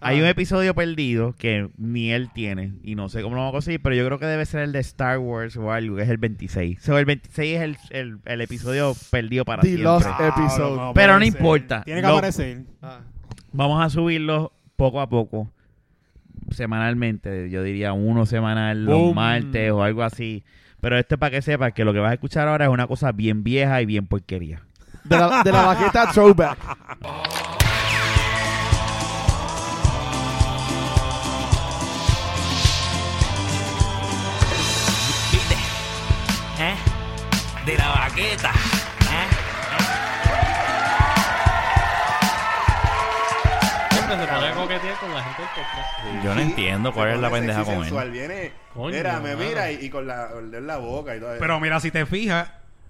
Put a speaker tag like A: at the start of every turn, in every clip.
A: hay
B: Ah.
A: un episodio perdido que ni él tiene y no sé cómo lo vamos a conseguir, pero yo creo que debe ser el de Star Wars o algo, que es el 26. So, el 26 es el, el- el episodio perdido para
C: The
A: siempre.
C: Lost
B: Claro,
C: Episode.
B: no
A: Pero no
B: aparece.
A: importa.
B: Tiene que
A: Lo-
B: aparecer.
C: Ah.
A: Vamos a subirlo poco a poco, semanalmente. Yo diría uno semanal, los
B: Boom.
A: martes o algo así. Pero este para que sepas que lo que vas a escuchar ahora es una cosa bien vieja y bien porquería.
C: De la, de la baqueta Throwback.
D: ¿Viste? ¿Eh? De la baqueta. ¿Eh?
E: Siempre se pone a coquetear con la gente del podcast.
A: Yo no entiendo cuál es la pendeja con él.
F: Viene,
E: Coño,
F: mira, me
E: mano.
F: mira y, y con la, en la boca y todo.
G: Pero mira, si te fijas,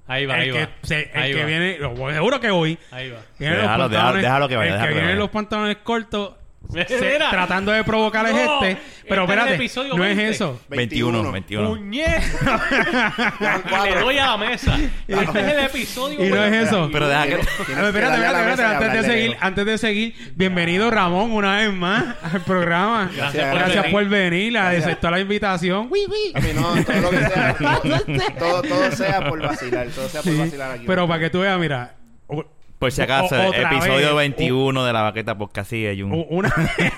E: Ahí va, ahí
G: el que,
E: va.
G: se- el
E: ahí
G: que
E: va.
G: viene, lo- seguro que hoy,
E: Ahí va.
G: viene los
A: Déjalo, déjalo,
G: pantalones-
A: déjalo que vaya,
G: el
A: déjalo que
G: que viene
A: vaya.
G: los pantalones cortos, se-
E: Mira.
G: tratando de provocar es
E: No,
G: este, pero
E: este es el
G: espérate,
E: episodio
G: no es
E: 20.
G: eso.
F: 21,
A: 21.
E: ¡Puñeta! Y le doy a la mesa. Este es el episodio.
G: Y no
E: güey.
G: es eso.
F: Pero deja que.
G: A ver, espérate, espérate, espérate, antes de seguir, antes de seguir, bienvenido Ramón una vez más al programa.
E: Gracias por
G: Gracias
E: venir.
G: por venir, la- aceptó la invitación. Uy, uy.
F: A mí no, todo lo que sea. todo- Todo, todo sea por vacilar. Todo sea por
G: Sí,
F: vacilar aquí.
G: Pero para que tú veas, mira, u-
H: Por Pues si acaso,
G: O- otra
H: episodio
G: vez.
H: 21 de la baqueta por casi hay un...
G: u- una,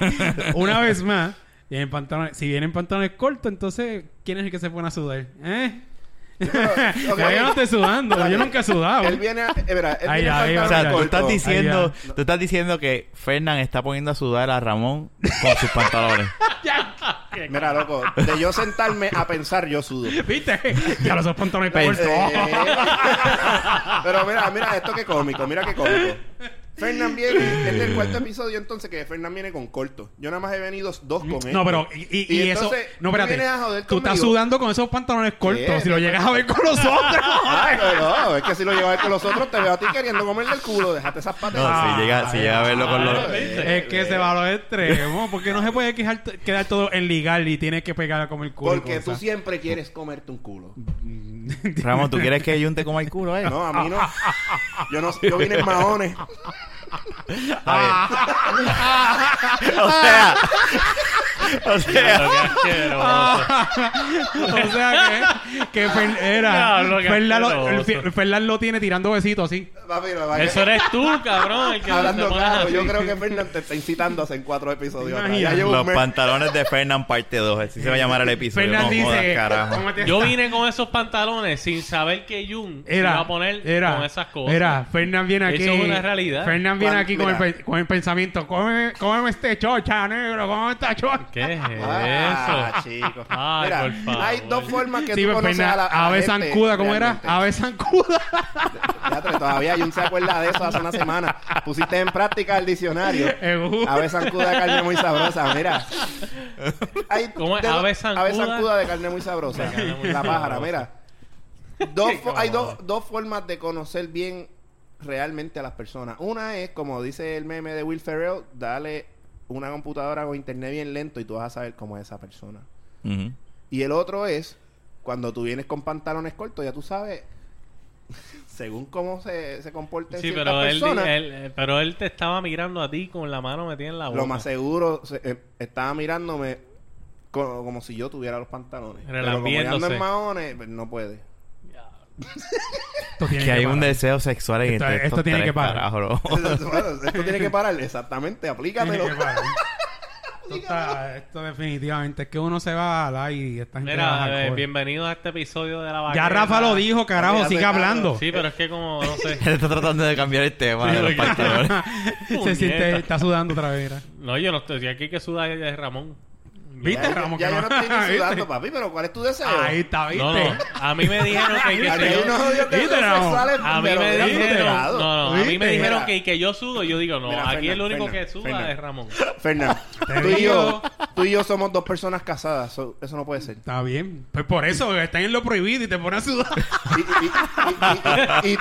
G: una vez más, vienen pantalones, si vienen pantalones cortos, entonces, ¿quién es el que se pone a sudar? ¿Eh?
F: Pero, ok.
G: Ya yo no estoy sudando, yo nunca he sudado.
F: Él viene. a- eh, mira, él
G: Ahí,
F: viene
G: ahí,
F: faltando
H: o sea,
G: mira,
H: tú
F: corto.
H: estás diciendo,
G: Ahí
H: tú estás diciendo que Fernán está poniendo a sudar a Ramón con sus pantalones.
F: Mira, loco, de yo sentarme a pensar, yo sudo.
G: ¿Viste? Ya los dos pantalones
H: Pensé.
G: cortos.
F: Pero mira, mira, esto que cómico, mira qué cómico. Fernán viene, este es el cuarto episodio entonces que Fernán viene con corto. Yo nada más he venido dos con él.
G: No, pero, y, y-
F: Y
G: y eso,
F: entonces,
G: no,
F: tú
G: espérate,
F: vienes a joder
G: tú estás
F: conmigo.
G: sudando con esos pantalones cortos,
F: Sí.
G: si lo llegas a ver con los otros.
F: Ay, no, no, es que si lo llevas con los otros, te veo a ti queriendo comerle el culo. Déjate esas patas. Ah,
H: No, si llega, si llega a verlo con
G: Ah,
H: los...
G: Es que se va a los extremos, porque no se puede quejar- quedar todo en ligar y tienes que pegar a comer culo. y
F: Porque tú
G: cosas.
F: siempre quieres comerte un culo.
H: Ramón, ¿tú quieres que Jun te coma el culo, eh?
F: No, a mí no. Yo no yo vine en maones.
H: Está
G: Ah.
H: bien. o sea... o sea...
G: O sea que, que Fer- era,
E: Diablo, qué
G: Fernan lo,
E: asqueroso.
G: el- Fernan lo tiene tirando besitos así.
F: Papi, la verdad
E: Eso
F: que-
E: eres tú, cabrón. El que
F: Hablando
E: te pones
F: claro,
E: así.
F: yo creo que Fernán te está incitando a hacer cuatro episodios. atrás. Ya
G: Imagínate.
F: llevo
H: Los
F: un mes.
H: pantalones de Fernán parte 2, así se va a llamar el episodio.
G: Fernan
H: no jodas,
G: dice,
H: carajo.
G: "Cómete
E: Yo
G: esta".
E: vine con esos pantalones sin saber que Jun se
G: era,
E: iba a poner
G: era,
E: con esas cosas.
G: Era, Fernan viene aquí.
E: Eso es una realidad.
G: Fernan viene
F: Cuan-
G: aquí con el,
F: mira.
G: pe- con el pensamiento: cómeme, cómeme este chocha, negro, cómeme esta chocha.
E: ¿Qué es
F: Ah,
E: eso?
F: chicos.
E: Ay,
F: Mira,
E: por favor. pues,
F: hay dos formas que
G: Sí,
F: tú
G: pero
F: conoces
G: Fernan,
F: a la a
G: ave
F: gente,
G: zancuda, ¿cómo era?
F: realmente.
G: Ave zancuda.
F: Teatro, todavía Jun se acuerda de eso hace una semana. Pusiste en práctica el diccionario.
G: Seguro.
F: Ave zancuda de carne muy sabrosa, mira. Hay
E: ¿Cómo es?
F: de-
E: Ave zancuda.
F: ave zancuda de carne muy sabrosa.
E: carne muy
F: la pájara,
E: sabrosa.
F: mira. Dos fo- hay dos,
E: cabrón.
F: dos formas de conocer bien realmente a las personas. Una es, como dice el meme de Will Ferrell, dale una computadora con internet bien lento y tú vas a saber cómo es esa persona.
H: Ujú.
F: Y el otro es cuando tú vienes con pantalones cortos, ya tú sabes, según cómo se, se comporten
E: Sí,
F: ciertas
E: pero él,
F: personas,
E: él- eh, pero él te estaba mirando a ti con la mano metida en la boca.
F: lo más seguro se- eh, estaba mirándome co- como si yo tuviera los pantalones. Pero como yo ando
E: Relambiéndose.
F: en maones, pues, no puede.
G: Esto tiene
H: Que hay un
G: parar.
H: deseo sexual en
G: Esto-
H: entre
G: esto
H: estos
G: tiene
H: tres,
G: que parar.
H: carajo, loco.
F: Bueno, Esto tiene que parar, exactamente,
G: Tiene
F: aplícatelo.
G: que parar. Esto, está- esto definitivamente es que uno se va a la y esta gente va
E: Mira,
G: a
E: eh,
G: alcohol.
E: bienvenido a este episodio de la
G: Ya
E: Baqueta.
G: Rafa lo dijo, carajo,
F: Mira,
G: sigue
F: se-
G: hablando.
E: Sí, pero es que como, no sé.
H: Él está tratando de cambiar el tema de los pantalones.
G: Se siente, está sudando otra vez. mira.
E: No, yo no estoy. si aquí que suda es Ramón.
G: ¿Viste,
F: Ya,
G: Ramón?
F: ya
G: que
F: yo no estoy ni
G: ¿Viste?
F: sudando, papi, pero ¿cuál es tu deseo?
G: Ahí está, Ah, ¿viste?
E: No, no. A mí me dijeron que, que
F: Aquí hay unos odios que
G: ¿Viste, Ramón?
F: sexuales,
E: A mí
F: pero
E: me
F: mira,
E: dijeron,
F: superado.
E: no, no, a mí me
F: Mira,
E: dijeron que, que yo sudo, yo digo no,
F: Mira,
E: aquí
F: Fernan,
E: el único
F: Fernan,
E: que suda
F: Fernan.
E: es Ramón.
F: Fernan,
G: Te
F: tú y yo
G: digo.
F: tú y yo somos dos personas casadas. so- eso no puede ser.
G: Está bien. Pues por eso, están en lo prohibido y te ponen a sudar.
F: Y, y- y- y- y- y tú,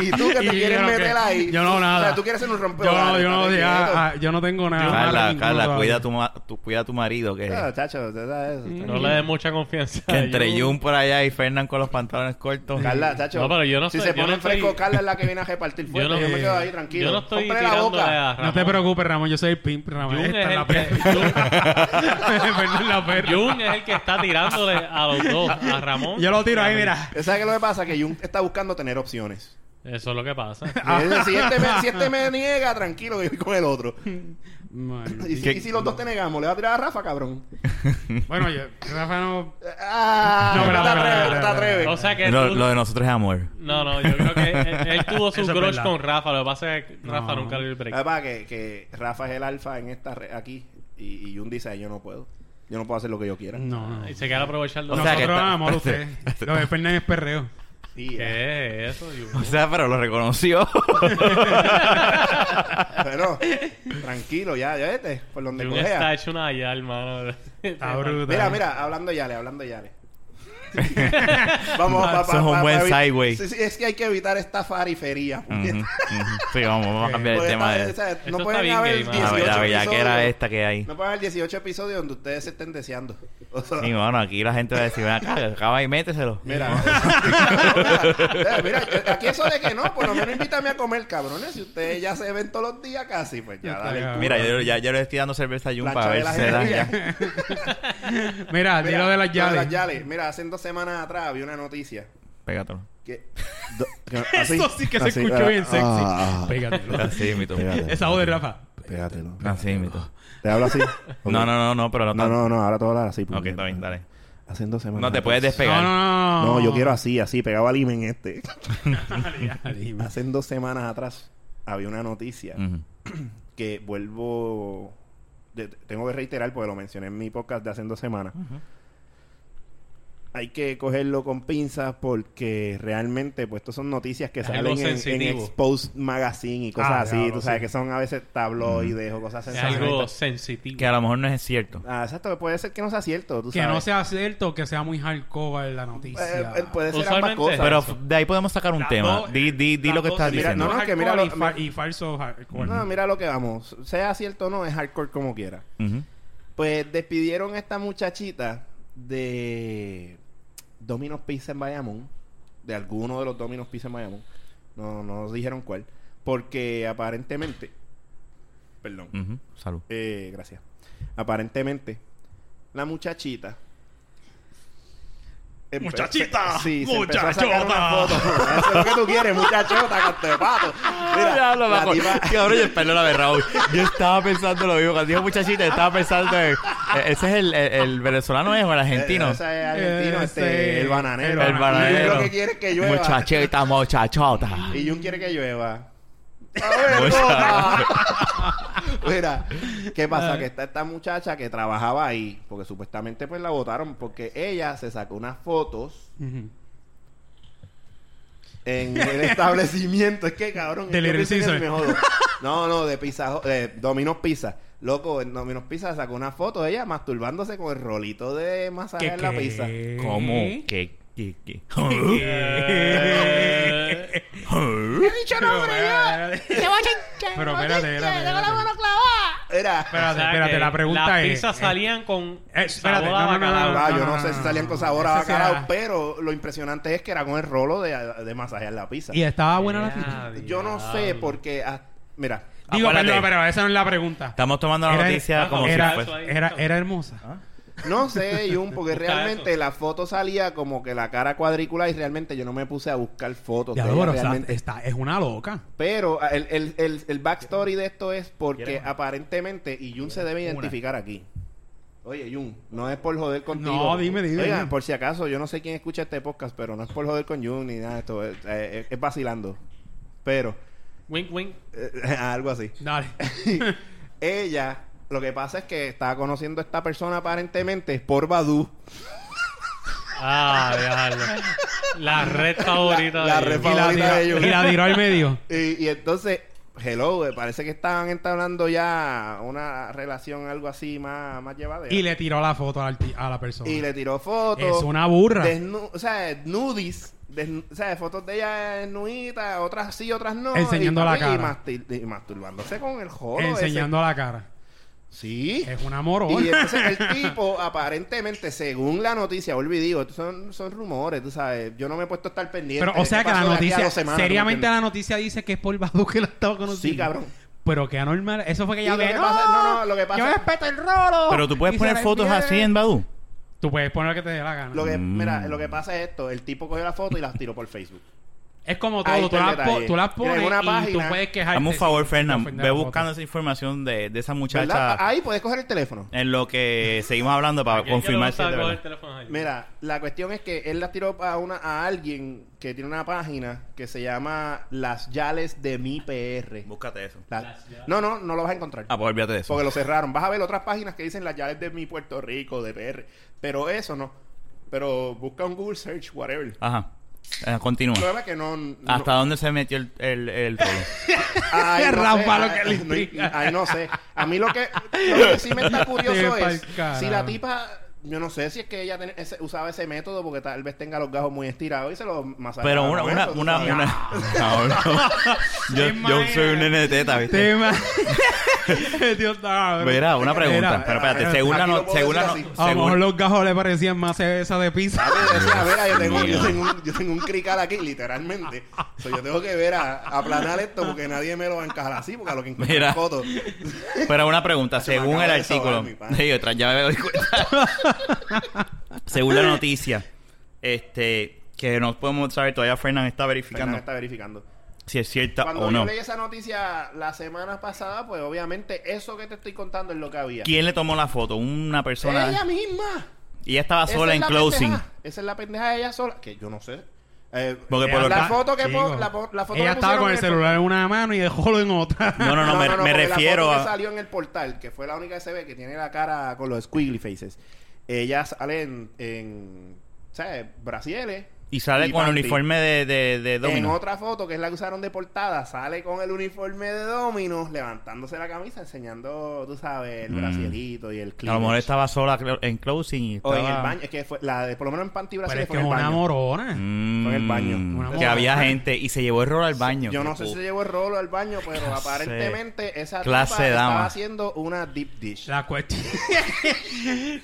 F: y tú que te
G: Y
F: quieres
G: yo no
F: meter
G: que-
F: ahí.
G: yo no,
F: tú- O
G: nada.
F: sea, tú quieres ser un
G: Yo no,
F: rompehogares.
G: yo no,
F: date
G: ya,
F: quieto.
G: ah, yo no tengo nada. Ahora
H: Carla,
G: mismo
H: Carla,
G: todavía.
H: cuida a tu, ma- tu- cuida a tu marido que,
E: Eh.
F: Ah, chacho, te da eso.
E: No le des mucha confianza.
H: que entre
E: Yo-
H: Jun por allá y Fernan con los pantalones cortos.
F: Carla, chacho.
E: No, pero yo no
F: si
E: estoy-
F: se
E: yo no
F: ponen
E: estoy-
F: fresco, Carla es la que viene a repartir fuerte. Yo,
E: no-
F: me quedo ahí tranquilo.
E: Yo no estoy
F: Póngale la
E: tirándole
F: boca.
E: a Ramón.
G: No te preocupes, Ramón, yo soy el pimp, Ramón.
E: Jun
G: Esta
E: es
G: es la
E: el que-
G: perra. Fernan es la perra.
E: Jun es el que está tirándole a los dos, a Ramón.
G: Yo lo tiro ahí, mira.
F: ¿Sabes qué lo que pasa? Que Jun está buscando tener opciones.
E: Eso es lo que pasa.
G: Ah.
F: Es decir, Si, este me, si este me niega, tranquilo, que voy con el otro. Y si,
H: ¿Qué?
F: y si los dos te negamos, le va a tirar a Rafa, cabrón.
G: Bueno, yo, Rafa no...
F: Ah,
G: No,
F: no,
G: pero,
F: te
G: pero,
F: atreves,
G: pero,
F: no te
G: pero,
F: atreves.
E: O sea que
H: Lo,
E: tú-
H: lo de nosotros es amor.
E: No, no, yo creo que él, él tuvo su
G: Eso es
E: crush
G: verdad.
E: con Rafa. Lo que pasa es que Rafa
G: No.
E: nunca le dio el
F: Lo que
E: break.
F: pasa es que, que Rafa es el alfa en esta re- aquí y, y Jun dice, yo no puedo. Yo no puedo hacer lo que yo quiera.
G: No, no.
E: Y se queda aprovechando.
H: O sea,
G: Nosotros
H: que está-
G: amamos a usted. Lo de Fernan es perreo.
F: Y, eh,
E: ¿Qué es eso,
H: O
E: Jun?
H: sea, pero lo reconoció.
F: Pero tranquilo, ya, ya vete, por donde
E: Jun
F: cojea.
E: está hecho una allá, hermano.
G: Está brutal.
F: Mira, mira, hablando Yale, hablando Yale. Vamos, papá.
H: Eso es un buen sideway.
F: Sí, sí, es que hay que evitar esta farifería.
H: Ujú,
F: puñeta.
H: ujú. Sí, vamos, vamos a cambiar el
F: Porque
H: tema
F: esta-
H: de...
F: o sea,
E: Esto
F: no
E: está
F: pueden
E: bien
F: haber
E: gay, mano.
H: La,
F: 18
H: la bellaquera
F: episodios.
H: esta que este. hay.
F: No pueden haber 18 episodios donde ustedes se estén deseando. O sea,
H: Sí, bueno, aquí la gente va a decir, "Ven acá, acaba y méteselo.
F: Mira, mira, Eh, mira, aquí eso de que no, por lo menos invítame a comer, cabrones. Si ustedes ya se ven todos los días casi, pues ya
G: Está
F: dale.
G: bien.
H: Mira, yo, ya, yo le estoy dando cerveza a Jun
F: Plancha
H: para
F: de
H: ver si
F: las
H: se da
F: energías.
H: ya.
G: Mira,
F: Mira,
G: tiro de las
F: lo
G: llaves.
F: Mira, hace dos semanas atrás había una noticia
H: Pégatelo.
F: que... do- que- así,
G: Eso sí que se
F: así,
G: escuchó
F: ¿verdad?
G: bien sexy.
F: Ah,
G: Pégatelo.
H: Así, mito.
G: Esa voz de Rafa.
F: pégatelo.
H: Así, mito.
F: Te hablo así.
H: No, no, no, no, pero no,
F: No,
H: tan-
F: no, no, ahora todo hablar así.
H: Ok, está bien, dale.
F: Hace dos semanas.
H: No te puedes
F: atrás.
G: No,
H: despegar.
G: no, no.
F: No, yo quiero así, así, pegado al imen este.
G: Dime.
F: Hace dos semanas atrás había una noticia
H: Ujú.
F: que vuelvo. de- tengo que reiterar porque lo mencioné en mi podcast de hace dos semanas. Hay que cogerlo con pinzas porque realmente, pues, estas son noticias que
E: Es
F: salen
E: algo
F: en, en
E: sensitivo.
F: Exposed Magazine y cosas
G: Ah,
F: así.
G: diablo,
F: tú sabes que son a veces tabloides o cosas
E: Es
F: sensacionalistas.
E: algo sensitivo.
H: Que a lo mejor no es cierto.
F: Ah, exacto, que puede ser que no sea cierto. Tú
G: Que
F: sabes.
G: no sea cierto, que sea muy hardcore la
F: Eh,
G: noticia.
F: eh, puede ser ambas
E: Usualmente-
F: cosas.
H: Pero
E: eso.
H: de ahí podemos sacar un
G: Las
H: tema.
G: dos-
H: di di, di
G: las
H: lo que
G: dos
H: estás
G: son
F: Mira,
H: diciendo.
F: no, no, que
G: hardcore
F: mira lo-
G: y, fa- y falso hardcore.
F: No, mira lo que vamos. Sea cierto o no, es hardcore como quiera.
H: Ujú.
F: Pues despidieron a esta muchachita de Domino's Pizza en Bayamón. De alguno de los Domino's Pizza en Bayamón. No, no nos dijeron cuál. Porque aparentemente. Perdón.
H: Ujú. Salud.
F: Eh, gracias. Aparentemente, la muchachita. empe-
G: Muchachita,
F: Sí, se empezó a sacar una foto. Eso es lo que tú quieres, muchachota, cantepato. Mira,
H: Ah, Ya lo
F: la
H: bajo.
F: tipa-
H: Cabrón, yo perdón, la de Raúl. Yo estaba pensando lo mismo. Cuando dijo muchachita, estaba pensando en. eh, Ese es el, el, el venezolano, es o el argentino.
F: Eh, ese es argentino,
G: Ese-
F: este, el bananero.
H: Eh, el bananero.
F: Jun lo que quiere es que llueva.
H: Muchachita, muchachota.
F: Y Jun quiere que llueva. A ver,
H: Muchacho.
F: toma. Mira, ¿qué
G: Ah.
F: pasa? Que está esta muchacha que trabajaba ahí, porque supuestamente pues la votaron porque ella se sacó unas fotos
G: Ujú.
F: en el establecimiento. Es que cabrón, es que
G: Del
F: yo pienso que
G: Irisizer.
F: me jodo. No, no, de Pizza, Hut- de Domino's Pizza. Loco, en Domino's Pizza sacó una foto de ella masturbándose con el rolito de masaje en la
G: qué?
F: pizza.
H: ¿Cómo? ¿Qué? ¿Qué? ¿Qué?
E: Eh,
G: Pero espérate, espérate.
F: Era.
G: Espérate,
E: o sea
G: espérate,
E: que
G: la pregunta
E: las
G: es.
E: pizzas
G: eh,
E: salían con
G: eh, espérate,
E: sabor a
G: no, no, no,
E: bacalao.
G: no,
F: Ah,
G: no,
F: yo no
G: no,
F: sé
G: no,
F: si
G: no,
F: salían
G: no.
F: con sabor a
G: Ese sí
F: bacalao,
G: era-
F: pero lo impresionante es que era con el rolo de, de masajear la pizza.
G: Y estaba buena la
E: Ya,
G: pizza.
F: Yo no sé
E: diablo.
F: porque... ah, mira,
G: Ah, Digo,
H: Acuérdate.
G: perdón, pero esa no es la pregunta.
H: Estamos tomando la
G: Era-
H: noticia como
G: era,
H: si fuese.
G: era, era
F: Ah,
G: hermosa.
F: no sé, Jun, porque
E: Busca
F: realmente
E: eso.
F: la foto salía como que la cara cuadrícula y realmente yo no me puse a buscar fotos.
G: Ya
F: de
G: lo
F: ella
G: pero, o sea,
F: realmente.
G: está, es una loca.
F: Pero ah, el, el, el, el backstory de esto es porque aparentemente, y Jun se debe identificar aquí. Oye, Jun, no es por joder contigo.
G: No, dime, dime,
F: Oigan,
G: dime.
F: por si acaso, yo no sé quién escucha este podcast, pero no es por joder con Jun ni nada de esto. Es, eh, es vacilando. Pero,
E: Wink, wink.
F: eh, algo así.
G: Dale.
F: Ella, lo que pasa es que estaba conociendo a esta persona aparentemente por Badu.
E: Ah, diablo. La red favorita
F: La- la
E: de
F: red
E: Jun.
G: Y la,
F: Favorita de
G: tiró,
F: Jun.
G: y la tiró al medio.
F: Y, y entonces hello, eh, parece que estaban entablando ya una relación, algo así más, más llevadera.
G: Y le tiró la foto al ti- a la persona.
F: Y le tiró fotos.
G: Es una burra.
F: desnu- o sea, nudis. desnu- o sea, fotos de ella desnudita, otras sí, otras no.
G: Enseñando
F: y,
G: la
F: y
G: cara.
F: mastir- y masturbándose con el jodo. ese.
G: Enseñando la cara.
F: Sí.
G: Es ¿eh? una
F: Y
G: morona.
F: entonces el tipo, aparentemente, según la noticia, vuelvo y digo, estos son, son rumores, tú sabes. Yo no me he puesto a estar pendiente.
G: Pero, o
F: de
G: sea
F: qué
G: que la
F: pasó de aquí a
G: noticia,
F: dos semanas,
G: seriamente
F: ¿tú me
G: la noticia dice que es Paul Badu que la estaba
F: entiendes?
G: conociendo.
F: Sí, cabrón.
G: Pero que anormal. Eso fue que
F: Y
G: ya
F: lo
G: ve,
F: que
G: "No,
F: pasa- no, no, lo que pasa-
G: Yo respeto el rolo.
H: Pero tú
G: Y
H: puedes
G: se
H: poner
G: la
H: fotos
G: envié.
H: así en Badu.
G: Tú puedes poner lo que te dé la gana.
F: Lo que,
H: Mm.
F: Mira, lo que pasa es esto: el tipo cogió la foto y la tiró por Facebook.
G: Es como
F: Ahí
G: todo. Tú
F: está el
G: las, po-
F: detalle.
G: tú las pones
F: En una
G: y
F: página-
G: tú puedes quejarte.
H: Hazme un favor,
G: sin
H: Fernan.
G: ofender
H: Ve
G: a la foto.
H: buscando esa información de, de esa
F: ¿Verdad?
H: muchacha
F: Ahí puedes coger el teléfono.
G: Eh.
H: en lo que seguimos hablando para
E: Aquí es que
H: confirmar
E: le
H: si
E: gusta
H: es de
F: este
E: coger
H: verdad.
E: el teléfono ahí. Eh,
F: Mira, la cuestión es que él la tiró a, una, a alguien que tiene una página que se llama Las Yales de mi
E: este.
F: PR.
H: Búscate eso.
F: La- no, no, no lo vas a encontrar.
H: Ah, pues olvídate de eso.
F: Porque lo cerraron. Vas a ver otras páginas que dicen las llaves de mi Puerto Rico, de PR. Pero eso no. Pero busca un Google search, whatever. El
H: Ajá. Eh, continúa.
F: problema es que no. no-
H: ¿Hasta dónde se metió el, el, el rollo?
F: Ay, no sé,
G: Rampa lo
F: ay,
G: que le
F: ay, no-
G: intriga.
F: ay, no sé. A mí lo que, lo que sí me está curioso
G: Te pa'l
F: es si
G: carajo.
F: la tipa. Yo no sé si es que ella ten- ese- usaba ese método porque tal vez tenga los gajos muy estirados y se los masacra.
H: Pero una, una, una, una. No, no. Yo, yo soy un nene de teta, ¿viste?
G: Tema. Dios, no, bro.
H: Mira, una pregunta.
G: Mira,
H: Pero espérate, según la
F: aquí lo
H: no,
F: puedo
H: según la no,
G: A lo
F: decir
G: mejor
H: según- Ah,
G: los gajos le parecían más esa de pizza.
F: a ver, yo tengo, yo tengo un, yo tengo un crical aquí, literalmente. So, yo tengo que ver a a aplanar esto porque nadie me lo va a encajar así, porque a lo que encuentro
H: Mira.
F: en fotos.
H: Pero una pregunta, según
F: acaba
H: el
F: de desahogar,
H: artículo.
F: mi pana.
H: Sí, otra, ya me doy cuenta. según la noticia, este, que no podemos saber, todavía Fernan está verificando
F: Fernan está verificando.
H: si es cierta
F: Cuando
H: o
F: yo
H: no.
F: leí esa noticia la semana pasada, pues obviamente eso que te estoy contando es lo que había.
H: ¿Quién le tomó la foto? Una persona.
F: Ella misma.
H: Y ella estaba
F: Esa
H: sola
F: es
H: en
F: la
H: Ah, closing.
F: pendeja. Esa es la pendeja de ella sola. Que yo no sé. Eh,
H: Porque por lo
F: la
H: que-
F: foto que
G: Chico,
F: po- la, po- la foto
G: Ella
F: que
G: estaba con
F: pusieron
G: el
F: en
G: celular en una mano y el jolo en otra.
H: No, no, no, me, me
F: porque
H: refiero
F: la foto
H: a.
F: que salió en el portal, que fue la única que se ve que tiene la cara con los squiggly faces. Ella sale en, en ¿sabes? Brasieles.
H: Y sale
F: y
H: con el
F: panty.
H: uniforme de, de, de
F: En
H: Domino.
F: otra foto, que es la que usaron de portada, sale con el uniforme de Dominos, levantándose la camisa, enseñando, tú sabes, el
H: Mm.
F: brasielito y el
H: A lo
F: clínico.
H: mejor estaba sola cl- en closing y
F: O
H: estaba...
F: en el baño. Es que fue, la de, por lo menos en Panty
G: Pero
F: Brasil
G: es que
F: fue
G: es
F: en el
G: una
F: baño.
G: morona.
H: Mm,
F: Fue en el baño.
H: que
G: Una
H: había
G: morona.
H: gente y se llevó el rol al baño.
F: Yo no sé si se llevó el rolo al baño, pero
H: Clase-
F: aparentemente esa
H: clase
F: tipa
H: de dama.
F: estaba haciendo una deep dish.
G: La cuestión.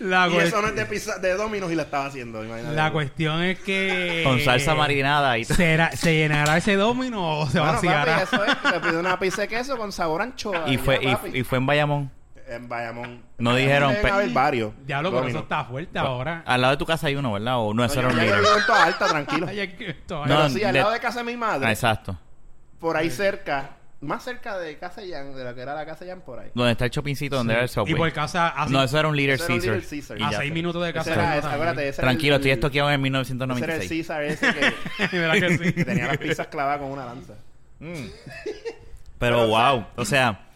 G: la,
F: y eso
G: cuest-
F: no es de, pizza, de Dominos y la estaba haciendo, imagínate.
G: la cuestión es que.
H: Eh, Con salsa marinada y todo.
G: ¿Será, ¿Se llenará ese domino o se
F: Bueno, papi,
G: vaciará?
F: eso es, le pidió una pizza de queso con sabor anchoa.
H: Y
F: ya,
H: fue,
F: papi.
H: y, y fue en Bayamón.
F: En Bayamón. En Bayamón
H: No dijeron,
F: deben
H: pe-
F: haber varios.
G: Diablo, pero eso
F: Dominos.
G: está fuerte ahora.
H: Al lado de tu casa hay uno, ¿verdad? O no, eso
F: No,
H: era
F: yo
H: un
F: yo
H: líder.
F: vivo en toda alta, tranquilo.
G: Ay, es que esto-
H: No,
F: Pero sí, al
H: le-
F: lado de casa de mi madre,
H: Ah, exacto.
F: por ahí cerca, más cerca de Casellán, de la que era la Casellán, por ahí.
H: Donde está el chopincito, donde era el
G: y
H: subway.
G: por ah, casa a,
H: No, eso era un líder
F: Eso era un
H: Caesar.
F: Little Caesar.
H: Y
G: a
H: ya
G: seis
H: fue.
G: minutos de
F: Ese
G: casa.
F: era,
G: no
F: ese-
G: también.
F: acuérdate, ese era
H: Tranquilo,
F: el-
H: estoy estoqueado
F: Ese era
H: en
F: el
H: 1996.
F: César ese que,
G: ¿Verdad que sí?
F: que tenía las pizzas clavadas con una lanza.
H: Mm. Pero wow, o sea,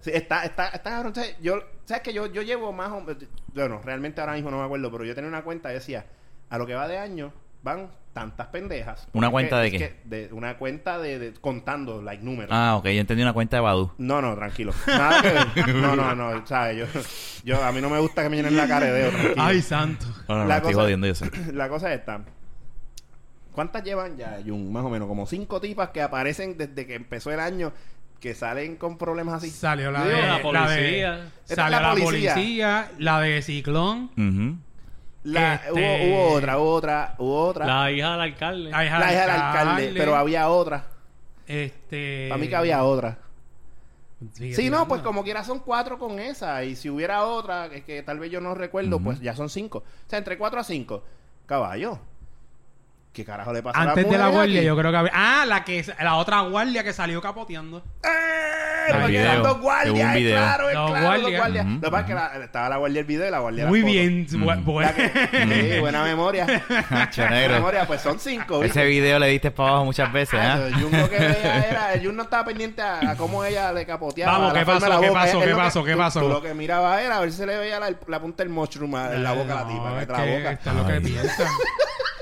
F: Sí, está, está, está cabrón. Entonces, yo, ¿sabes que yo, yo llevo más o Bueno, realmente ahora mismo no me acuerdo, pero yo tenía una cuenta y decía, a lo que va de año, van tantas pendejas.
H: ¿Una
F: Es que-
H: cuenta de
F: es
H: qué?
F: que de- una cuenta de, de- contando, like, números.
H: ah, ok, yo entendí una cuenta de Badu.
F: No, no, tranquilo. Nada que ver. No, no, no, ¿sabes? Yo, yo, a mí no me gusta que me llenen la cara de otro.
G: Ay, santo.
H: No, no, no,
F: La
H: estoy
F: cosa-
H: jodiendo, yo sé.
F: La cosa es esta. ¿Cuántas llevan ya, Jun? Más o menos, como cinco tipas que aparecen desde que empezó el año que salen con problemas así.
G: Salió la
F: Yo
G: de
F: digo,
E: la
G: la de-
E: policía.
F: es
G: salió
F: la
G: la
F: policía.
G: policía, la de Ciclón,
H: Ujú.
F: La-
G: Este-
F: hubo, hubo otra, hubo otra, hubo otra. La,
E: La hija del alcalde.
G: la hija,
F: hija del alcalde, pero había otra.
G: Este...
F: Para mí que había otra.
G: Sigue
F: Sí, no,
G: tirando.
F: pues como quiera son cuatro con esa. Y si hubiera otra, que, que tal vez yo no recuerdo, pues ya son cinco. O sea, entre cuatro a cinco. Caballo. ¿Qué carajo le pasa a
G: Antes de la
F: mujer
G: guardia,
F: aquí?
G: yo creo que había. Ah, la que la otra guardia que salió capoteando.
F: ¡Eh!
H: Hay
F: Porque
H: video.
F: eran dos
H: Hubo
F: guardias,
H: un
F: es
H: video.
F: claro, es
G: Dos
F: claro, dos
G: guardias.
F: guardias.
H: Ujú,
F: Lo que pasa es que la- estaba la guardia el video y la guardia la
G: Muy
F: foto.
G: bien.
H: Mm.
G: bu- bu-
F: La que- sí, buena memoria.
H: Hacho,
F: buena
H: negro.
F: memoria, pues son cinco. ¿viste?
H: Ese video le diste para abajo muchas veces,
F: Ah,
H: ¿eh?
F: yo- Jun lo que veía era, el Jun no estaba pendiente a, a cómo ella le capoteaba.
G: Vamos,
F: a la
G: ¿qué
F: forma
G: pasó?
F: de la
G: ¿Qué
F: boca.
G: pasó?
F: Él
G: ¿Qué
F: lo que-
G: pasó? ¿Qué
F: tú-
G: pasó?
F: tú lo que miraba era a ver si se le veía la, la punta del mushroom a- en la boca a la
G: No,
F: tipa.
G: es
F: en la
G: que
F: boca.
G: Está lo que
H: Ay.
G: piensa.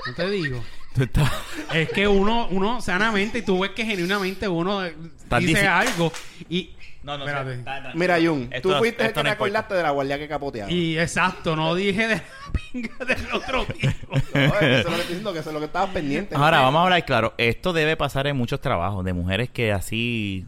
G: No te digo.
H: Tú estás-
G: Es que uno, uno sanamente, y tú ves que genuinamente uno eh, dice
H: dici-
G: algo. Y,
H: No, no,
G: Espérate.
H: está- está-
F: Mira, Jun,
H: esto
F: tú
H: no-
F: fuiste el
H: esto
F: que te
H: no importa.
F: acordaste de la guardia que capoteaba.
G: y exacto, no dije de la pinga del otro tipo.
F: No, eso es lo que estoy diciendo, que eso es lo que estabas pendiente.
H: Ahora,
F: ¿no?
H: vamos a hablar claro. Esto debe pasar en muchos trabajos de mujeres que así.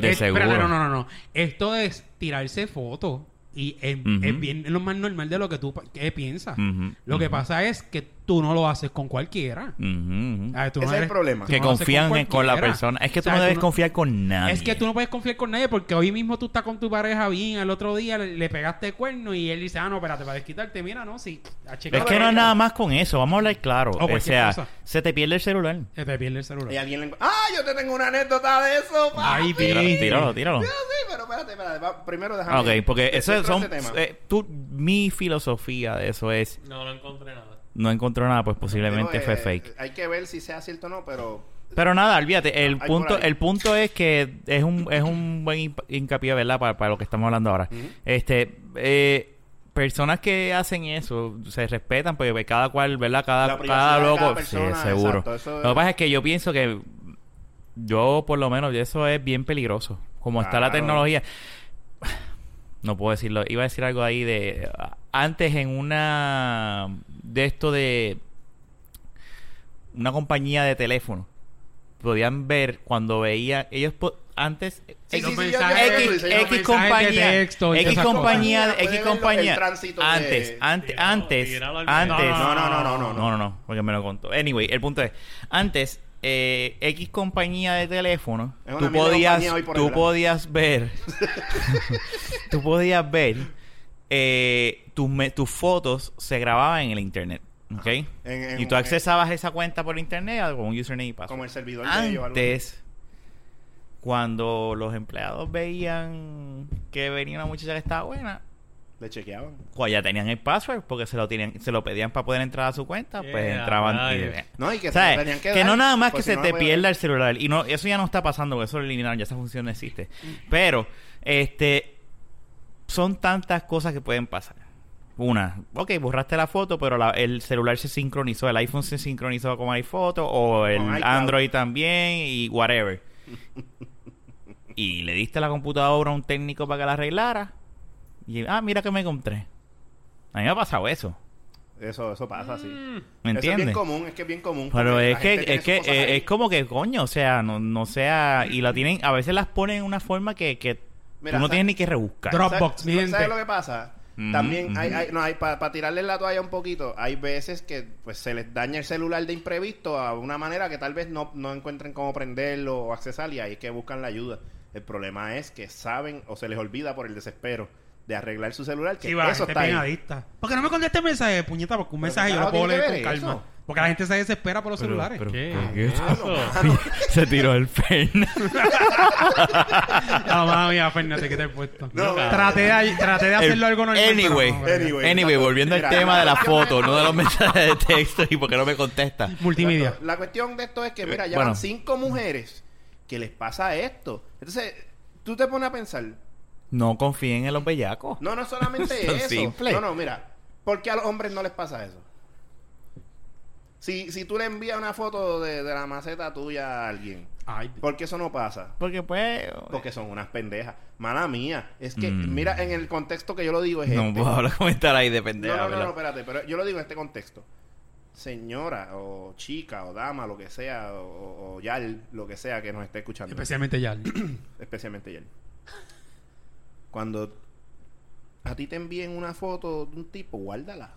H: De
G: Eh,
H: seguro.
G: espérate, no, no, no, no. Esto es tirarse fotos. Y es,
H: Ujú.
G: es bien es lo más normal de lo que tú pa- que piensas.
H: Ujú,
G: Lo que
H: ujú.
G: pasa es que tú no lo haces con cualquiera.
H: Ujú, ujú.
G: Ah, tú no
F: Ese es el
G: eres-
F: problema.
G: tú
H: Que
G: no lo haces
H: confían en- con la
G: cualquiera.
H: persona. Es que tú
G: O sea,
H: no debes confiar con nadie.
G: Es que tú no puedes confiar con nadie porque hoy mismo tú estás con tu pareja bien, al otro día le, le pegaste el cuerno y él dice, ah, no, espérate, para desquitarte, mira, no, sí. a checar".
H: Es que no es nada más con eso. Vamos a hablar claro. O
G: cualquier
H: sea,
G: cosa.
H: se te pierde el celular.
G: Se te pierde el
F: Y
G: celular.
F: alguien le... ¡Ah, yo te tengo una anécdota de eso! pa!
G: Ay,
H: Tíralo,
G: vi.
H: tíralo, tíralo.
F: Sí, pero espérate, espérate. va, primero déjame...
H: Ah, Ok, porque
F: te-
H: eso
F: te-
H: es- son.
F: ese tema.
H: eh, tú- mi filosofía de eso es:
E: No, no encontré nada.
H: no encontró nada, pues posiblemente
F: Digo,
H: fue
F: eh,
H: fake.
F: Hay que ver si sea cierto o no, pero...
H: Pero nada, olvídate. El
F: por
H: punto,
F: ahí.
H: el punto es que es un, es un buen hin- hincapié, ¿verdad? Para, para lo que estamos hablando ahora. Este, eh, personas que hacen eso se respetan, porque cada cual, ¿verdad? Cada,
F: La
H: cada
F: privacidad de
H: Ah, loco.
F: cada persona,
H: sí, seguro.
F: exacto, eso es-
H: Lo que pasa es que yo pienso que yo, por lo menos, eso es bien peligroso. Como está la
F: Claro.
H: tecnología. No puedo decirlo. Iba a decir algo ahí de. Antes en una. De esto de. Una compañía de teléfono. Podían ver cuando veía. Ellos. po- Antes.
F: Sí,
G: los
F: sí, sí, yo-
G: mensajes-
F: yo- yo- yo-
H: X,
G: los
H: X
G: mensajes de
H: compañía,
G: texto y
H: X
G: esas cosas.
H: compañía,
F: Puede
H: X
F: ver lo- el
H: compañía.
F: tránsito de-
H: Antes, antes,
E: Tirado,
H: antes,
E: tirado al-
H: antes.
E: No,
F: No, no, no, no, no.
H: No, no, no, porque me lo contó. Anyway, el punto es, antes eh, X compañía de teléfono,
F: Es una
H: tú
F: mierda
H: podías,
F: compañía hoy por ahí,
H: tú
F: ¿verdad?
H: podías ver, tú podías ver eh, tus me- tus fotos se grababan en el internet, ¿ok?
F: En- en- eh,
H: y tú accesabas esa cuenta por internet con un username y password.
F: Como el servidor de ellos. algo así.
H: Antes, cuando los empleados veían que venía una muchacha que estaba buena,
F: Le chequeaban.
H: pues ya tenían el password porque se lo tenían, se lo pedían para poder entrar a su cuenta, pues
E: Yeah,
H: entraban y
E: rayos.
H: veían.
F: No, y que se
H: ¿Sabes?
F: lo tenían que
H: Que
F: dar,
H: no nada más
F: pues si
H: que se
F: no,
H: te
F: no-
H: pierda el celular. Y no, eso ya no está pasando, porque eso lo eliminaron, ya esa función no existe. Pero, este, son tantas cosas que pueden pasar. Una, ok, borraste la foto, pero la- el celular se sincronizó, el iPhone se sincronizó con iPhoto o el
F: iCloud.
H: Android también y whatever. y le diste la computadora a un técnico para que la arreglara. Y, ah, mira que me encontré. A mí me ha pasado eso.
F: Eso, eso pasa, sí.
H: Mm. ¿Me
F: Eso es bien
H: entiendes?
F: común, es que es bien común.
H: Pero
F: porque
H: es
F: la
H: que,
F: gente tiene
H: es que,
F: sus cosas
H: eh,
F: ahí.
H: es como que coño, o sea, no, no sea, y la tienen, a veces las ponen en una forma que, que
F: Mira,
H: tú no
F: sa-
H: tienes ni que rebuscar.
G: Drop-
F: ¿Sabes-
G: Dropbox, mi
F: ¿Sabes
G: gente.
F: lo que pasa?
H: Ujú,
F: También hay,
H: ujú.
F: hay, no, hay para tirarles la toalla un poquito, hay veces que pues se les daña el celular de imprevisto a una manera que tal vez no, no encuentren cómo prenderlo o accesar y ahí es que buscan la ayuda. El problema es que saben o se les olvida por el desespero de arreglar su celular que
G: Sí, va, la
F: eso
G: gente
F: está ahí.
G: pegadita. ¿Por qué no me contestas el mensaje, puñeta? Porque un
F: Pero
G: mensaje
F: ¿qué
G: yo lo
F: carajo
G: puedo
F: tiene
G: leer
F: que
G: con
F: ver
G: calma.
F: eso?
G: Porque la gente se desespera por los celulares.
E: ¿Qué?
H: ¿qué?
E: Eso.
H: Se tiró el perno.
G: Ah, madre mía, Fernández, que te he puesto.
F: No, no.
G: traté, de, traté de hacerlo algo normal. pero
H: Anyway,
G: no, no, no.
F: Anyway,
H: anyway,
F: exacto.
H: volviendo al
F: Pues, Mira,
H: tema de la
F: cuestión
H: foto, no de los mensajes de texto y por qué no me contesta.
G: Multimedia.
F: Exacto. La cuestión de esto es que, mira,
H: Eh,
F: ya
H: bueno.
F: van cinco mujeres que les pasa esto. Entonces, tú te pones a pensar,
H: No confíen en los bellacos.
F: no, no es solamente
H: Tan
F: eso.
H: simple.
F: No, no, mira, ¿por qué a los hombres no les pasa eso? Si, si tú le envías una foto de, de la maceta tuya a alguien,
G: Ay,
F: ¿por qué eso no pasa?
H: Porque pues...
F: Porque son unas pendejas. Mala mía. Es que,
H: Mm.
F: mira, en el contexto que yo lo digo es
H: no
F: este.
H: puedo hablar- comentar ahí de
F: No,
H: pendeja,
F: no, no,
H: ¿verdad?
F: no, espérate, pero yo lo digo en este contexto. Señora o chica o dama, lo que sea, o, o yal, lo que sea que nos esté escuchando.
G: especialmente ya.
F: Especialmente yal. Cuando a ti te envíen una foto de un tipo, guárdala.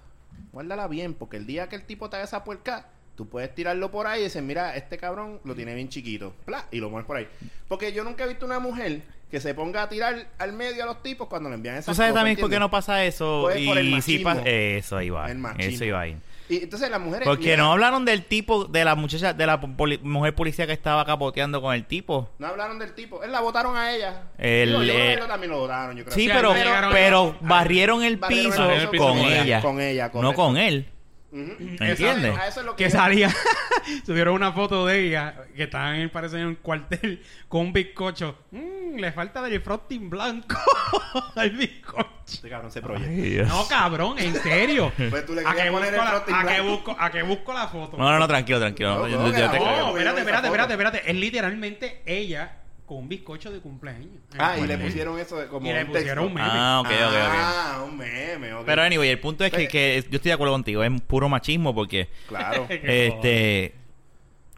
F: Guárdala bien, porque el día que el tipo te haga esa puerca, tú puedes tirarlo por ahí y decir, mira, este cabrón lo tiene bien chiquito. Pla, y lo pones por ahí. Porque yo nunca he visto una mujer que se ponga a tirar al medio a los tipos cuando le envían esa
H: Tú sabes también por qué no pasa eso.
F: Pues
H: y
F: por el
H: sí
F: machismo.
H: pasa... Eso iba.
F: El machismo.
H: Eso iba ahí.
F: Y entonces las mujeres...
H: Porque
F: mira,
H: no hablaron del tipo, de la muchacha, de la poli- mujer policía que estaba capoteando con el tipo.
F: No hablaron del tipo. Él la votaron a ella.
H: El,
F: Digo, yo creo que
H: eh,
F: ellos también lo votaron, yo creo.
H: Sí,
G: Sí,
H: pero,
G: ahí no llegaron-
H: pero barrieron el
F: Barrieron
H: piso
E: barrieron el piso
H: con
E: con
H: ella.
F: Con ella,
H: No
F: correcto.
H: con él. ¿Entiendes?
F: A eso es lo que
G: que
F: yo-
G: salía, subieron una foto de ella que estaban en parece en un cuartel con un bizcocho. Mm, le falta del frosting blanco al bizcocho.
F: Este cabrón se proyecta.
G: No, cabrón, en serio.
F: Pues tú le
G: ¿A qué
F: querías poner
G: busco
F: el
G: la,
F: frosting
G: a qué
F: blanco.
G: busco, a qué busco la foto?
H: No, no, no, tranquilo, tranquilo.
F: No,
H: yo-
F: no,
H: yo te
F: que no.
H: creo.
G: No, espérate,
F: Yo vi
G: espérate,
F: esa
G: espérate,
F: foto.
G: espérate. Es literalmente ella con un bizcocho de cumpleaños.
F: Ah, y le
H: Bueno.
F: pusieron eso de- como
G: Y le
F: un texto.
G: pusieron un meme.
H: Ah, ok, ok, ok.
F: Ah, un meme. ok.
H: Pero anyway, el punto es que,
F: Pero-
H: que yo estoy de acuerdo contigo, es puro machismo porque
F: Claro.
H: este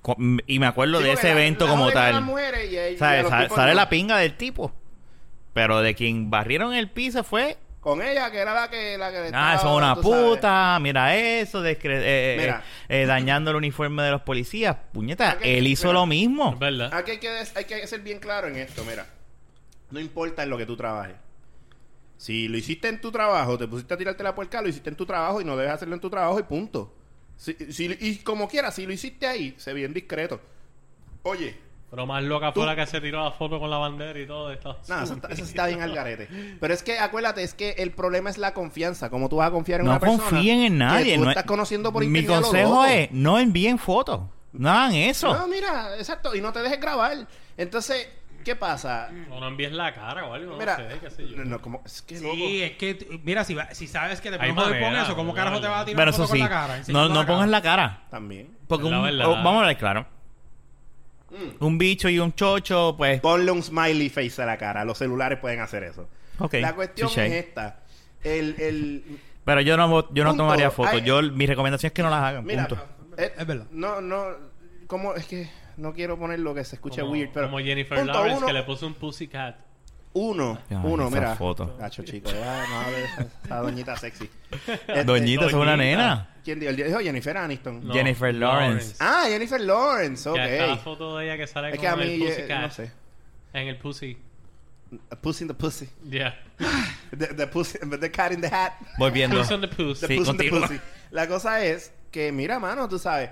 H: co- m- y me acuerdo
F: Sí,
H: de
F: porque
H: ese
F: la-
H: evento
F: la
H: como
F: joden a las
H: tal.
F: mujeres y ahí- y a
H: ¿Sabes?
F: los
H: Sa-
F: tipos
H: Sale
F: no.
H: la pinga del tipo. Pero de quien barrieron el piso fue,
F: Con ella, que era la que... La que le estaba-
H: ah, eso es una
F: tú sabes.
H: puta, mira eso, descre- eh, eh,
F: Mira.
H: eh, dañando el uniforme de los policías. Puñeta,
F: Ok,
H: él hizo
F: mira.
H: lo mismo.
E: Es verdad.
F: Aquí hay que, des- hay que ser bien claro en esto, mira. No importa en lo que tú trabajes. Si lo hiciste en tu trabajo, te pusiste a tirarte la puerca, lo hiciste en tu trabajo y no debes hacerlo en tu trabajo y punto. Si, si- y como quieras, si lo hiciste ahí, sé bien discreto. Oye,
E: Pero más loca
F: Tú-
E: fue la que se tiró la foto con la bandera y todo de Estados
F: nada, eso, está-
E: Unidos.
F: eso está bien al garete. Pero es que acuérdate, es que el problema es la confianza. Como tú vas a confiar en
H: No
F: una persona.
H: confíen en nadie.
F: Que tú
H: no-
F: estás conociendo por
H: Mi
F: internet. a lo
H: consejo
F: loco.
H: es, no envíen fotos. No hagan eso.
F: No, mira, exacto. Y no te dejes grabar. Entonces, ¿qué pasa?
E: O no envíes la cara o algo,
F: Mira,
E: no sé, qué sé yo.
F: no, no, como, es que loco.
G: Sí, es que, t- mira, si, va- si sabes que te
E: Hay
G: pones a joder con
E: manera,
G: eso, ¿cómo carajo te vas a tirar
H: Pero
G: foto
H: eso
G: con
H: sí,
G: la cara? Enseñando
H: no, no pongas
G: cara.
H: la cara.
F: También.
H: Porque
E: Es la
H: un-
E: verdad.
H: oh, vamos a hablar claro.
F: Mm.
H: Un bicho y un chocho, pues...
F: Ponle un smiley face a la cara. Los celulares pueden hacer eso. la cuestión es esta. El, el,
H: Pero yo no, yo no
F: Punto.
H: tomaría fotos.
F: Ay,
H: Yo, mi recomendación es que no las hagan.
F: mira,
H: punto.
F: eh,
G: Es verdad.
F: No, no, como es que no quiero poner lo que se escucha
E: como,
F: weird, pero
E: como Jennifer
F: punto
E: Lawrence
F: uno,
E: que le puso un pussycat.
F: uno,
H: Ay,
F: uno,
H: esa
F: mira,
H: foto.
F: Gacho, chico, ya, no, a ver, esa, esa doñita sexy. Este,
H: Doñita, es
E: Doñita.
H: una nena.
F: ¿Quién dijo? El dijo Jennifer Aniston.
E: No,
H: Jennifer Lawrence.
F: Ah, Jennifer Lawrence, ok.
E: Ya está la foto de ella que sale
F: Es
E: con
F: que a mí,
E: el
F: eh,
E: pussycat.
F: no sé.
E: En el pussy.
F: Pussy in the pussy.
E: Yeah.
F: The, the pussy, the cat in the hat.
H: Volviendo.
E: Puss on the puss.
F: The
H: Sí,
F: pussy and the
H: continúa.
F: pussy. La cosa es que, mira, mano, tú sabes.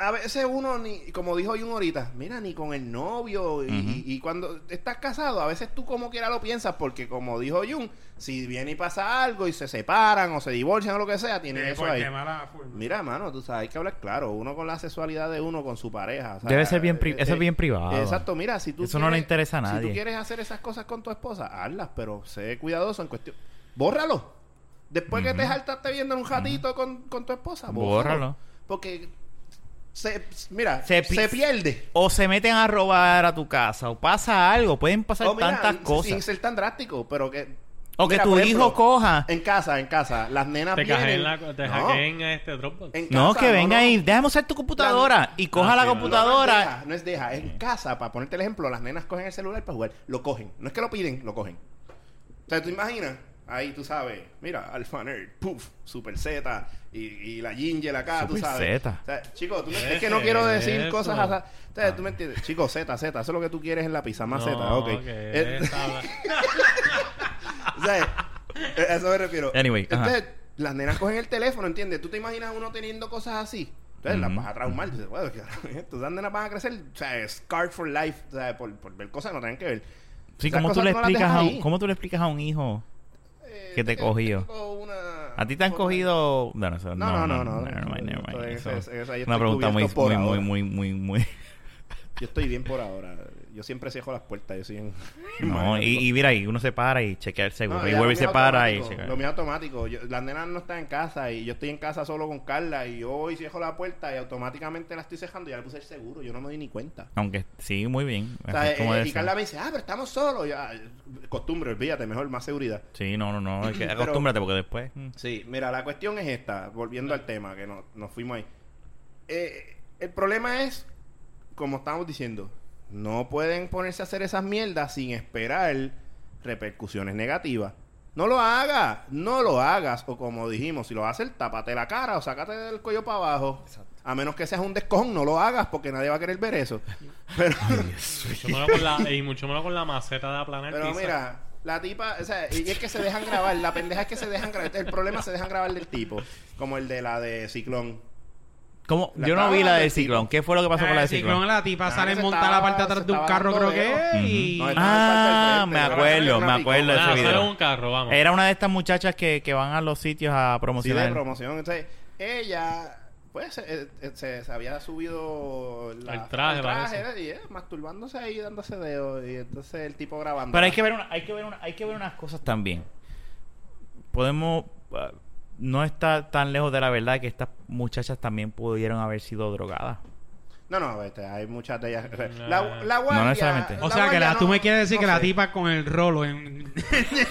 F: A veces uno, ni, como dijo Jun ahorita, mira, ni con el novio. Y, y cuando estás casado, a veces tú como quiera lo piensas, porque como dijo Jun, si viene y pasa algo y se separan o se divorcian o lo que sea, tienen
G: Sí,
F: eso
G: porque
F: ahí.
G: mala forma.
F: Mira, mano, tú sabes, hay que hablar claro. Uno con la sexualidad de uno, con su pareja. o sea,
H: Debe ser bien pri-
F: eh,
H: eso es
F: eh,
H: bien privado.
F: Exacto, mira, si tú.
H: Eso no le interesa a
F: Si
H: nadie.
F: tú quieres hacer esas cosas con tu esposa, hazlas, pero sé cuidadoso en cuestión. Bórralo. Después que te saltaste viendo un ratito con, con tu esposa, bórralo.
H: Bórralo.
F: Porque. Se, mira,
H: Se
F: se,
H: pi-
F: pierde.
H: O se meten a robar a tu casa. O pasa algo. Pueden pasar
F: O Oh, mira,
H: tantas
F: sin- Sin
H: cosas.
F: ser tan drástico, pero que.
H: o que
F: mira,
H: tu
F: por
H: hijo
F: ejemplo,
H: coja.
F: En casa, en casa. Las nenas
E: Te
F: vienen.
E: cajeen la, te
F: No,
E: hackeen este Dropbox.
F: en
H: No,
F: casa,
H: que venga
F: no.
H: ahí. Déjame usar tu computadora. y coja
E: Ah,
H: la
E: sí, no, no,
H: computadora.
F: No es deja, no es deja. En casa, para ponerte el ejemplo, las nenas cogen el celular para jugar. Lo cogen. No es que lo piden, lo cogen. O sea, tú imaginas, ahí tú sabes, mira, Alfa Nerd, puff, Super Z, y, y la Ginger acá, tú
H: Super
F: sabes.
H: Zeta.
F: O sea, chicos, tú me- es que no quiero decir
E: Eso.
F: cosas así. O sea, tú me entiendes. Chicos, Z, Z, eso es lo que tú quieres en la pizza, más Z, ok.
E: que
F: Eh,
E: esa habla-
F: o sea, eh, a eso me refiero.
H: Anyway,
F: Entonces, las nenas cogen el teléfono, ¿entiendes? Tú te imaginas uno teniendo cosas así. Entonces las
H: Ujú.
F: vas a traumar. Dices, bueno, ¿qué carajo es esto? Esas nenas van a crecer, o sea, scarred for life, o sea, por, por ver cosas que no tienen que ver.
H: Sí,
F: Esas
H: ¿cómo tú,
F: cosas
H: le
F: no las
H: explicas
F: dejas
H: a
F: ahí.
H: un, ¿cómo tú le explicas a un hijo?
F: Eh,
H: que te
F: tengo-
H: cogió?
F: tengo una-
H: ¿A ti te han
F: otra-
H: cogido...? No, no, eso-
F: No, no, no, no.
H: Never mind, never mind.
F: Eso-
H: Eso-
F: eso- ahí estoy
H: Una pregunta muy,
F: cubierto por
H: muy, muy,
F: ahora.
H: muy, muy, muy...
F: Yo estoy bien por ahora. Yo siempre cierro las puertas. Yo soy un-
H: No, y, y mira, y uno se para y chequea el seguro.
F: No,
H: y
F: ya,
H: vuelve
F: lo
H: y se
F: mío
H: para y
F: automático,
H: chequea.
F: Lo mío automático. Yo- las nenas no están en casa y yo estoy en casa solo con Carla y yo voy y cierro la puerta y automáticamente la estoy cejando y ya le puse el seguro. Yo no me di ni cuenta.
H: Aunque sí, muy bien.
F: O sea,
H: Así es como
F: eh,
H: debe
F: y Carla
H: ser.
F: me dice, ah, pero estamos solos. Y, ah, costumbre, olvídate, mejor, más seguridad.
H: Sí, no, no, no. hay que
F: Pero-
H: acostúmbrate porque después... mm.
F: Sí, mira, la cuestión es esta, volviendo al tema, que no- nos fuimos ahí. Eh, el problema es, como estamos diciendo, no pueden ponerse a hacer esas mierdas sin esperar repercusiones negativas. No lo hagas, no lo hagas. O como dijimos, si lo haces, tápate la cara o sácate del cuello para abajo. A menos que seas un descojón, no lo hagas porque nadie va a querer ver eso. Pero,
E: mucho menos con la, y mucho menos con la maceta de aplanar
F: Pero
E: pizza.
F: mira, la tipa, o sea, y es que se dejan grabar, la pendeja es que se dejan grabar, el problema es se dejan grabar del tipo, como el de la de Ciclón.
H: ¿Cómo?
F: La
H: Yo no
F: estaba
H: vi la
F: hablando
H: del
F: el tipo.
H: ciclón. ¿Qué fue lo que pasó con la
G: Ah,
H: del
G: el ciclón,
H: ciclón?
G: la tipa
F: Ah,
G: sale
F: se
G: montada
F: estaba-
G: la parte de atrás
F: se
G: de un
F: estaba
G: carro, creo
F: dando
G: que
F: dedos.
G: es, y...
F: No, estaba
H: Ah,
F: en
H: me
F: el parque al frente,
H: acuerdo,
F: una
H: me
F: picó.
H: acuerdo de ese
E: Nada, solo
H: video.
E: un carro, vamos.
H: Era una de estas muchachas que, que van a los sitios a
F: Sí, de
H: promocionar.
F: promoción. o sea, ella, pues, eh, eh, se, se había subido la-
E: El traje,
F: y eh, masturbándose ahí, dándose dedos. Y entonces el tipo grabando.
H: Pero hay que ver, una- hay que ver, una- hay que ver unas cosas también. Podemos. ah, no está tan lejos de la verdad que estas muchachas también pudieron haber sido drogadas.
F: No, no, este, hay muchas de ellas.
E: Nah.
F: La, la guardia.
H: No necesariamente.
G: O sea, que
F: guardia
G: la, tú
F: no-
G: me quieres decir
F: no
G: que la
F: sé.
G: tipa con el rolo en,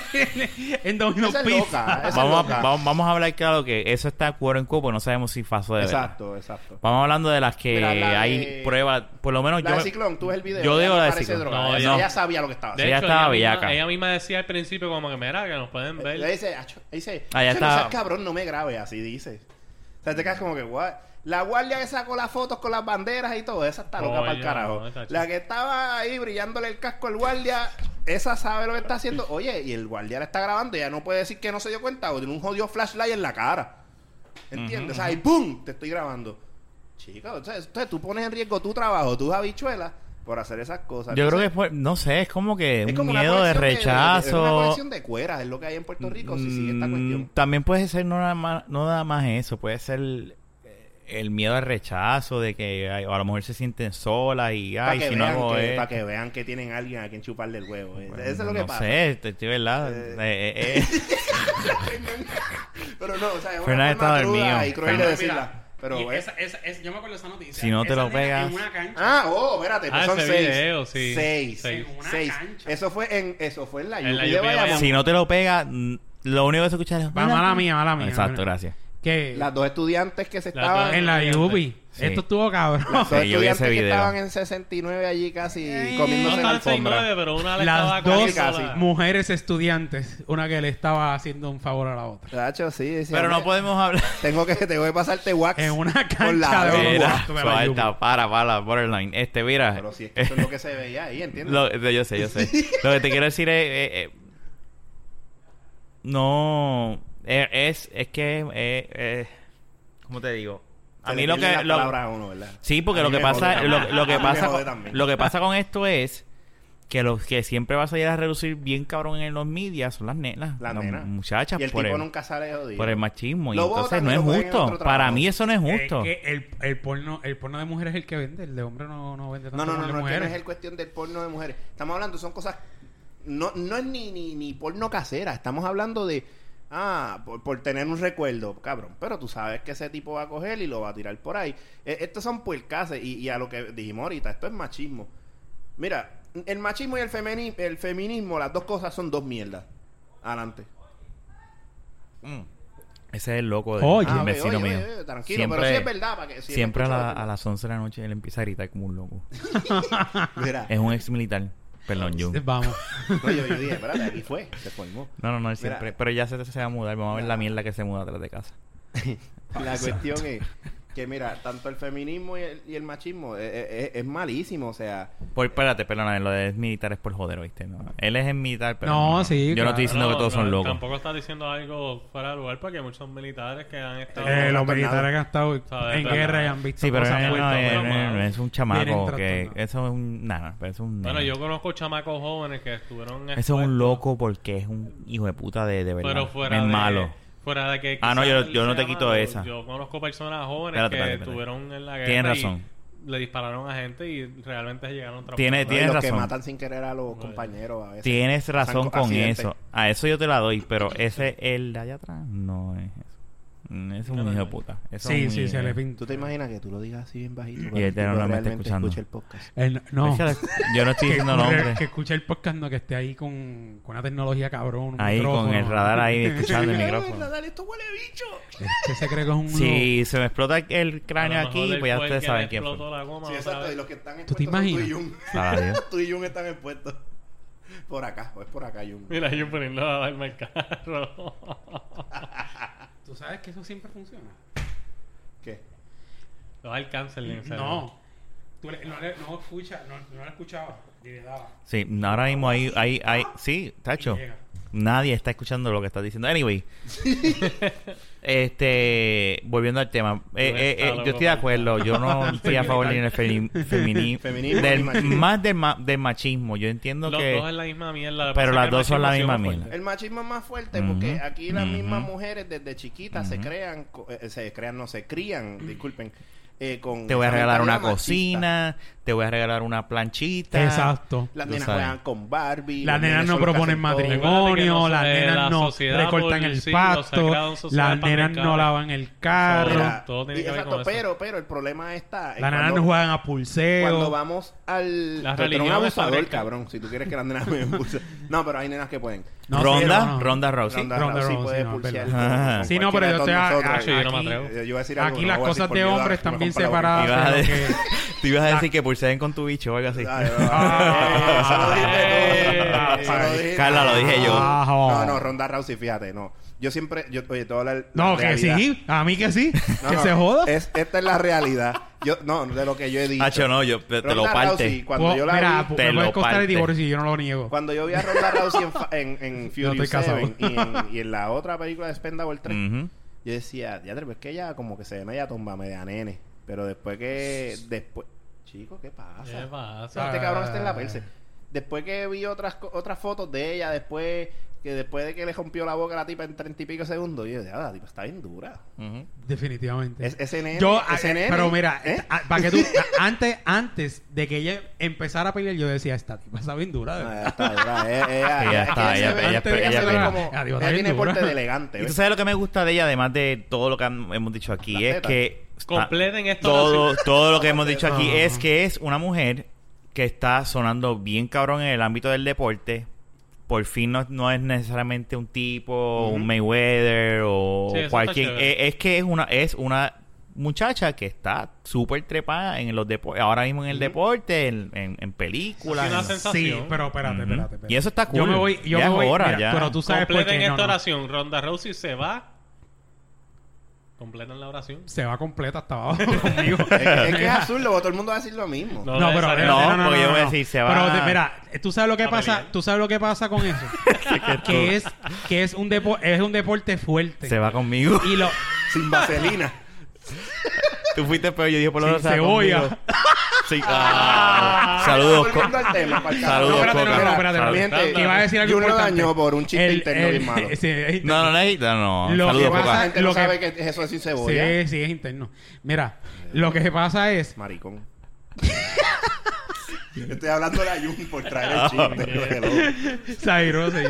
G: en Domino
F: Esa es
G: Pizza.
F: loca, esa es
H: Vamos a,
F: loca.
H: vamos, vamos a hablar claro que eso está cuero en cubo, no sabemos si pasó de verdad.
F: Exacto, exacto.
H: Vamos hablando de las que
F: Mira, la
H: hay
F: de-
H: pruebas, por lo menos
F: La
H: yo.
F: de Ciclón, tú ves el video.
H: yo
F: ella
H: digo
F: no
H: la de
F: parece
H: Ciclón.
F: drogada,
E: No,
F: ella,
E: no.
F: ella sabía lo que estaba
E: De
F: haciendo.
H: Ella
E: hecho,
H: estaba
E: ella
H: bellaca.
E: misma, ella misma decía al principio como que mira que nos pueden ver.
F: Ella Eh, dice, "Acho", ella dice,
H: Ah, ya
F: "Acho, no
H: estaba-
F: seas cabrón, no me grabe, así dice. O sea, te quedas como que, what? La guardia que sacó las fotos con las banderas y todo, esa está loca
E: Coño,
F: para el carajo.
E: no, esa chica.
F: la que estaba ahí brillándole el casco al guardia, esa sabe lo que está haciendo. Oye, y el guardia la está grabando, ella no puede decir que no se dio cuenta o tiene un jodido flashlight en la cara. ¿Entiendes? O sea, y ¡pum! Te estoy grabando. Chica, o sea, entonces tú pones en riesgo tu trabajo, tus habichuelas, por hacer esas cosas.
H: Yo creo
F: Entonces,
H: que fue, no sé, es como que
F: es
H: un
F: como una
H: miedo de
F: colección es
H: rechazo.
F: una colección de cueras, es lo que hay en Puerto Rico, si sigue esta
H: Mm,
F: cuestión.
H: También puede ser no nada más, no nada más eso, puede ser el, el miedo al rechazo, de que ay, a lo mejor se sienten solas y
F: Para
H: ay,
F: que,
H: si no
F: vean
H: hago
F: que-
H: esto.
F: pa' que vean que tienen a alguien a quien chuparle el huevo. eh. Eso es lo que
H: no
F: pasa.
H: sé, te- estoy verdad.
F: Eh.
H: Eh, eh, eh.
F: Pero no, o sea, es una
H: Fernández
F: forma
H: está
F: cruda
H: dormido.
F: y cruel de
G: Mira,
F: decirla. Pero,
G: y
F: eh,
G: esa- esa- esa- yo me acuerdo de esa noticia.
H: Si no te
G: Esa
H: lo
G: nena
H: pegas.
G: En una cancha.
F: Ah, oh, espérate, pues
E: Ah,
F: son
E: ese
F: seis.
E: video, sí.
F: Seis.
E: Seis.
F: Seis.
G: En una
F: Seis.
G: cancha.
F: Eso fue en, eso fue en la
E: En la
F: Yupi de
E: Yupi de
F: Bayamón.
H: eh, si no te lo pega, mm, lo único que se escucha es.
G: Va, mala mía, mala mía.
H: Exacto,
G: Mira.
H: gracias.
G: Que
F: Las dos estudiantes que se
E: Las
F: estaban...
E: dos-
G: en la Yubi.
H: Sí.
G: Esto estuvo cabrón.
F: Las dos
H: Sí, yo vi ese
F: estudiantes que
H: video.
F: estaban en 69 allí casi
G: Eh,
E: No
F: comiéndose en la
E: están 6
F: alfombra.
E: 9, pero una le
G: Las
E: estaba
G: dos
E: comiendo la-
G: mujeres estudiantes. Una que le estaba haciendo un favor a la otra.
F: Tacho, sí, sí,
H: Pero no
F: hombre,
H: podemos hablar.
F: Tengo que, tengo que pasarte wax.
G: En una
F: Con la
G: cancha de
F: verga.
G: baloncesto
H: Mira,
G: de la Yubi.
H: suelta, para, para, borderline. Este, mira.
F: Pero si es que eso es lo que se veía ahí, ¿entiendes?
H: Lo- yo sé, yo sé. Lo que te quiero decir es... eh, eh, no... eh, Es, es que... eh, eh, ¿Cómo te digo? A
F: Se
H: mí
F: le
H: lo
F: pierden las
H: que... lo-
F: palabras a uno, ¿verdad?
H: sí, porque
F: A mí
H: lo que
F: me
H: pasa...
F: jode
H: Lo,
F: también.
H: lo
F: A
H: que
F: mí
H: pasa
F: me jode
H: con,
F: también.
H: lo que pasa con esto es... Que los que siempre va a salir a relucir bien cabrón en los medias son las nenas.
F: Las nenas.
H: muchachas
F: Y el
H: por,
F: tipo
H: el,
F: nunca sale jodido.
H: por el machismo. Y
F: Lo
H: entonces
F: botan
H: no
F: y
H: es
F: lo ponen en
H: justo.
F: otro
H: Para
F: trabajo.
H: mí eso no es
G: Es
H: justo.
G: que el, el porno, el porno de mujeres es el que vende, el de hombre no, no vende tanto
F: No, no,
G: como
F: no,
G: el de
F: no, es que no
G: mujeres.
F: es el cuestión del porno de mujeres. Estamos hablando, son cosas. No, no es ni, ni, ni porno casera. Estamos hablando de. Ah, por, por tener un recuerdo, cabrón. Pero tú sabes que ese tipo va a coger y lo va a tirar por ahí. Eh, estos son puercases. Y, y a lo que dijimos ahorita, esto es machismo. Mira, el machismo y el, femeni- el feminismo, las dos cosas son dos mierdas. Adelante.
H: Mm. Ese es el loco de
G: Oye.
H: del
F: Ah, ok,
H: vecino
F: oye,
H: mío.
F: oye, oye, tranquilo, pero sí es verdad. Para que, si
H: siempre a,
F: lo
H: la-
F: escuchas,
H: a las 11 de la noche él empieza a gritar como un loco.
F: Mira,
H: Es un ex militar. Perdón, yo.
G: Vamos.
F: no, yo, yo dije, espérate, aquí fue, se formó.
H: No, no, no, él siempre.
F: Mira.
H: Pero ya se, se va a mudar. Vamos a ver
E: Ah.
H: la mierda que se muda atrás de casa.
F: La cuestión es que, mira, tanto el feminismo y el, y el machismo eh, eh, eh, es, malísimo, o sea,
H: Por, espérate, perdona, lo de ex militar es por joder, ¿oíste? No, él es ex militar, pero.
G: No, sí,
H: Yo
G: claro.
H: no estoy diciendo
E: No,
H: que todos
E: no,
H: son locos.
E: Tampoco estás diciendo algo fuera de lugar porque hay muchos militares que han estado...
G: Eh, los
F: no,
G: militares que han estado
E: Sabe,
G: en
E: pero-
G: guerra y han visto
H: Sí, pero
G: cosas
H: él no,
G: fuertes.
H: él-
E: pero
H: él-
E: mal.
H: él es un
G: Vienen
H: chamaco
G: tratando.
H: que. Eso es un. Nada, pero eso es un.
E: Bueno,
H: nene.
E: yo conozco chamacos jóvenes que estuvieron...
H: Ese es
E: expuestos,
H: un loco porque es un hijo de puta de, de verdad.
E: Pero fuera
H: es
E: de...
H: malo.
E: Fuera de que...
H: Ah, no, yo-
E: quizás
H: yo no te
E: sea
H: quito
E: malo,
H: esa.
E: Yo conozco personas jóvenes
H: Espérate,
E: que
H: espérate, espérate.
E: estuvieron en la guerra
H: Tienes
E: y
H: razón.
E: Le dispararon a gente y realmente llegaron traumados.
H: Tiene-
F: ¿no? Y
H: Tienes
F: los que
H: razón.
F: matan sin querer a los compañeros a veces.
H: Tienes razón
F: Sanco-
H: con
F: accidente.
H: eso. A eso yo te la doy, pero ese, el de allá atrás, no es eso. Mm, Es un
E: No, no,
H: hijo de
E: no.
H: puta. Eso
G: Sí,
H: es un-
G: sí, se le pinta.
F: ¿Tú te imaginas que tú lo digas así bien bajito?
H: él
F: el tipo
H: realmente escuchando.
F: escucha el podcast.
G: Él no.
H: Es que la- yo no estoy diciendo nombre.
G: Que escuche el podcast, no que esté ahí con, con una tecnología cabrón. un
H: Ahí con
G: micrófono.
H: el radar ahí escuchando el micrófono.
F: Dale, esto huele bicho.
G: Que se cree que Este es un.
H: Si se me explota el cráneo
E: A lo mejor
H: aquí,
E: él
H: pues ya
E: fue el
H: ustedes
E: que
H: saben
E: le
H: quién
E: explotó
H: fue.
E: la goma
F: Sí,
E: otra
F: exacto,
E: vez.
F: y los que están
G: te
F: expuestos son tú y
G: imaginas?
F: Jun.
H: Sabrá Dios.
F: tú y Jun están expuestos. Por acá, o es por acá, Jun.
E: Mira, yo poniendo a darme el carro.
G: Tú sabes que eso siempre funciona.
F: ¿Qué?
E: Lo va el cáncer. en serio.
G: No. Tú le- no, le- no escucha, no, no lo escuchaba. Y le daba.
H: Sí, ahora mismo ahí, ahí, ahí, sí, Tacho.
G: Y llega.
H: Nadie está escuchando lo que estás diciendo. Anyway, este, volviendo al tema, eh,
E: Tú
H: eh,
E: estás
H: eh,
E: loco
H: yo estoy de
E: por-
H: acuerdo. Yo no estoy a favor del femi- femini-
F: Feminismo
H: del-
F: y machismo.
H: más del, ma- del machismo. Yo entiendo
E: Los
H: que
E: dos es la misma mierda.
H: Pero
E: Pasa
H: las
E: que el
H: dos son la
E: machismo
H: misma
E: sí es más
H: mierda.
E: fuerte.
F: El machismo es más fuerte
H: Ujú,
F: porque aquí las mismas
H: ujú.
F: mujeres desde chiquitas se crean, co- eh, se crean, no, se crían, disculpen, eh, con...
H: te voy a
F: esa
H: regalar una
F: mentalidad machista.
H: cocina, te voy a regalar una planchita.
G: Exacto.
F: Las
H: Tú
F: nenas
H: sabes.
F: juegan con Barbie.
G: Las
F: los
G: nenas
F: nenes
G: no
F: son los que
G: proponen
F: hacen todo.
E: matrimonio.
G: matrimonio,
E: Recuérdate que
G: las
E: no se-
G: nenas
E: la
G: no
E: sociedad
G: recortan
E: por
G: el
E: siglos sagrada,
G: pasto,
E: un sociedad
G: las nenas no
E: patriarcal.
G: lavan el carro,
F: Mira,
E: Todo tiene
F: y
E: que ver
F: exacto,
E: con eso.
F: pero, pero el problema está... en
G: las nenas
F: cuando-
G: no juegan a
F: Cuando
G: pulseo.
F: vamos al...
E: La
F: Pero tú eres un
E: religión es
F: abusador,
E: correcta.
F: cabrón, si tú quieres que las nenas me impulsen. No, pero hay nenas que pueden.
G: No, sí,
H: ronda,
G: no, no.
H: Ronda Rousey.
F: Ronda
G: Ronda
F: Rousey
G: Rousey,
F: puede
G: no, es
F: pulsear
H: verdad.
F: con
G: Sí, no, pero yo
F: cualquiera
G: estoy
F: de
G: a-
F: nosotras.
E: Acho, yo no me
G: aquí-
E: atrevo.
F: Yo iba a decir algo,
G: Aquí
F: no
G: las
F: voy a decir
G: cosas
F: por
G: de
F: miedo a
G: hombres
F: que me
G: también
F: rompa la
G: separadas.
H: boquita.
G: Ah, pero
H: Iba a
G: que-
H: Tú ibas a decir que pulseen con tu bicho o algo así.
F: Ay,
G: Ah,
F: ay, ay, ay, eso lo dije tú. Eso lo dije.
H: Carla, lo dije yo.
G: Ajo.
F: No, no, Ronda Rousey, fíjate, no. Yo siempre, yo, oye, toda la. la
G: No, que
F: realidad-
G: sí, a mí que sí,
F: No,
G: que
F: no,
G: se joda.
F: es- esta es la realidad. Yo, no, de lo que yo he dicho.
H: Hacho, no, yo te, te lo
F: Ronda
H: parte.
F: Rousey, cuando
G: Puedo-
F: yo la
G: Oh, mira,
F: vi,
G: pu-
H: Te
G: me puede
H: lo
G: costar el
H: parte.
G: divorcio, yo no lo niego.
F: cuando yo vi a Ronda Rousey en, fa- en, en Furious
G: estoy casado.
F: 7 y en, y en la otra película de Spendable 3,
H: Ujú.
F: yo decía, diadre, pero es que ella como que se ve media tumba, media nene. Pero después que, después, chico, ¿qué pasa?
E: ¿Qué
F: O
E: pasa?
F: sea,
G: Ah.
F: este cabrón está en la perse. Después que vi otras co- otras fotos de ella, después que después de que le rompió la boca a la tipa en treinta y pico segundos, yo dije, ah, la tipa está bien dura.
H: Ujú.
G: Definitivamente.
F: Es, ese nene,
G: Yo,
F: ese
G: eh,
F: nene,
G: pero mira,
F: ¿eh?
G: para que tú, a- antes, antes de que ella empezara a pelear, yo decía, esta tipa está bien dura. de
F: Ah,
G: verdad".
F: ella está dura, eh, eh, ella-
H: Ella
F: es que
H: está,
F: se
H: Ah, ella-
F: ve-
H: ella-
F: se
H: ella
F: ve
H: pega.
F: como-
G: Ah, digo,
F: ella
G: está bien
F: tiene
G: dura.
F: porte de elegante.
H: Y tú
F: ¿ves?
H: sabes lo que me gusta de ella, además de todo lo que han- hemos dicho aquí,
F: Las
H: es
F: tetas.
H: que
E: Completen esto.
H: todo, todo lo que hemos
F: tetas.
H: dicho aquí
G: Ajá.
H: es que es una mujer que está sonando bien cabrón en el ámbito del deporte. Por fin no, no es necesariamente un tipo, un Mayweather o
E: Sí, eso está
H: cualquier...
E: chévere.
H: eh, Es, que es una, es una muchacha que está súper trepada en los depo- ahora mismo en el deporte, en, en- en películas.
E: Así
H: en-
E: nace sensación.
G: Sí, pero espérate,
H: Ujú.
G: espérate, espérate.
H: Y eso está cool.
G: Yo me voy, yo
H: Ya
G: me
H: es
G: voy.
H: hora,
G: mira,
H: ya.
G: Pero tú sabes por
E: Completen
G: qué no,
E: esta
G: no.
E: oración. Ronda Rousey se va. Completan la oración.
G: Se va completa hasta abajo conmigo.
F: Es que- es que es azul, luego todo el mundo va a decir lo mismo.
E: No.
G: No, pero
E: No,
H: porque yo voy a decir, se va.
G: Pero de- mira, tú sabes lo que
E: A
G: pasa,
E: pelear.
G: tú sabes lo que pasa con eso, que es que es un depo- es un deporte fuerte.
H: Se va conmigo.
G: Y lo
F: Sin vaselina.
H: Tú fuiste peor, yo dije por lo
G: Sí,
H: menos se va
G: cebolla.
H: conmigo. Sí. ah. Saludos. co-
F: Volviendo al tema, para el
H: Saludos,
F: carajo.
H: Coca.
F: Mira,
G: Espérate, no, no,
F: mi
G: espérate.
F: gente,
E: Que iba a
G: decir algo
F: Jun lo
G: importante.
F: daño por un chiste
G: el-
F: interno
G: el-
F: bien malo.
G: sí, es interno.
H: No, no, no, necesita- no.
G: Lo
H: Saludos,
G: que pasa-
H: Coca.
F: La gente
G: lo
F: no
G: que-
F: sabe que eso es sin cebolla.
G: Sí, sí, es interno. Mira, lo que pasa es
F: Maricón. Estoy hablando de Ayun por traer
H: Ah,
F: el chiste. reloj.
G: Zairo, Zairo.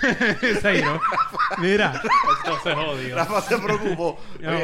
G: Zairo. Mira,
E: Esto se jodió.
F: Rafa se preocupó. Oye,
G: lo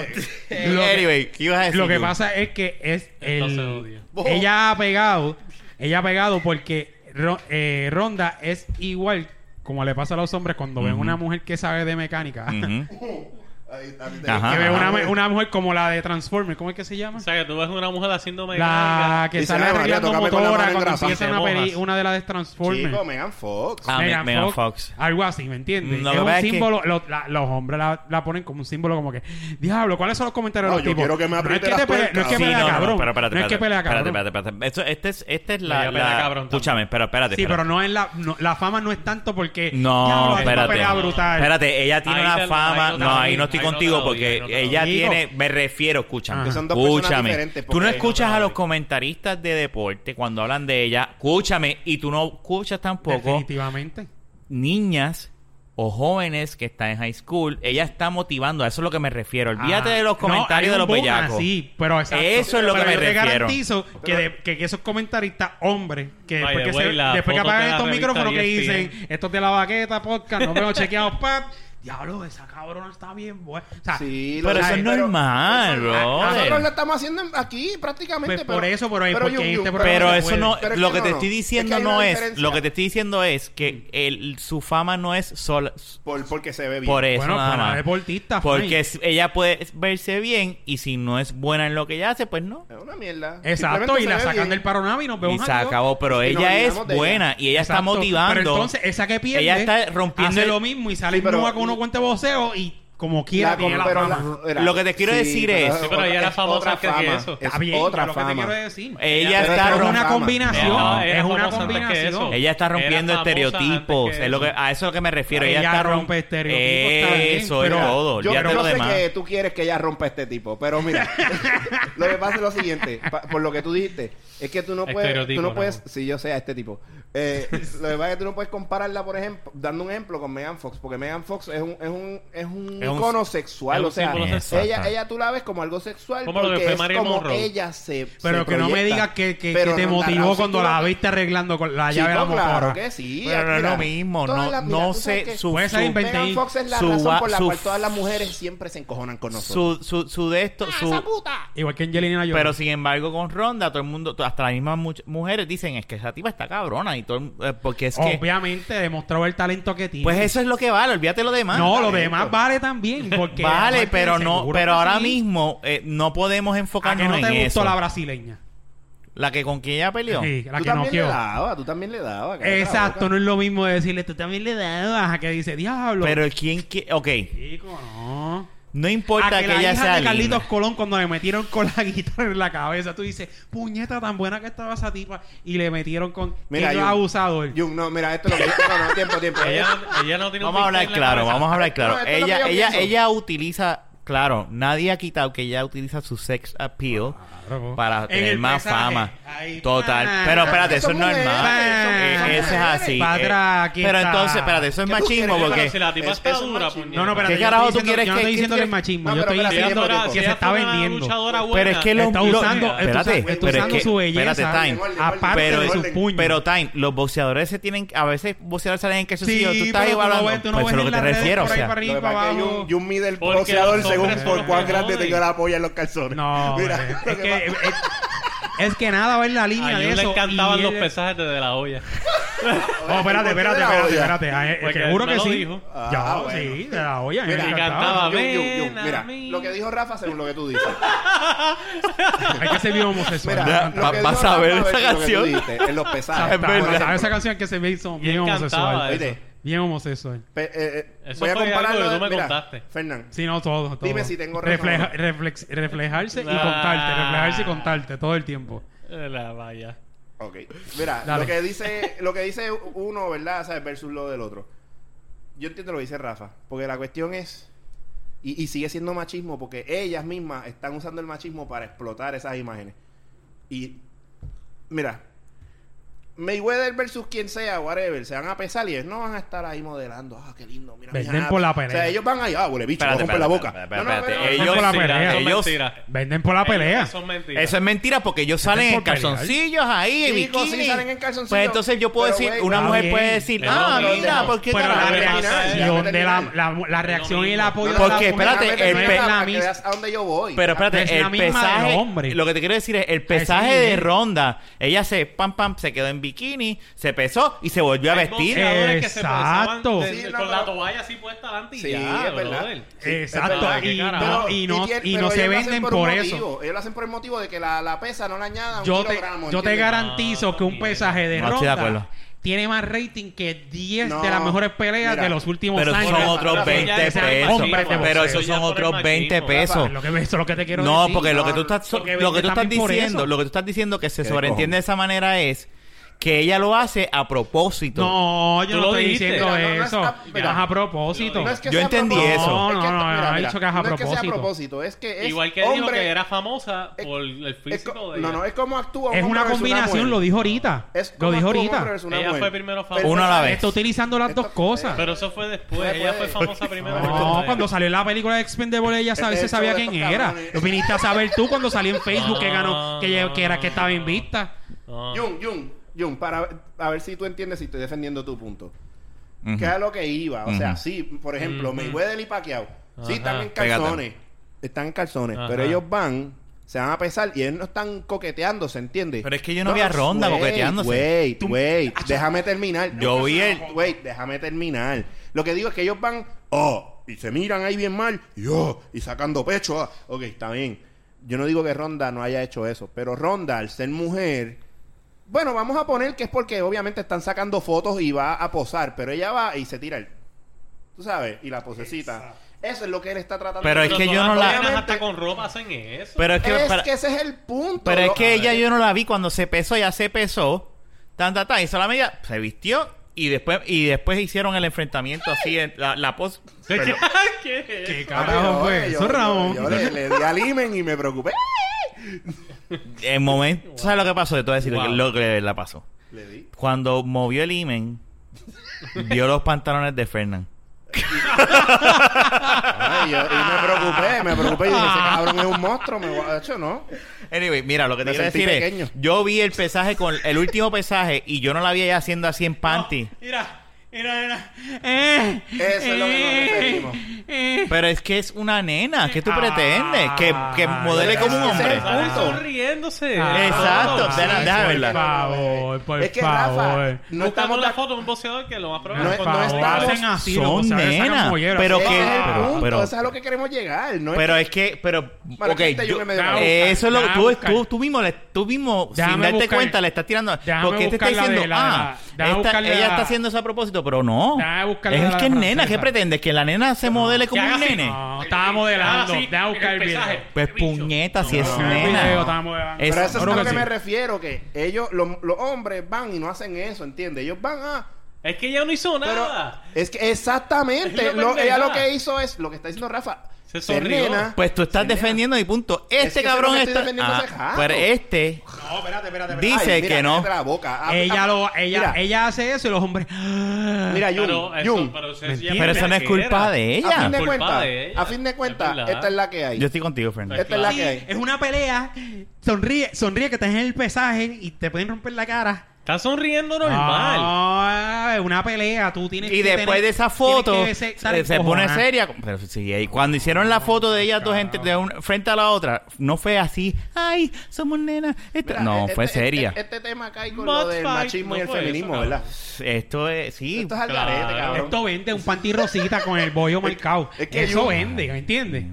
G: que-
H: Anyway, ¿qué ibas a decir?
G: lo que
H: tú?
G: pasa es que es
E: Esto se
G: el,
E: odia.
F: Oh.
G: ella ha pegado, ella ha pegado porque Ro- eh, Ronda es igual como le pasa a los hombres cuando ven
H: Ujú.
G: una mujer que sabe de mecánica.
H: Ujú. Ah.
F: ahí está, ahí
H: Ajá.
F: está.
G: Que ve una, me- una mujer como la de Transformers, ¿cómo es que se llama?
E: O sea, que tú ves una mujer haciendo mecánica.
G: La que
F: Dice,
G: sale
F: "Ay, María,
G: arreglando
F: tócame con la
G: motora
F: mano
G: cuando
F: engrasada".
G: empieza
E: Te
G: una, peli-
E: mojas.
G: una de las de Transformers.
F: Chico, Megan Fox.
H: Ah, Me- Megan Fox.
G: Algo así, ¿me entiendes?
H: Lo
G: es
H: que
G: un
H: pasa es que-
G: símbolo, lo- la- los hombres la, la ponen como un símbolo como que, diablo, ¿cuáles son los comentarios
F: No,
G: de los
F: yo
G: tipos?
F: quiero que me
G: no es
F: apriete
G: que, te
F: las
G: pelea, no es
F: tuercas".
G: que
H: Sí,
G: pelea
H: no, no,
G: cabrón.
H: no, pero espérate,
G: no es que pelea
H: espérate, espérate,
G: cabrón.
H: espérate, espérate. Esto- este es, esta es la,
E: Ella pelea
H: la-
E: cabrón también.
H: Escúchame, pero espérate,
G: Sí, pero
H: espérate.
G: no es la, no- la fama no es tanto porque
H: No,
G: diablo, es una
H: espérate.
G: pelea brutal.
H: Espérate, ella tiene
E: Ahí
H: una
E: te- ahí
H: fama.
E: no te
H: no,
E: lo
H: ahí
E: digo,
H: no estoy
E: ahí no te lo
H: contigo
E: digo,
H: porque
E: ahí no te lo
H: ella
G: digo.
H: tiene. Me refiero, escúchame.
G: Que
F: son dos personas
H: escúchame.
F: diferentes,
H: Tú
F: porque
H: no
F: ahí no te
H: escuchas
E: lo
H: a los
E: digo.
H: comentaristas de deporte cuando hablan de ella. Escúchame. Y tú no escuchas tampoco
G: Definitivamente.
H: niñas o jóvenes que están en high school. Ella está motivando. A eso es lo que me refiero.
F: Ah.
G: Ah,
H: Olvídate de los comentarios de los bellacos.
G: Sí, pero exacto.
H: Eso es lo
G: Pero
H: que me
G: yo te
H: refiero.
G: garantizo que, de- que, que esos comentaristas hombres que
E: By
G: después
E: the
G: que,
E: way,
G: se-
E: la
G: después que
E: foto
G: apagan
E: de la
G: estos
E: revista
G: micrófonos
H: E
G: que
E: ESPN.
G: dicen esto es de la baqueta podcast no veo chequeado pap diablo esa cabrona está bien buena o sea,
F: Sí,
H: Pero
F: lo
H: eso
F: sé,
H: es normal,
F: eso-
H: bro.
F: Nosotros lo estamos haciendo en- aquí prácticamente.
G: Pues por eso, pero es
F: pero,
G: porque
F: Yun,
G: en
F: Yun,
G: este
F: pero-
H: Pero
G: se
H: eso
G: puede.
H: no,
F: Pero es
H: lo
F: que
H: que
F: no,
H: te
F: no.
H: estoy
F: Es que
H: diciendo
F: hay una
H: no es,
F: diferencia.
H: lo que te estoy diciendo es que el, su fama no es sola,
F: Por, porque se ve bien.
H: por eso
G: bueno
H: nada
G: para
H: más.
G: deportista Ah, fine.
H: Porque si- ella puede verse bien y si no es buena en lo que ella hace, pues no.
F: Es una mierda.
G: exacto
F: Simplemente
G: y
F: se
G: la
F: ve
G: sacan
F: bien.
G: del paronave y nos vemos
H: Y se
G: adiós.
H: acabó, pero
F: Y nos
H: ella es
F: olvidamos de
H: buena y ella está
G: Exacto. eh,
H: motivando.
G: Pero entonces, esa que pierde.
H: Ella está rompiendo
G: Hace
H: el-
G: lo mismo y sale
F: Sí, pero-
G: nueva con unos guantes de boxeo y como quiera
F: La
G: tiene
F: com-
G: la
F: pero
G: fama.
F: la- era-
H: Lo que te quiero decir es-
E: Sí, pero ella era
F: es
E: famosa
F: otra
E: antes que
F: fama,
E: eso.
F: Es
G: Está bien,
F: otra
G: es lo que te
F: fama.
G: quiero decir.
H: Ella
F: Pero
H: está Eh,
G: es
F: es
H: rompiendo.
G: una
F: fama.
G: combinación.
E: No, era
G: es una
E: famosa antes que
G: combinación.
E: eso.
G: Ella,
H: Ella está rompiendo
E: Era famosa
H: estereotipos.
E: antes que
H: Es lo que,
E: eso.
H: a eso es lo que me refiero.
G: Ella
H: Ella, está
G: rompe estereotipos también,
H: Eso
G: pero-
H: es todo.
F: Yo,
H: Olvídate
F: yo
H: lo
F: sé
H: demás.
F: que tú quieres que ella rompa este tipo, pero mira, lo que pasa es lo siguiente, pa- por lo que tú dijiste, es que tú no puedes, tú
E: Estereotipo,
F: no puedes,
E: Ramón.
F: si yo sé a este tipo, Eh, lo que pasa es que tú no puedes compararla, por ejemplo, dando un ejemplo con Megan Fox, porque Megan Fox es un, es un, es un
H: Es un-
F: icono sexual,
E: es un
F: o sea,
E: símbolo
H: sexual.
F: ella, ella tú la ves como algo sexual,
E: Como lo que
F: porque
E: fue
F: es
E: Marilyn
F: como
E: Monroe.
F: ella se
G: pero
F: se
G: que no me
F: proyecta.
G: digas que, que- que
F: Pero
G: te
F: no,
G: motivó
F: si
G: cuando
F: tú
G: la viste arreglando con la llave de la
F: Chico, claro
G: motora.
F: que sí.
H: Pero no es
F: mira,
H: lo mismo,
F: todas
H: no-
F: las-
H: no
F: tú sabes
H: sé,
F: que
H: su-
G: Puede salir
H: su-
G: 20
F: Megan Fox es la
H: su-
F: razón por la
H: su-
F: cual todas las mujeres siempre se encojonan con nosotros.
H: Su, Ah, su, su de esto. su-
G: Igual que Angelina Jolie.
H: pero sin embargo, con Ronda, todo el mundo, hasta las mismas much- mujeres dicen: Es que esa tipa está cabrona. y todo el- eh, Porque es que.
G: Obviamente demostró el talento que tiene.
H: Pues eso es lo que vale, olvídate lo demás.
G: no, lo demás vale también. Porque
H: Vale,
G: aparte,
H: pero no,
G: seguro
H: pero
G: que
H: ahora
G: sí.
H: mismo eh, no podemos
G: ¿A que
H: enfocarnos
G: no te
H: en
G: gustó
H: eso.
G: la
H: La...
G: brasileña?
H: que con quien ella peleó.
G: Sí, la
F: tú
G: que no
F: también le dabas, tú también le dabas. cállate la
G: Exacto,
F: boca.
G: no es lo mismo decirle, tú también le das a que dice, diablo.
H: Pero quién que, ok,
G: chico, no.
H: no importa
G: a
H: que,
G: que, la
H: ella
G: hija
H: sea
G: de
H: linda.
G: Carlitos Colón cuando le metieron con la guitarra en la cabeza, tú dices, puñeta tan buena que estaba esa tipa y le metieron con
F: Mira,
G: que era
F: Jun,
G: abusador.
F: Jun, no, mira, esto es lo que yo- No, no, tiempo, tiempo.
E: Ella, ella no tiene un
H: Vamos a hablar
E: pincel en la
H: claro,
E: cabeza.
H: vamos a hablar claro.
F: No, esto es lo que
H: ella
F: yo
H: ella
F: pienso.
H: ella utiliza, claro, nadie ha quitado que ella utiliza su sex appeal
G: Ah, Claro.
H: para
G: En
H: tener
G: el
H: más
G: mensaje.
H: fama.
G: Ahí.
H: Total,
G: Ah,
H: pero espérate, eso es
F: Son mujeres,
H: normal.
F: son-
H: Eh,
F: son
H: eso es
F: mujeres.
H: así.
G: Pa'
H: eh.
G: atrás, aquí
H: pero
G: está.
H: entonces, espérate, eso es
F: ¿Qué tú
H: machismo
F: quieres?
E: Pero
H: porque
E: si la tipa
F: Es-
E: está
F: eso es
E: dura,
F: machismo.
E: puñeta.
G: no, no, espérate.
H: ¿Qué
G: yo
H: carajo
G: estoy
H: tú
G: diciendo-
H: quieres
G: yo no
H: que-
G: estoy
H: que-
G: diciendo
H: que-
G: que es machismo.
F: No,
G: yo
F: pero
G: estoy
E: Si ella
F: espérate, Tiempo,
G: diciendo
E: fuera-
F: tiempo.
E: si
G: que
E: ella
G: se está
E: fuera una
G: vendiendo.
E: luchadora buena,
H: Pero es que los-
G: está
H: los-
G: usando, está
H: espérate,
G: usando- está
H: pero es
G: usando
H: que-
G: su belleza.
H: espérate, Time.
F: Orden, orden,
G: aparte
H: orden,
G: de sus
F: orden.
G: puños.
H: Pero, Time, los boxeadores se tienen. A veces boxeadores salen en calzoncillo. tú estás
G: pero
H: igual
G: no
H: hablando.
G: ves- tú no
H: pues
G: ves
H: eso es lo
G: en
H: que te
G: las redes
H: refiero. O
G: por ahí,
H: sea,
G: por
F: Lo
G: arriba,
F: que
G: para
F: pasa es que
G: abajo.
F: Jun, Jun mide el
E: Porque
F: boxeador
E: los hombres
F: según
E: son
F: por
E: los
F: cuán
E: que
F: grande
E: joden.
F: tenga la polla en los calzones.
G: No, hombre,
F: mira,
G: es
F: lo que
G: que,
F: pasa-
G: es, es que nada va en la línea
E: a
G: de
E: Jun
G: eso.
E: le encantaban
G: y
E: los
G: él-
E: pesajes desde la olla.
G: Oh, espérate, espérate, espérate, espérate. Ah, eh,
E: Porque
G: Seguro
E: él
G: que
E: me lo
G: sí.
E: dijo.
G: Ya,
F: Ah, bueno.
G: sí, de la olla. a mí me
F: Mira,
G: encantaba.
E: cantaba.
F: Jun, Jun, Jun,
E: Ven a
F: mira,
E: mí.
F: lo que dijo Rafa según lo que tú dices.
G: Hay que ser bien homosexual.
F: Mira,
H: Va-
F: lo que dijo
H: vas a
F: Rafa
H: ver
F: versus lo
H: esa
F: que tú
H: canción.
F: dijiste, En los pesajes.
H: Es
G: Exacto,
H: verdad.
G: bueno, ¿sabes esa canción que se ve son
E: Y
G: bien
E: él cantaba eh.
G: homosexual.
E: eso.
F: Oíste,
G: Bien homosexual.
F: Pe- eh, eh,
E: Eso
F: voy a
E: fue algo
F: compararlo.
E: que tú
F: de-
E: me
F: mira,
E: contaste.
F: Fernán,
G: Sí, no, todo, todo.
F: Dime si tengo razón
G: Refleja-
F: o no.
G: reflex- Reflejarse y
E: Ah.
G: contarte, reflejarse y contarte todo el tiempo.
E: Eh, La vaya.
F: Ok. Mira,
G: Dale.
F: lo que dice lo que dice uno, ¿verdad? ¿Sabes? Versus lo del otro. Yo entiendo lo que dice Rafa, porque la cuestión es y, y sigue siendo machismo porque ellas mismas están usando el machismo para explotar esas imágenes. Y mira, Mayweather versus quien sea, whatever, se van a pesar y ellos no van a estar ahí modelando, ah, qué lindo, mira. mis
G: Venden
F: apps".
G: por la
F: O sea,
G: pelea.
F: ellos van ahí, ah, huele bicho,
H: Espérate,
F: voy a romper la boca.
H: espérate,
F: No, no,
H: espérate, Eh,
F: no, no, no.
H: ellos-
G: Por la pelea.
E: son
H: ellos-
E: mentiras.
G: Venden por la pelea.
E: Son mentiras.
H: Eso es mentira porque ellos salen en
G: por pelear.
H: calzoncillos ahí, en
F: Chicos, sí
H: bikini.
F: salen en calzoncillos.
H: Pues entonces yo puedo
F: Pero,
H: decir,
F: güey,
H: una
G: está
H: mujer
G: bien.
H: puede decir,
E: Pero
H: ah,
E: no,
H: mira,
F: no,
H: ¿por qué
G: Pero
H: carajo?
G: la
F: déjame terminar,
G: reacción
F: déjame
G: de la,
F: terminar.
G: la, la reacción y el apoyo
H: Porque,
G: de la mujer
H: espérate,
F: Déjame
H: el
F: terminar
H: pe-
F: para
G: la
F: que
G: mis-
F: veas a dónde yo voy.
H: Pero espérate,
G: Es la
H: el
G: misma de
H: pesaje.
G: hombre.
H: Lo que te quiero decir es, el
G: ese
H: pesaje de
G: nivel.
H: ronda. Ella se pam pam, se quedó en bikini, se pesó y se volvió a
E: Hay
H: vestir.
G: eh,
E: boxeadores que se pesaban
G: Exacto.
E: de-
F: Sí,
E: de-
F: no,
E: con
F: pero-
E: la toalla así puesta adelante y
F: Sí,
E: ya,
F: es verdad.
E: brother.
F: Sí, es
G: Exacto,
E: verdad,
G: y,
E: qué
G: no-
E: carajo.
G: y no,
F: tiene-
G: y
F: pero
G: no se
F: ellos lo hacen
G: venden por,
F: un
G: eso.
F: motivo. Ellos lo hacen por el motivo de que la, la pesa no le añada un
G: yo te,
F: kilogramo.
G: yo te
F: ¿entiendes?
G: garantizo
E: No,
G: que un
E: también.
G: pesaje de
H: No estoy de acuerdo.
G: ronda tiene más rating que 10
F: No,
G: de las mejores peleas
F: mira,
G: de los últimos
H: Pero
G: años.
H: son otros
F: Rafa,
H: 20
G: ya es
H: pesos.
G: hombre de
H: Pero
G: boxeo.
H: esos
E: Ya
H: son
E: por el
H: otros 20
E: machismo.
H: pesos.
G: Lo que, eso es lo que te quiero
H: No,
G: decir.
H: porque lo que
F: no,
H: tú estás,
G: porque
H: lo que tú
G: vende
H: estás
G: también por
H: diciendo,
G: eso.
H: lo que tú estás dentiendo que se
F: Qué
H: sobreentiende de esa manera es que ella lo hace a propósito.
G: No,
E: Tú
G: yo no
E: lo
G: estoy
E: dijiste.
G: diciendo
F: Mira, no, no
G: eso.
F: está- mira.
G: Más a propósito.
E: Lo
F: No es que
H: Yo
F: sea a
H: entendí
F: propósito,
H: eso.
F: es
G: No, no, no, no,
F: mira,
G: ha
F: mira,
G: dicho que es a
F: no es que sea a
G: propósito.
F: propósito, es que es
E: Igual que dijo
F: hombre,
E: que era famosa por el
F: es
E: físico
F: co-
E: de
F: no,
E: ella.
F: no, es como actúa un
G: Es una
F: hombre versus
G: combinación,
F: mujer.
G: lo dijo ahorita.
F: Es
G: Lo
F: como
G: dijo
F: actúa un hombre
G: ahorita.
F: versus una
E: Ella
F: mujer.
E: fue primero
F: Pero-
H: Uno a la vez.
G: Está utilizando las dos
F: Esto-
G: cosas.
E: Pero eso fue después.
F: No se
E: ella fue
F: puede.
E: famosa primero.
G: No, cuando salió la película de Expendable ella
F: Este
G: sabe,
F: es
G: se
F: el
G: sabía
F: show de
G: quién
F: estos
G: era.
F: cabrones.
G: Lo viniste a saber tú cuando salió en Facebook que ganó,
E: No,
G: que,
E: no,
G: que era que estaba
E: no.
G: invicta.
E: No.
F: Jun, Jun, Jun, para ver- a ver si tú entiendes si estoy defendiendo tu punto.
H: Ujú.
F: Que era lo que iba. O sea,
H: Ujú.
F: sí, por ejemplo,
E: Ujú.
F: Mayweather y Pacquiao. Sí,
E: Ajá.
F: están en
H: Pégate.
F: calzones. Están en calzones.
E: Ajá.
F: Pero ellos van, se van a pesar y ellos no están coqueteando, ¿se entiende?
H: Pero es que yo no vi a Ronda
F: wait,
H: coqueteándose.
F: Wait, wait, déjame terminar.
H: Yo vi el-
F: Wait, déjame terminar. Lo que digo es que ellos van, oh, y se miran ahí bien mal, y oh, y sacando pecho. ah. Ok, está bien. Yo no digo que Ronda no haya hecho eso, pero Ronda, al ser mujer, bueno, vamos a poner que es porque obviamente están sacando fotos y va a posar, pero ella va y se tira el. Tú sabes, y la posecita. Eso es lo que él está tratando
H: Pero
F: de
H: es que yo
E: todas
H: no la-
E: las nenas
F: Obviamente-
E: hasta con ropa hacen eso.
H: Pero es que,
F: es
H: para-
F: que ese es el punto. Ah,
H: pero es
F: lo-
H: que ella yo no la vi cuando se pesó, ya se pesó. Tan, tan, tan, hizo la media, se vistió y después y después hicieron el enfrentamiento así, en la, la pos... pero-
E: ¿Qué?
G: ¿Qué
F: Ah,
G: carajo
F: yo-
G: fue
F: yo-
G: eso,
F: yo-
G: Ramón?
F: Yo, le, le di alimen y me preocupé.
H: el momento, ¿sabes lo que pasó? De todo decir
E: Wow.
H: lo que la pasó.
F: Le di.
H: Cuando movió el imen, vio los pantalones de Fernán.
F: Ay, Ah, yo- y me preocupé, me preocupé. Y dije, ese cabrón es un monstruo. Me voy a- de hecho, ¿no?
H: Anyway, mira, lo que te
F: Me
H: quiero
F: sentí
H: decir
F: pequeño.
H: es, yo vi el pesaje con el último pesaje y yo no la vi ella haciendo así en panty.
G: Mira, mira, mira. Eh,
F: Eso es lo que nos referimos.
G: eh.
H: Pero es que es una nena, ¿qué tú pretendes? Que, que
G: Ah,
H: modele como un
F: Ese es el
H: hombre.
E: Sale
F: punto.
E: sonriéndose.
H: Exacto,
E: Ah,
H: déjala-
E: sí.
H: déjala verla.
G: Por favor, por
F: Es que
G: favor.
F: Rafa, no
E: Buscamos
F: estamos
E: la
F: de-
E: foto de un boxeador que lo más probable
F: No
E: es
F: es-
E: cuando-
F: no estamos-
G: hacen así,
H: Son
G: loco, se le sacan
H: nenas,
G: molleras.
H: pero
F: Ese
H: que-
F: es el
H: pero-
F: punto,
H: pero-
F: eso es a lo que queremos llegar. No es
H: Pero
F: que-
H: es que, pero,
F: Bueno,
H: ok,
F: gente, yo
H: yo-
F: me medio-
G: Déjame
H: eh, eso es lo
G: Déjame
H: tú,
G: buscar.
H: tú, tú mismo, le- tú mismo sin
G: Déjame
H: darte
G: buscar.
H: cuenta, le estás tirando.
G: Déjame
H: porque te está
G: buscar la de
H: diciendo,
G: la-
H: ah,
G: déjame
H: esta-
G: buscar la-
H: ella está haciendo eso a propósito, pero no.
G: Déjame buscar
H: Es
G: la de
H: que es
G: la
H: nena, ¿qué
G: francesa.
H: pretendes? Que la nena se modele como
E: haga
H: un
E: así.
H: nene.
G: No, estaba modelando.
E: Ah, sí,
G: Déjame buscar el
E: el pesaje.
G: video.
H: Pues
E: bicho.
H: puñeta, si es
G: No, el video,
H: nena.
G: estaba modelando.
H: Es-
F: Pero eso es
G: Claro
F: a lo
G: que
F: que
G: sí.
F: me refiero, que ellos, los, los hombres van y no hacen eso, ¿entiendes? Ellos van a...
E: Es que ella no hizo
F: Pero
E: nada.
F: es que exactamente,
E: Es la
F: lo- ella
E: pendeja.
F: lo que hizo es, lo que está diciendo Rafa,
E: Se
F: ser
E: sonrió.
F: nena,
H: Pues tú estás
F: ser nena.
H: defendiendo mi punto. Este
F: Es que eso es lo
H: cabrón
F: que estoy
H: está.
F: defendiendo,
H: Ah,
F: ese jalo.
H: pero este
G: No, espérate, espérate. espérate.
F: Ay,
H: dice
F: mira,
H: que no.
F: cállate la boca. Ah,
G: Ella
F: ah,
G: lo, ella,
F: mira,
G: ella hace eso y los hombres.
F: Mira, Jun,
E: Pero
F: Jun,
E: eso, pero eso,
G: Mentira.
E: ella
H: Pero eso no es
E: pendeja.
H: culpa de
F: a
H: ella.
F: fin de
E: Culpa
F: cuentas,
E: de ella.
F: a fin de cuentas,
E: Es verdad.
F: esta es la que hay.
H: Yo estoy contigo, Fernando.
F: Esta es la
E: claro.
F: que hay.
G: Es una pelea. Sonríe, sonríe que estás en el pesaje y te pueden romper la cara.
E: Está sonriendo
G: Ah.
E: normal.
G: No, es una pelea. Tú tienes
H: Y
G: que
H: después
G: tener-
H: de esa foto
G: tienes que
H: se,
G: estar
H: se pone
G: encojonada.
H: seria. Pero sí, y cuando hicieron la foto de ellas dos gente, de un- frente a la otra, no fue así, ay, somos nenas. Esta-
F: Mira,
H: no,
G: eh,
F: este-
H: fue
F: este-
H: seria.
F: Este, este tema cae con
E: Mud
F: lo del
E: fight,
F: machismo y
E: no
F: el
E: fue eso,
F: feminismo,
E: cabrón.
F: ¿verdad?
H: Esto es, sí.
F: Esto es al
E: claro.
F: garete, cabrón.
G: Esto vende un panty rosita con el bollo marcado.
F: es que
G: eso
F: yo-
G: vende, ¿me entiendes?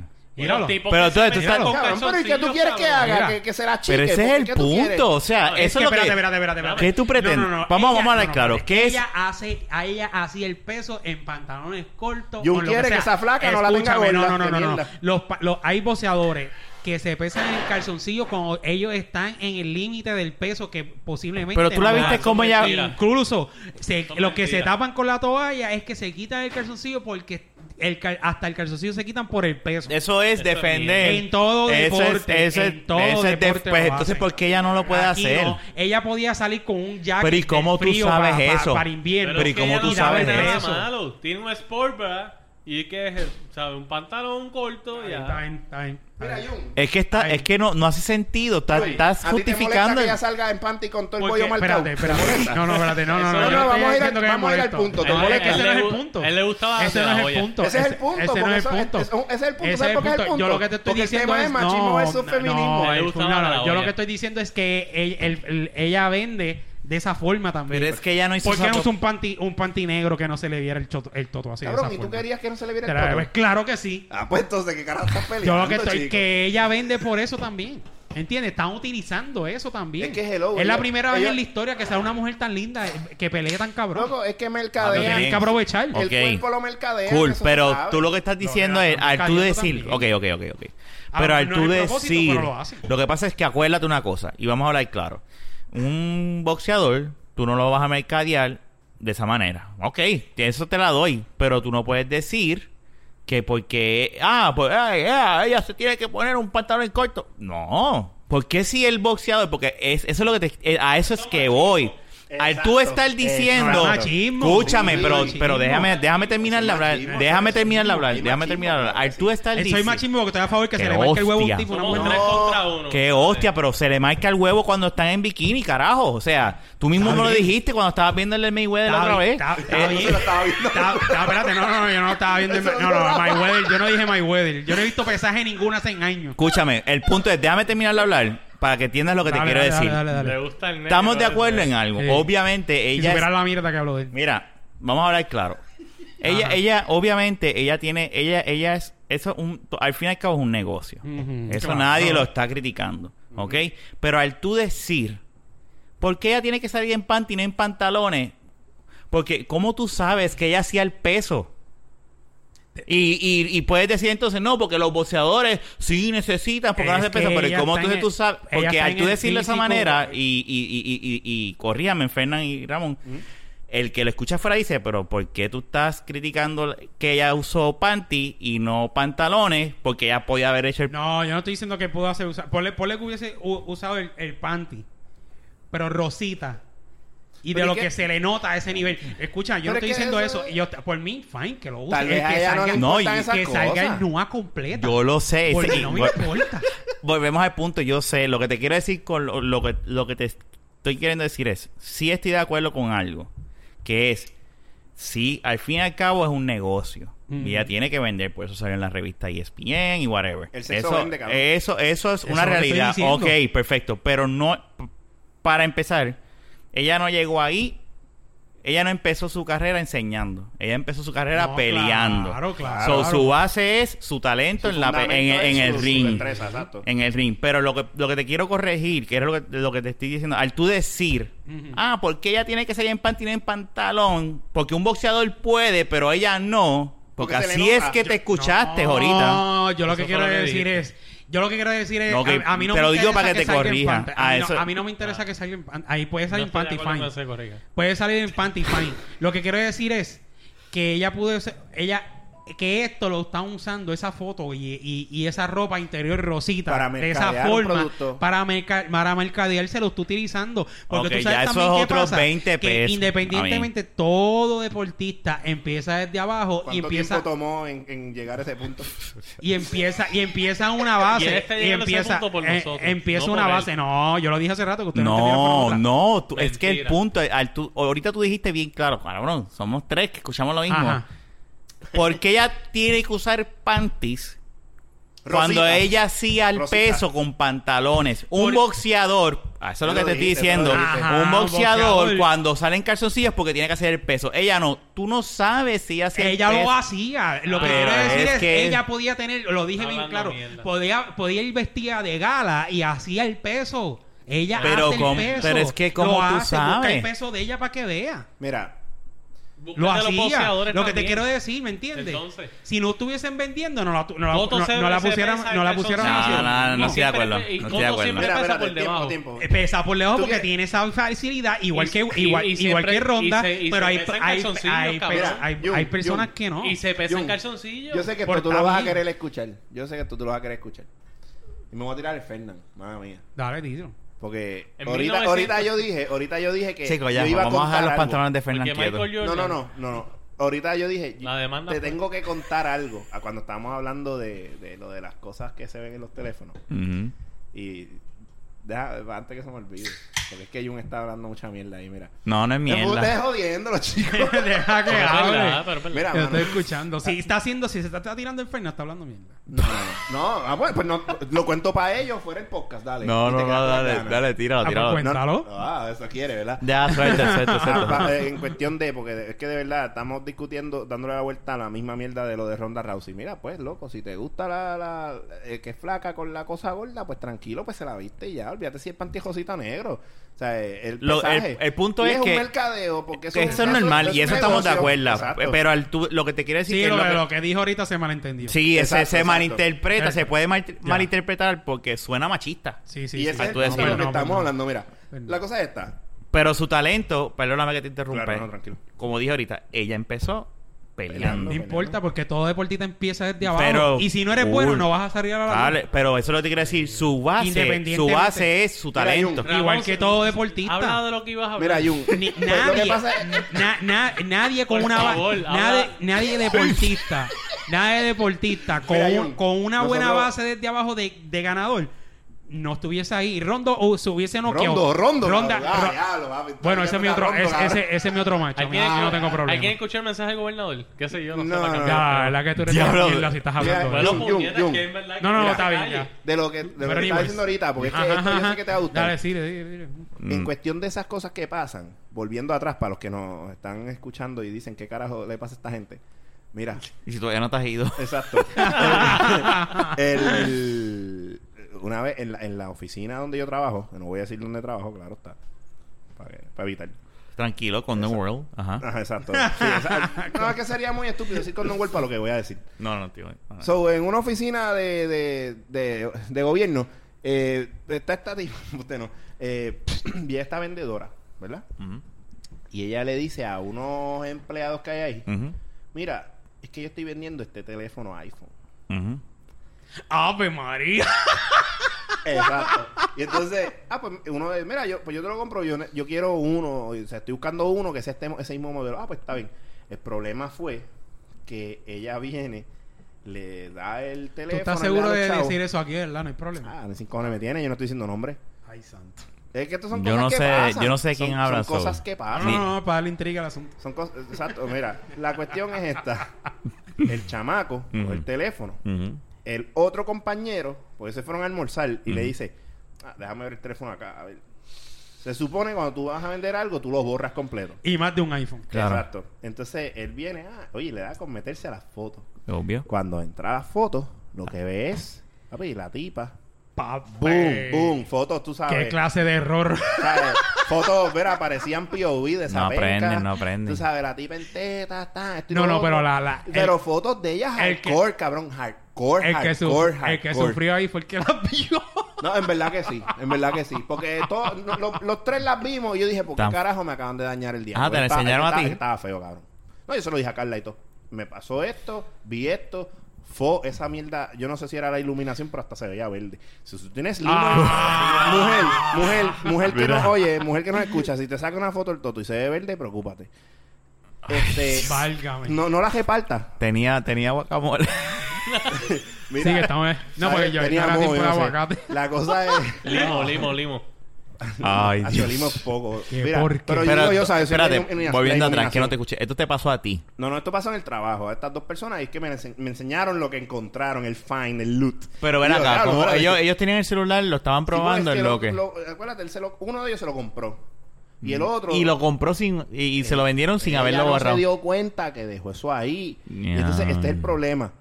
G: Míralo.
E: Míralo. Tipo
H: Pero
E: Pues que
H: tú-
E: se
H: tú
E: metió
H: estás-
E: con
F: Cabrón, pero ¿y qué tú
E: calzoncillos,
F: quieres que
E: cabrón?
F: haga?
G: Mira.
F: Que, que se la chique.
H: pero ese es
F: ¿Por
H: el
F: qué tú quieres?
H: punto. O sea,
E: No, es
H: eso
G: que
H: es lo que.
G: espérate, espérate, espérate, espérate.
H: ¿Qué tú pretendes? Vamos- vamos a hablar claro. ¿Qué es-
G: Ella hace, a ella hacía el peso en pantalones cortos.
F: Jun
G: o lo
F: quiere que
G: sea.
F: esa flaca no la tenga
G: Escúchame,
F: gorda,
G: No, no,
F: qué
G: no, no. no.
F: mierda.
G: Los, pa- los- hay boceadores que se pesan en calzoncillo cuando ellos están en el límite del peso que posiblemente.
H: Pero tú la
G: no
H: viste
G: dan.
H: como
E: son
H: ella.
E: mentiras.
G: Incluso se-
E: Son
G: los que se
E: mentiras.
G: tapan con la toalla es que se quitan el calzoncillo porque el cal- hasta el calzoncillo se quitan por el peso.
H: Eso es
E: Eso es
H: defender.
G: mierda. En todo
H: Eso es-
G: deporte,
H: eso es-
G: en todo
H: eso es
G: deporte
H: def-
G: lo
H: Pues entonces,
G: hacen.
H: ¿por qué ella no lo puede
G: Aquí
H: hacer?
G: no. Ella podía salir con un jacket.
H: Pero, ¿y cómo tú
G: frío
H: sabes
G: pa- pa-
H: eso?
G: Para invierno.
H: Pero, ¿y
E: es que
H: cómo
E: ella
H: tú
E: no sabe
H: sabes
E: nada
G: eso?
E: malo. Tiene un sport bra y que es, sabe, un pantalón corto
G: Está
E: ya.
G: bien, está bien.
F: Mira, Jun.
H: Es que, está,
G: Ay.
H: es que no, no hace sentido. Está-
F: Luis, ¿a ti
H: estás
F: te molesta
H: justificando.
F: que
H: el-
F: ella salga en panty con todo el
G: Porque-
F: bollo marcado?
G: espérate,
F: ¿Te
G: espérate.
F: molesta?
G: No, no, espérate, no, no,
E: Eso
G: no.
E: no,
G: yo
E: no,
G: estoy
F: vamos a ir
G: diciendo
F: al-
G: que me
F: vamos a ir al
G: molesto.
F: punto, te
G: No, es que
E: molesta.
G: ese no es el
E: Él le-
G: punto.
E: él le gustaba
G: Ese
E: la
G: no es el
E: olla.
G: punto.
F: Ese es el punto,
G: Ese no
F: porque
G: es el
F: eso es-
G: punto.
F: es un- ese es el punto,
G: Ese
F: ¿sabes por qué es el
G: Yo
F: punto?
G: lo que te estoy
F: Porque el
G: diciendo
F: tema
G: es
F: es machismo versus
G: no,
F: feminismo.
G: no,
E: Le
G: el-
E: gustaba
G: no, no,
E: la
G: yo lo
E: olla.
G: que estoy diciendo es que el- el- el- ella vende de esa forma también.
H: Pero es que ella no hizo
G: ¿Por qué
H: esa
G: no
H: foto?
G: usa un panty, un panty negro que no se le viera el, choto- el toto así? de
F: Cabrón,
G: esa
F: ¿y tú
G: forma?
F: querías que no se le
G: Te la-
F: viera el
G: pues
F: toto?
G: Claro que sí.
F: Ah, pues entonces, ¿qué carajo estás peleando,
G: Yo lo que estoy
F: chico?
G: que ella vende por eso también. ¿Entiendes? Están utilizando eso también.
F: Es que hello,
G: es la
F: ellos-
G: primera vez
F: ellos-
G: en la historia que sale una mujer tan linda eh, que pelea tan cabrón.
F: Loco, es que
G: Lo
H: Ah,
F: mercadean.
G: tienen
H: bien.
G: que aprovechar.
H: Ok.
F: El cuerpo lo mercadean.
H: Cool,
F: eso se
H: pero
F: sabe.
H: tú lo que estás diciendo
G: No,
H: es,
G: no,
H: al tú
G: cayendo
H: decir, ok,
G: también.
H: ok, ok, ok.
G: Ah,
H: Pero al
G: no
H: tú
G: es el propósito,
H: decir,
G: pero lo hacen.
H: lo que pasa es que acuérdate una cosa, y vamos a hablar claro, un boxeador, tú no lo vas a mercadear de esa manera, ok, eso te la doy, pero tú no puedes decir que porque, ah, pues ay, ah, ella se tiene que poner un pantalón corto, no, porque si el boxeador, porque es, eso es lo que te- eh, a eso es que voy. Al tú
F: Exacto. Eh,
H: estar diciendo,
G: Exacto. Machismo.
H: escúchame,
F: Sí,
H: pero,
F: machismo.
H: pero déjame déjame terminar
F: Eso
H: la
F: es
H: hablar.
F: machismo, eso
H: Déjame
F: es
H: terminar la
F: machismo.
H: hablar.
F: Hay
H: Déjame
F: machismo,
H: terminar la hablar.
F: claro
H: Al
F: que
H: tú
F: sí.
H: estar
G: Soy
H: diciendo.
G: machismo porque te da favor que
H: Qué
G: se le marque el huevo a
H: hostia.
G: un tipo. una
E: Somos
G: mujer.
E: tres
F: No.
E: contra uno.
H: Qué hostia, pero se le marca el huevo cuando están en bikini, carajo. O sea, tú mismo me lo dijiste cuando estabas viendo el Mayweather la
G: Está
H: otra
G: bien,
H: vez.
G: está- está
H: Eh,
F: Yo se lo estaba viendo.
G: Está- está- espérate, no, no, no, yo no estaba viendo.
F: Eso
G: no, no,
F: no.
G: My Weather, yo no dije My Weather. Yo no he visto pesaje ninguna hace años.
H: Escúchame, el punto es, déjame terminar de hablar para que entiendas lo que te
G: Dale,
H: quiero
G: dale,
H: decir.
G: dale, dale,
E: Le
G: dale.
E: gusta el negro.
H: Estamos de
E: al
H: acuerdo en
E: negro.
H: algo.
G: Sí.
H: Obviamente,
G: Si
H: ella. es-
G: supieras la mierda que hablo de él.
H: pues, Mira, vamos a hablar claro. Ella,
G: Ajá.
H: ella, obviamente, ella tiene, ella, ella es, eso es un, al fin y al cabo es un negocio.
G: Ujú,
H: Eso
G: claro.
H: nadie lo está criticando, ¿ok? Pero al tú decir, ¿por qué ella tiene que salir en panty y no en pantalones? Porque, ¿cómo tú sabes que ella hacía el peso? Y, y, y puedes decir entonces, no, porque los boxeadores sí necesitan, porque no
G: Es
H: se pesan,
G: que
H: pero
G: ella
H: ¿cómo
G: está
H: tú,
G: en el-
H: tú sabes?
G: ella
H: Porque
G: está
H: al
G: en
H: tú
G: el
H: decirlo de esa
G: físico- eh.
H: manera, y, y, y, y, y, y corríame, Fernán y Ramón, el que lo escucha fuera dice, pero ¿por qué tú estás criticando que ella usó panty y no pantalones? Porque ella podía haber hecho el...
G: No, yo no estoy diciendo que pudo hacer usar. Ponle, ponle que hubiese u- usado el, el panty. Pero Rosita. Y de
F: Pero
G: lo
F: es
G: que,
F: que-
G: se le nota a ese nivel. Escucha, yo no
F: Pero
G: estoy
F: es que
G: diciendo
F: eso-
G: eso. y yo, por mí, fine, que lo use.
F: Tal
G: El
F: vez
G: que
F: a ella no le
G: salga-
H: No, y
F: importan esas
G: que salga en
F: cosas.
G: nua completa.
H: Yo lo sé.
G: Porque
H: sí,
G: no me
H: vol-
G: importa.
H: volvemos al punto, yo sé. Lo que te quiero decir con lo, lo que, lo que te estoy queriendo decir es, sí estoy de acuerdo con algo, que es, sí, al fin y al cabo es un negocio. Y ella tiene que vender, por eso salió en la revista E ESPN y whatever.
F: El sexo
H: eso,
F: vende, cabrón.
H: Eso, eso es
G: Eso
H: una
G: es lo que
H: realidad.
G: estoy
H: Ok,
G: diciendo.
H: perfecto. Pero no, para empezar, ella no llegó ahí. Ella no empezó su carrera enseñando. Ella empezó su carrera
G: No,
H: peleando.
G: Claro, claro.
H: So, su base es su talento en, la, pe- en, en el ring. En el ring. Pero lo que, lo que te quiero corregir, que era lo que, lo que te estoy diciendo, al tú decir, ah, ¿por qué ella tiene que salir en panty y no en pantalón? Porque un boxeador puede, pero ella no. Porque,
F: Porque se le
H: así es
F: nota.
H: que te escuchaste
G: no,
H: ahorita.
G: No, yo lo que
E: Eso
G: quiero
E: fue lo que
G: decir
E: dijiste.
G: es. Yo lo que quiero decir es.
H: No, que-
G: a, a mí no
H: te lo
G: me
H: digo
G: interesa
H: para que te
G: salga en
H: corrija.
G: panty.
H: Ah,
G: A mí,
H: eso-
G: no, a mí no me interesa que salga en panty. Ahí puede salir en
E: estoy de
G: panty,
E: acuerdo
G: fine.
E: con ese, corriga.
G: Puede salir en panty fine. Lo que quiero decir es que ella pudo ser- ella que esto lo están usando esa foto y, y- y esa ropa interior rosita
F: Para
G: de esa
F: mercadear un
G: forma
F: producto.
G: para, merca, para mercadear se lo está utilizando porque
H: Ok,
G: tú sabes
H: ya eso
G: también
H: es
G: qué
H: otros
G: pasa
H: 20
G: que
H: pesos.
G: independientemente todo deportista empieza desde abajo y
F: ¿Cuánto
G: empieza
F: tiempo tomó en, en llegar a ese punto?
G: y empieza y empieza una
E: Y
G: base
E: este
G: y,
E: llega a ese
G: empieza
E: punto por
G: eh,
E: nosotros,
G: empieza
E: no
G: una
E: por él.
G: base no yo lo dije hace rato que usted
H: No,
G: no,
H: no, tú- es que el
E: Mentira.
H: punto, al tú- ahorita tú dijiste bien claro, cabrón, somos tres que escuchamos lo mismo.
G: Ajá.
H: Porque ella tiene que usar panties cuando
F: Rosita.
H: ella hacía el
F: Rosita.
H: peso con pantalones. Un
G: Por-
H: boxeador, ah, eso es lo
F: Tú
H: que
F: lo
H: te estoy
F: dijiste, tú
H: diciendo.
F: lo
G: dijiste. Ajá,
H: un boxeador,
G: boxeador.
H: cuando sale en calzoncillos porque tiene que hacer el peso. Ella no, tú no sabes si ella hacía
G: ella
H: el
G: lo
H: peso.
G: hacía. Lo que
H: Pero
G: quiero decir
H: ah, es
G: es,
H: que-
G: ella podía tener, lo dije
E: Está
G: bien
E: hablando
G: claro,
E: mierda.
G: podía, podía ir vestida de gala y hacía el peso. Ella
H: Pero
G: hace
H: com-
G: el peso.
H: pero es que ¿cómo
G: Lo
H: tú
G: hace, Busca
H: sabes?
G: el peso de ella para que vea.
F: Mira,
G: Lo
E: Búscate los
G: hacía. Lo que
E: boxeadores
G: te
E: también.
G: quiero decir, ¿me entiendes?
E: Entonces.
G: Si no estuviesen vendiendo, no la, tu- no la,
E: Goto
G: no-
E: se-
G: no la
E: se
G: pusieran,
E: pesa
G: no la
E: el
G: pusieran
E: calzoncillo.
H: No, no, no, no estoy de
E: Siempre-
H: acuerdo,
E: y
H: no estoy de
E: Goto
H: acuerdo.
E: siempre
F: mira,
E: pasa
F: espérate,
E: por
F: tiempo,
E: debajo.
F: tiempo.
G: Eh, Pesa por lejos
F: Tú
G: porque
F: que-
G: tiene esa facilidad, igual
E: Y-
G: que
E: y-
G: igual,
E: y siempre-
G: igual que Ronda,
E: y se- y
G: pero
E: se
G: hay,
E: pesan
G: hay,
E: calzoncillos,
G: hay-
E: cabrón.
G: hay- hay
F: Mira, Jun,
G: personas
F: Jun,
G: que no.
E: Y se pesa
F: Jun,
E: en calzoncillo.
F: yo sé que
G: Por
F: esto tú lo vas a
G: también.
F: querer escuchar. Yo sé que esto tú lo vas a querer escuchar. Y me voy a tirar el Fernan, madre mía.
G: Dale, dilo.
F: Porque
E: En
F: ahorita,
E: 1900.
F: ahorita yo dije, ahorita yo dije que
H: Chicos, ya,
F: yo iba
H: vamos a
F: contar
H: bajar los
F: algo.
H: pantalones de Fernan
E: Porque
H: quieto.
E: Michael
F: No,
E: Jordan.
F: no, no, no, no. Ahorita yo dije,
E: La demanda
F: te
E: fue-
F: tengo que contar algo. A cuando estábamos hablando de, de lo de las cosas que se ven en los teléfonos.
H: Ujú.
F: Y deja, antes que se me olvide. Porque es que Jun está hablando mucha mierda ahí, mira.
H: No, no es
F: Ustedes
H: mierda.
F: jodiendo, los chicos.
G: Deja que
E: Pero es
G: hable.
E: verdad, pero es verdad.
F: Mira,
G: Yo
F: mano. Ah.
G: estoy escuchando. Si está haciendo, si se está, está tirando el freno, está hablando mierda.
F: No, no, no. No, ah, bueno, pues no, lo cuento para ellos fuera el podcast, dale.
H: No,
F: Y te
H: no, no,
F: quedas con las
H: dale,
F: ganas.
H: dale, tíralo,
G: Ah,
H: tíralo.
G: pues,
F: No,
G: Cuéntalo.
F: Ah, eso quiere, ¿verdad?
H: Ya, suelta,
F: Pa-
H: suelta, suelta.
F: eh, en cuestión de, porque de- es que de verdad estamos discutiendo, dándole la vuelta a la misma mierda de lo de Ronda Rousey. Mira, pues, loco, si te gusta la, la- eh, que es flaca con la cosa gorda, pues tranquilo, pues se la viste y ya. Olvídate si es pantijosita negro. O sea, eh, el,
H: Lo-
F: pesaje.
H: el- el punto
F: Y
H: es que-
F: un mercadeo, porque
H: Que eso es normal y eso estamos de acuerdo. Pero al tú- lo que te quiero decir
G: Sí,
H: que es
G: lo,
H: lo que-
G: lo que dijo ahorita se malentendió.
H: Sí, ese-
F: Exacto,
H: se,
F: exacto.
H: malinterpreta, se puede mal-
G: Ya.
H: malinterpretar porque suena machista.
G: sí, sí.
F: y
G: sí.
F: ese es el
H: tú decías.
F: punto de lo que
G: No,
F: estamos
G: no.
F: hablando, mira.
G: Perdón.
F: La cosa es esta.
H: Pero su talento, perdóname que te interrumpa,
F: Claro, no, tranquilo.
H: como dije ahorita, ella empezó
G: No
H: peleando.
G: importa, porque todo deportista empieza desde abajo.
H: Pero-
G: y si no eres bueno,
H: Cool.
G: no vas a salir a la luz.
H: Ah, Vale, pero eso es lo que te quiero decir, su base, su
G: Independientemente.
H: base es su
F: Mira,
H: talento.
F: Jun.
G: Igual que todo deportista.
E: Habla de lo que ibas a hablar.
F: Mira, Jun.
G: Ni-
F: pues, lo que
G: nadie,
F: pasa es-
G: na- na- nadie con
E: Por
G: una ba-
E: favor,
G: nadie,
E: habla.
G: nadie deportista, nadie deportista con,
F: Mira,
G: un-
F: Jun,
G: con una buena
F: nosotros-
G: base desde abajo de, de ganador no estuviese ahí. Rondo o se hubiese noqueado.
F: Rondo, rondo.
G: Ronda-
F: cabrón. Ah,
G: Ro-
F: diablo, papi,
G: bueno, ese es mi otro,
F: Rondo,
G: ese,
F: cabrón.
G: ese- ese es mi otro macho.
E: ¿Hay
G: a mí
E: quien,
G: no no tengo problema.
E: ¿Hay quien escuchó el mensaje del gobernador? ¿Qué sé yo? No,
F: No,
E: sé la
F: no,
E: canción,
G: Ya, la
E: pero-
G: verdad que tú eres
H: Diablo.
G: una mierda si estás
F: Mira,
G: hablando. de
E: Bueno,
G: eso.
F: Jun,
E: puñetas,
F: Jun.
E: que en verdad
G: No, no,
E: que
G: no,
E: la
G: está bien,
E: calle.
G: ya.
F: De lo que, de lo
G: Pero
F: que estaba
G: anyways.
F: diciendo ahorita, porque es que
G: Ajá,
F: esto este, yo
G: ajá.
F: sé que te va a gustar.
G: Dale, sí, dile, dile, dile.
H: Mm.
F: En cuestión de esas cosas que pasan, volviendo atrás para los que nos están escuchando y dicen qué carajo le pasa a esta gente. Mira,
H: Y si todavía no te has ido.
F: exacto. El- el- una vez en la, en la oficina donde yo trabajo, que no voy a decir dónde trabajo, claro está, para, que- para evitar.
H: Tranquilo, con The World. Ajá.
F: Ajá, exacto. Sí, esa- no, es que sería muy estúpido decir con Don World para lo que voy a decir.
H: No, no, tío. Ah.
F: So, en una oficina de, de, de, de gobierno, eh, está esta tipa, usted no, eh, y esta vendedora, ¿verdad?
H: Ujú,
F: Y ella le dice a unos empleados que hay ahí,
H: ujú,
F: mira, es que yo estoy vendiendo este teléfono iPhone.
H: ujú.
G: Ave María.
F: Exacto. Y entonces, ah, pues uno de, mira, yo, pues yo te lo compro, yo, ne- yo quiero uno, o sea, estoy buscando uno que sea este, ese mismo modelo. Ah, pues está bien. El problema fue que ella viene, le da el
G: Tú
F: teléfono.
G: estás
F: le da
G: seguro
F: los
G: de
F: chavos.
G: decir eso aquí, ¿verdad? No hay problema.
F: Ah, ni cinco cojones me tiene, yo no estoy diciendo nombre.
G: Ay, santo.
F: Es que estos son
H: Yo
F: cosas
H: no
F: que
H: sé-
F: pasan.
H: yo no sé
F: Son-
H: quién habla,
F: Son cosas
H: so.
F: que
G: Ah,
F: pasan.
G: no, no, no, para darle intriga al asunto.
F: Son cosas, exacto, mira, la cuestión es esta. El chamaco, o el
H: Ujú.
F: teléfono,
H: Ujú.
F: el otro compañero, pues se fueron a almorzar y le
H: Ujú.
F: dice, "Ah, déjame ver el teléfono acá, a ver. Se supone que cuando tú vas a vender algo, tú lo borras completo.
G: Y más de un iPhone.
H: Claro.
F: Exacto. Entonces él viene, ah, oye, le da con meterse a las fotos.
H: Obvio.
F: Cuando entra a las fotos, lo que ve es, papi, la tipa. Boom,
G: Ey,
F: boom, fotos, tú sabes.
G: Eh. Qué clase de error.
F: ¿sabes? Fotos, ver, aparecían POV de esa
H: No aprenden,
F: penca.
H: no aprenden.
F: Tú sabes, la tipa en teta, ta, esto y
G: No,
F: lo
G: no,
F: otro.
G: pero la- la-
F: Pero
G: el-
F: fotos de ellas
G: el que-
F: hardcore, cabrón, hardcore,
G: El que, su-
F: hardcore,
G: el que
F: hardcore.
G: sufrió ahí fue el que la vio.
F: No, en verdad que sí, en verdad que sí. Porque to- no, lo- los tres las vimos y yo dije, ¿por qué
H: Tan-
F: carajo me acaban de dañar el día?
H: Ah,
F: Porque
H: te la
F: estaba-
H: enseñaron a
F: estaba-
H: ti.
F: Estaba feo, cabrón. No, yo se lo dije a Carla y todo. Me pasó esto, vi esto, fo, esa mierda. Yo no sé si era la iluminación, pero hasta se veía verde. Si tú tienes lima,
G: Ah.
F: mujer, mujer, mujer que no, oye, mujer que nos escucha, si te saca una foto el toto y se ve verde, preocúpate. Este,
G: Válgame.
F: no, no la reparta.
H: Tenía, tenía guacamole.
F: Mira,
G: Sí, que estamos. eh. No, porque yo ahorita
F: tenía
G: era
F: moho,
G: tipo de
F: yo no sé.
G: aguacate.
F: La cosa es.
E: Limo, limo, limo.
H: Ay,
F: Ah,
H: Dios.
F: cholimos poco.
G: Qué
F: Mira,
G: porquería.
F: pero yo,
H: Pero,
F: digo, yo sabes, siempre
H: espérate,
F: hay una-
H: volviendo
F: la
H: atrás, que no
F: iluminación.
H: te escuché. Esto te pasó a ti.
F: No, no, esto pasó en el trabajo. A estas dos personas y es que me, ense- me enseñaron lo que encontraron, el find, el loot.
H: Pero ven
F: Y yo,
H: acá,
F: claro,
H: como
F: ahora,
H: ellos,
F: sí,
H: ellos tenían el celular, lo estaban
F: pues,
H: probando
F: es
H: en lo que...
F: lo- acuérdate, él se lo- uno de ellos se lo compró. Y el otro.
H: Mm. Y lo compró sin... Y, y se lo vendieron sin
F: ella
H: haberlo
F: no
H: borrado.
F: se dio cuenta que dejó eso ahí. Y
H: Ya.
F: entonces, este es el problema.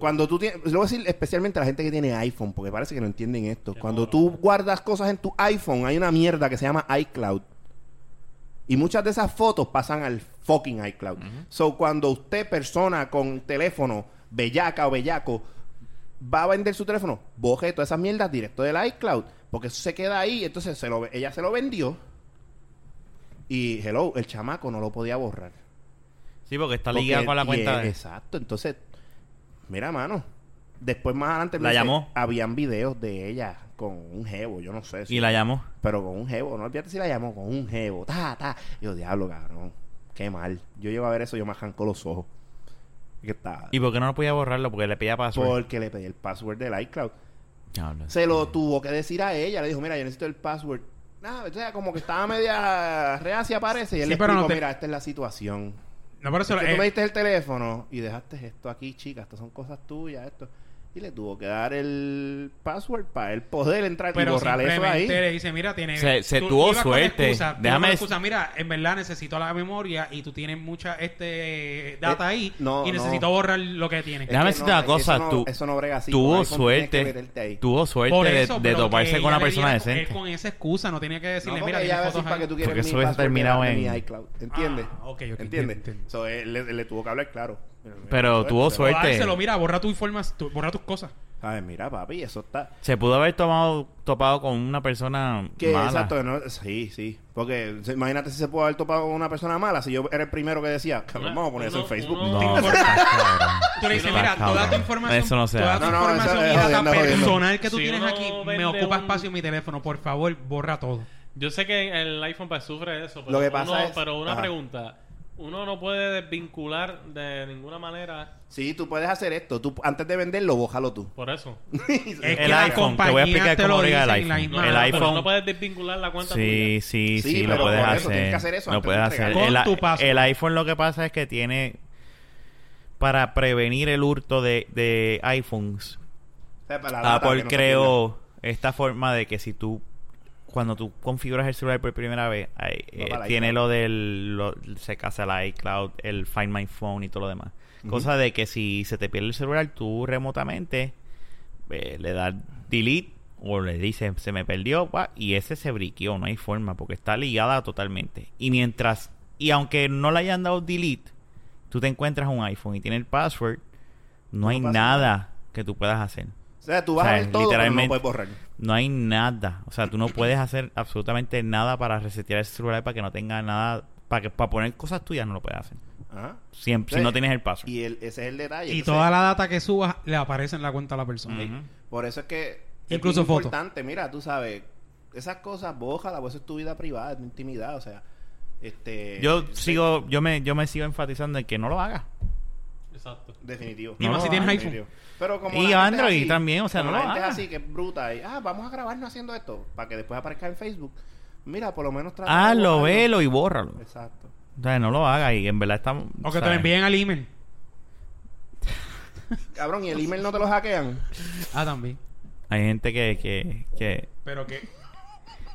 F: Cuando tú tienes, lo voy a decir especialmente a la gente que tiene iPhone, porque parece que no entienden esto. Cuando tú guardas cosas en tu iPhone, hay una mierda que se llama iCloud. Y muchas de esas fotos pasan al fucking iCloud. So, cuando usted, persona con teléfono, bellaca o bellaco, va a vender su teléfono, boje todas esas mierdas directo del iCloud, porque eso se queda ahí. Entonces, se lo, ella se lo vendió. Y, hello, el chamaco no lo podía borrar.
H: Sí, porque está
F: Porque-
H: ligado con la
F: y
H: cuenta
F: es-
H: de...
F: Exacto, entonces, mira, mano. Después, más adelante, me
H: ¿La
F: dice,
H: llamó?
F: Habían videos de ella con un jevo, yo no sé. si-
H: Y la llamó.
F: Pero con un jevo, no olvídate si la llamó, con un jevo, ta, ta. Y yo, diablo, cabrón, qué mal. Yo llevo a ver eso, yo me arrancó los ojos. ¿Qué tal?
H: ¿Y por qué no lo podía borrarlo? Porque le pedía password.
F: Porque le pedí el password del iCloud.
H: Diablo.
F: Se lo tuvo que decir a ella, le dijo, mira, yo necesito el password. Nada, o sea, como que estaba media reacia, parece. Y él
G: Sí,
F: le
G: pero no
F: explicó,
G: te-
F: mira, esta es la situación.
G: No, por eso.
F: Es que tú
G: eh,
F: me diste el teléfono y dejaste esto aquí, chica. Estas son cosas tuyas, esto. Y le tuvo que dar el password para él poder entrar y
G: pero
F: borrar eso ahí.
G: simplemente le dice, mira, tiene...
H: Se- se
G: tú
H: tuvo
G: ibas con
H: suerte.
G: excusa, tú ibas
H: Déjame
G: con
H: es-
G: excusa, mira, en verdad necesito la memoria y tú tienes mucha este data
F: Eh,
G: ahí
F: no,
G: y
F: no.
G: necesito borrar lo que tienes.
H: Déjame
F: Es que
H: decirte una cosa,
F: eso no,
H: tú-
F: Eso no brega así. Con
H: tuvo
F: iPhone tienes que
H: suerte.
F: meterte ahí.
H: Tuvo suerte
G: Por
H: de-
G: eso,
H: de,
G: pero que
H: toparse con una
G: ella le
H: persona
G: diera- él
H: decente.
G: con esa excusa no tenía que
F: No,
G: decirle,
F: porque
G: mira,
F: ella
G: tienes
F: va a
G: fotos
F: decir para que
G: ahí".
F: tú quieres
H: Porque
F: mi
H: eso es
F: password
H: terminado
F: de mi
H: en-
F: iCloud. ¿Entiendes?
G: Ah, ok, ok, entiendo,
F: ¿Entiendes?
G: entiendo.
F: So, él, le, le tuvo que hablar claro. Mira, mira,
H: Pero tuvo
G: O
H: suerte.
G: dárselo, mira, borra tu informas, tu- borra tus cosas.
F: Sabes, mira, papi, eso está...
H: Se pudo haber tomado, topado con una persona
F: Que
H: mala.
F: exacto, no, sí, sí. Porque se- imagínate si se puede haber topado con una persona mala. Si yo era el primero que decía, cabrón,
E: Una-
F: vamos a poner eso en
E: uno-
F: Facebook.
E: uno-
H: No, está cabrón.
G: Tú le dices,
H: está
G: mira, toda tu
H: cabrón.
G: información,
H: Eso no se
G: toda
H: hace.
G: tu
F: No, no, eso
G: información
F: es
G: y data
F: jodiendo, jodiendo.
G: personal que tú
E: Si
G: tienes
E: uno
G: aquí me
E: vende
G: ocupa
E: un-
G: espacio en mi teléfono, por favor, borra todo.
E: Yo sé que el iPhone pues, sufre de eso. Pero
F: Lo que pasa
E: uno-
F: es-
E: Pero una
F: Ajá.
E: pregunta. Uno no puede desvincular de ninguna manera
F: Sí, tú puedes hacer esto. Tú, antes de venderlo, bójalo tú.
E: por eso.
G: Es que
H: El
G: la
H: iPhone, te voy a
G: compañía
H: explicar
G: te
H: cómo
G: lo
H: brega el
G: dice en la
H: iPhone.
E: No,
G: misma-
H: El
E: no,
G: pero
H: iPhone.
E: No puedes desvincular la cuenta
H: Sí, sí,
F: Sí,
H: sí,
F: pero
H: lo puedes
F: por eso
H: hacer.
F: tienes que hacer eso
H: lo
F: antes
H: puedes
F: de
H: hacer.
G: entregar.
H: El,
G: Con tu password.
H: el iPhone lo que pasa es que tiene para prevenir el hurto de, de iPhones.
F: O sea, para la data que
H: Apple
F: no se pierda.
H: creó esta forma de que si tú cuando tú configuras el celular por primera vez ahí,
F: Va
H: eh,
F: para el
H: tiene
F: iCloud.
H: lo del lo- se casa la iCloud, el Find My Phone y todo lo demás. Cosa de que si se te pierde el celular tú remotamente eh, le das delete o le dice se me perdió pa", y ese se briqueó, no hay forma porque está ligada totalmente. Y mientras y aunque no le hayan dado delete, tú te encuentras un iPhone y tiene el password, no hay
F: pasa
H: nada que tú puedas hacer.
F: O sea, tú vas
H: O sea,
F: a ver todo, pero no
H: literalmente-
F: puedes borrar.
H: No hay nada, o sea, tú no puedes hacer absolutamente nada para resetear el celular para que no tenga nada para que para poner cosas tuyas no lo puedes hacer.
F: Ajá.
H: Siempre,
F: Sí.
H: si no tienes el password.
F: Y el- ese es el detalle.
G: Y
F: Entonces,
G: toda la data que subas le aparece en la cuenta a la persona.
H: Ujú.
F: Por eso es que
G: Incluso
F: es bien
G: fotos.
F: importante, mira, tú sabes, esas cosas, bójala, pues eso es tu vida privada, es tu intimidad, o sea, este
H: Yo
F: sí,
H: sigo, yo me, yo me sigo enfatizando en que no lo hagas.
E: Exacto.
F: definitivo.
G: Y más si
F: No,
G: tienes
F: definitivo. Pero como
H: Y
F: la gente es
H: Android también, o sea,
F: como
H: no
F: la
H: lo
F: gente es
H: hagas.
F: así que es bruta y, ah, vamos a grabarnos haciendo esto para que después aparezca en Facebook. Mira, por Ah, lo menos trata de
H: Hazlo,
F: borrarlo.
H: Ah, velo y bórralo.
F: Exacto.
H: O sea, no lo hagas y en verdad estamos.
G: O que te lo
H: ¿sabes?
G: envíen al email.
F: Cabrón, y el email no te lo hackean.
G: Ah, también.
H: Hay gente que, que, que-
G: Pero que.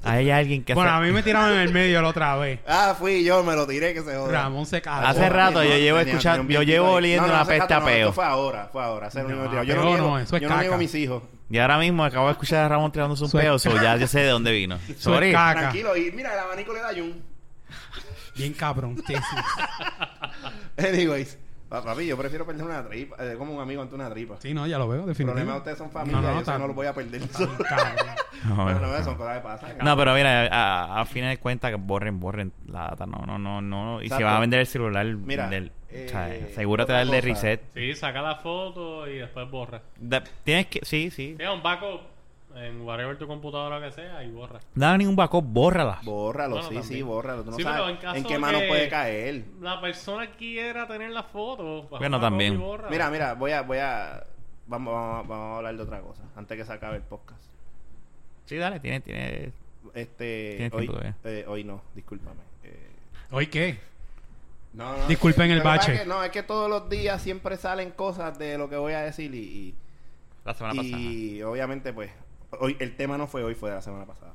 H: Hay alguien que
G: Bueno,
H: hace,
G: a mí me tiraron en el medio la otra vez.
F: Ah, fui yo, me lo tiré que se joda.
G: Ramón se cagó.
H: Hace
F: Ahora
H: rato
F: mismo,
H: yo llevo
F: tenía-
H: escuchando-
F: tenía un
H: yo llevo
F: viejito ahí.
H: oliendo
F: No, no,
H: la
F: hace
H: peste
F: rato
H: a
F: no,
H: peo.
F: esto fue ahora, fue ahora. hace
G: No,
F: un minuto.
G: a
F: yo no,
G: peo
F: niego,
G: no, eso es
F: yo no niego a
G: caca.
F: mis hijos.
H: Y ahora mismo acabo de escuchar a Ramón tirándose un
G: Suel-
H: pedo, so ya yo sé de dónde vino.
G: Eso es
H: Sorry.
G: caca.
F: Tranquilo, y mira, el abanico le da yun.
G: Bien cabrón. Sí, sí.
F: Anyways, pa- papi, yo prefiero perder una tripa, eh, como un amigo ante una tripa.
G: Sí, no, ya lo veo,
F: El problema de
G: definitivamente.
F: ustedes son familia,
G: No, no,
F: yo
G: no,
F: eso
G: tan-
F: no lo voy a perder.
G: Cabrón.
H: No,
F: Pero no,
H: no.
F: son cosas que pasan.
H: No, pero mira, a, a final de cuentas, borren, borren la data. No, no, no, no. Y si
F: Exacto.
H: van a vender el celular,
F: Mira,
H: del,
F: eh,
H: o sea, asegúrate
F: otra
H: de darle
F: cosa.
H: reset.
E: Sí, saca la foto y después borra.
H: Da- tienes que, sí, sí.
E: Tienes un backup en whatever tu computadora que sea y borra.
H: No ningún backup, bórrala.
F: Bórralo,
E: Bueno,
F: sí, sí,
E: también.
F: bórralo. Tú no
E: Sí, pero
F: sabes
E: en caso
F: en qué mano
E: que-
F: puede caer.
E: La persona quiera tener la foto. baja
H: Bueno,
E: una copia
H: también.
E: y borra.
F: Mira, mira, voy a, voy a, vamos, vamos, vamos a hablar de otra cosa antes que se acabe el podcast.
H: Sí, dale, tiene, tiene.
F: Este,
H: Tienes
F: hoy,
H: tiempo todavía.
F: eh, hoy no, discúlpame. Eh,
G: ¿Hoy qué?
F: No, no,
G: Disculpen
F: eh,
G: el
F: lo que pasa
G: bache.
F: es que no, es que todos los días siempre salen cosas de lo que voy a decir y,
H: La semana
F: y,
H: pasada.
F: y obviamente pues hoy el tema no fue hoy, fue de la semana pasada.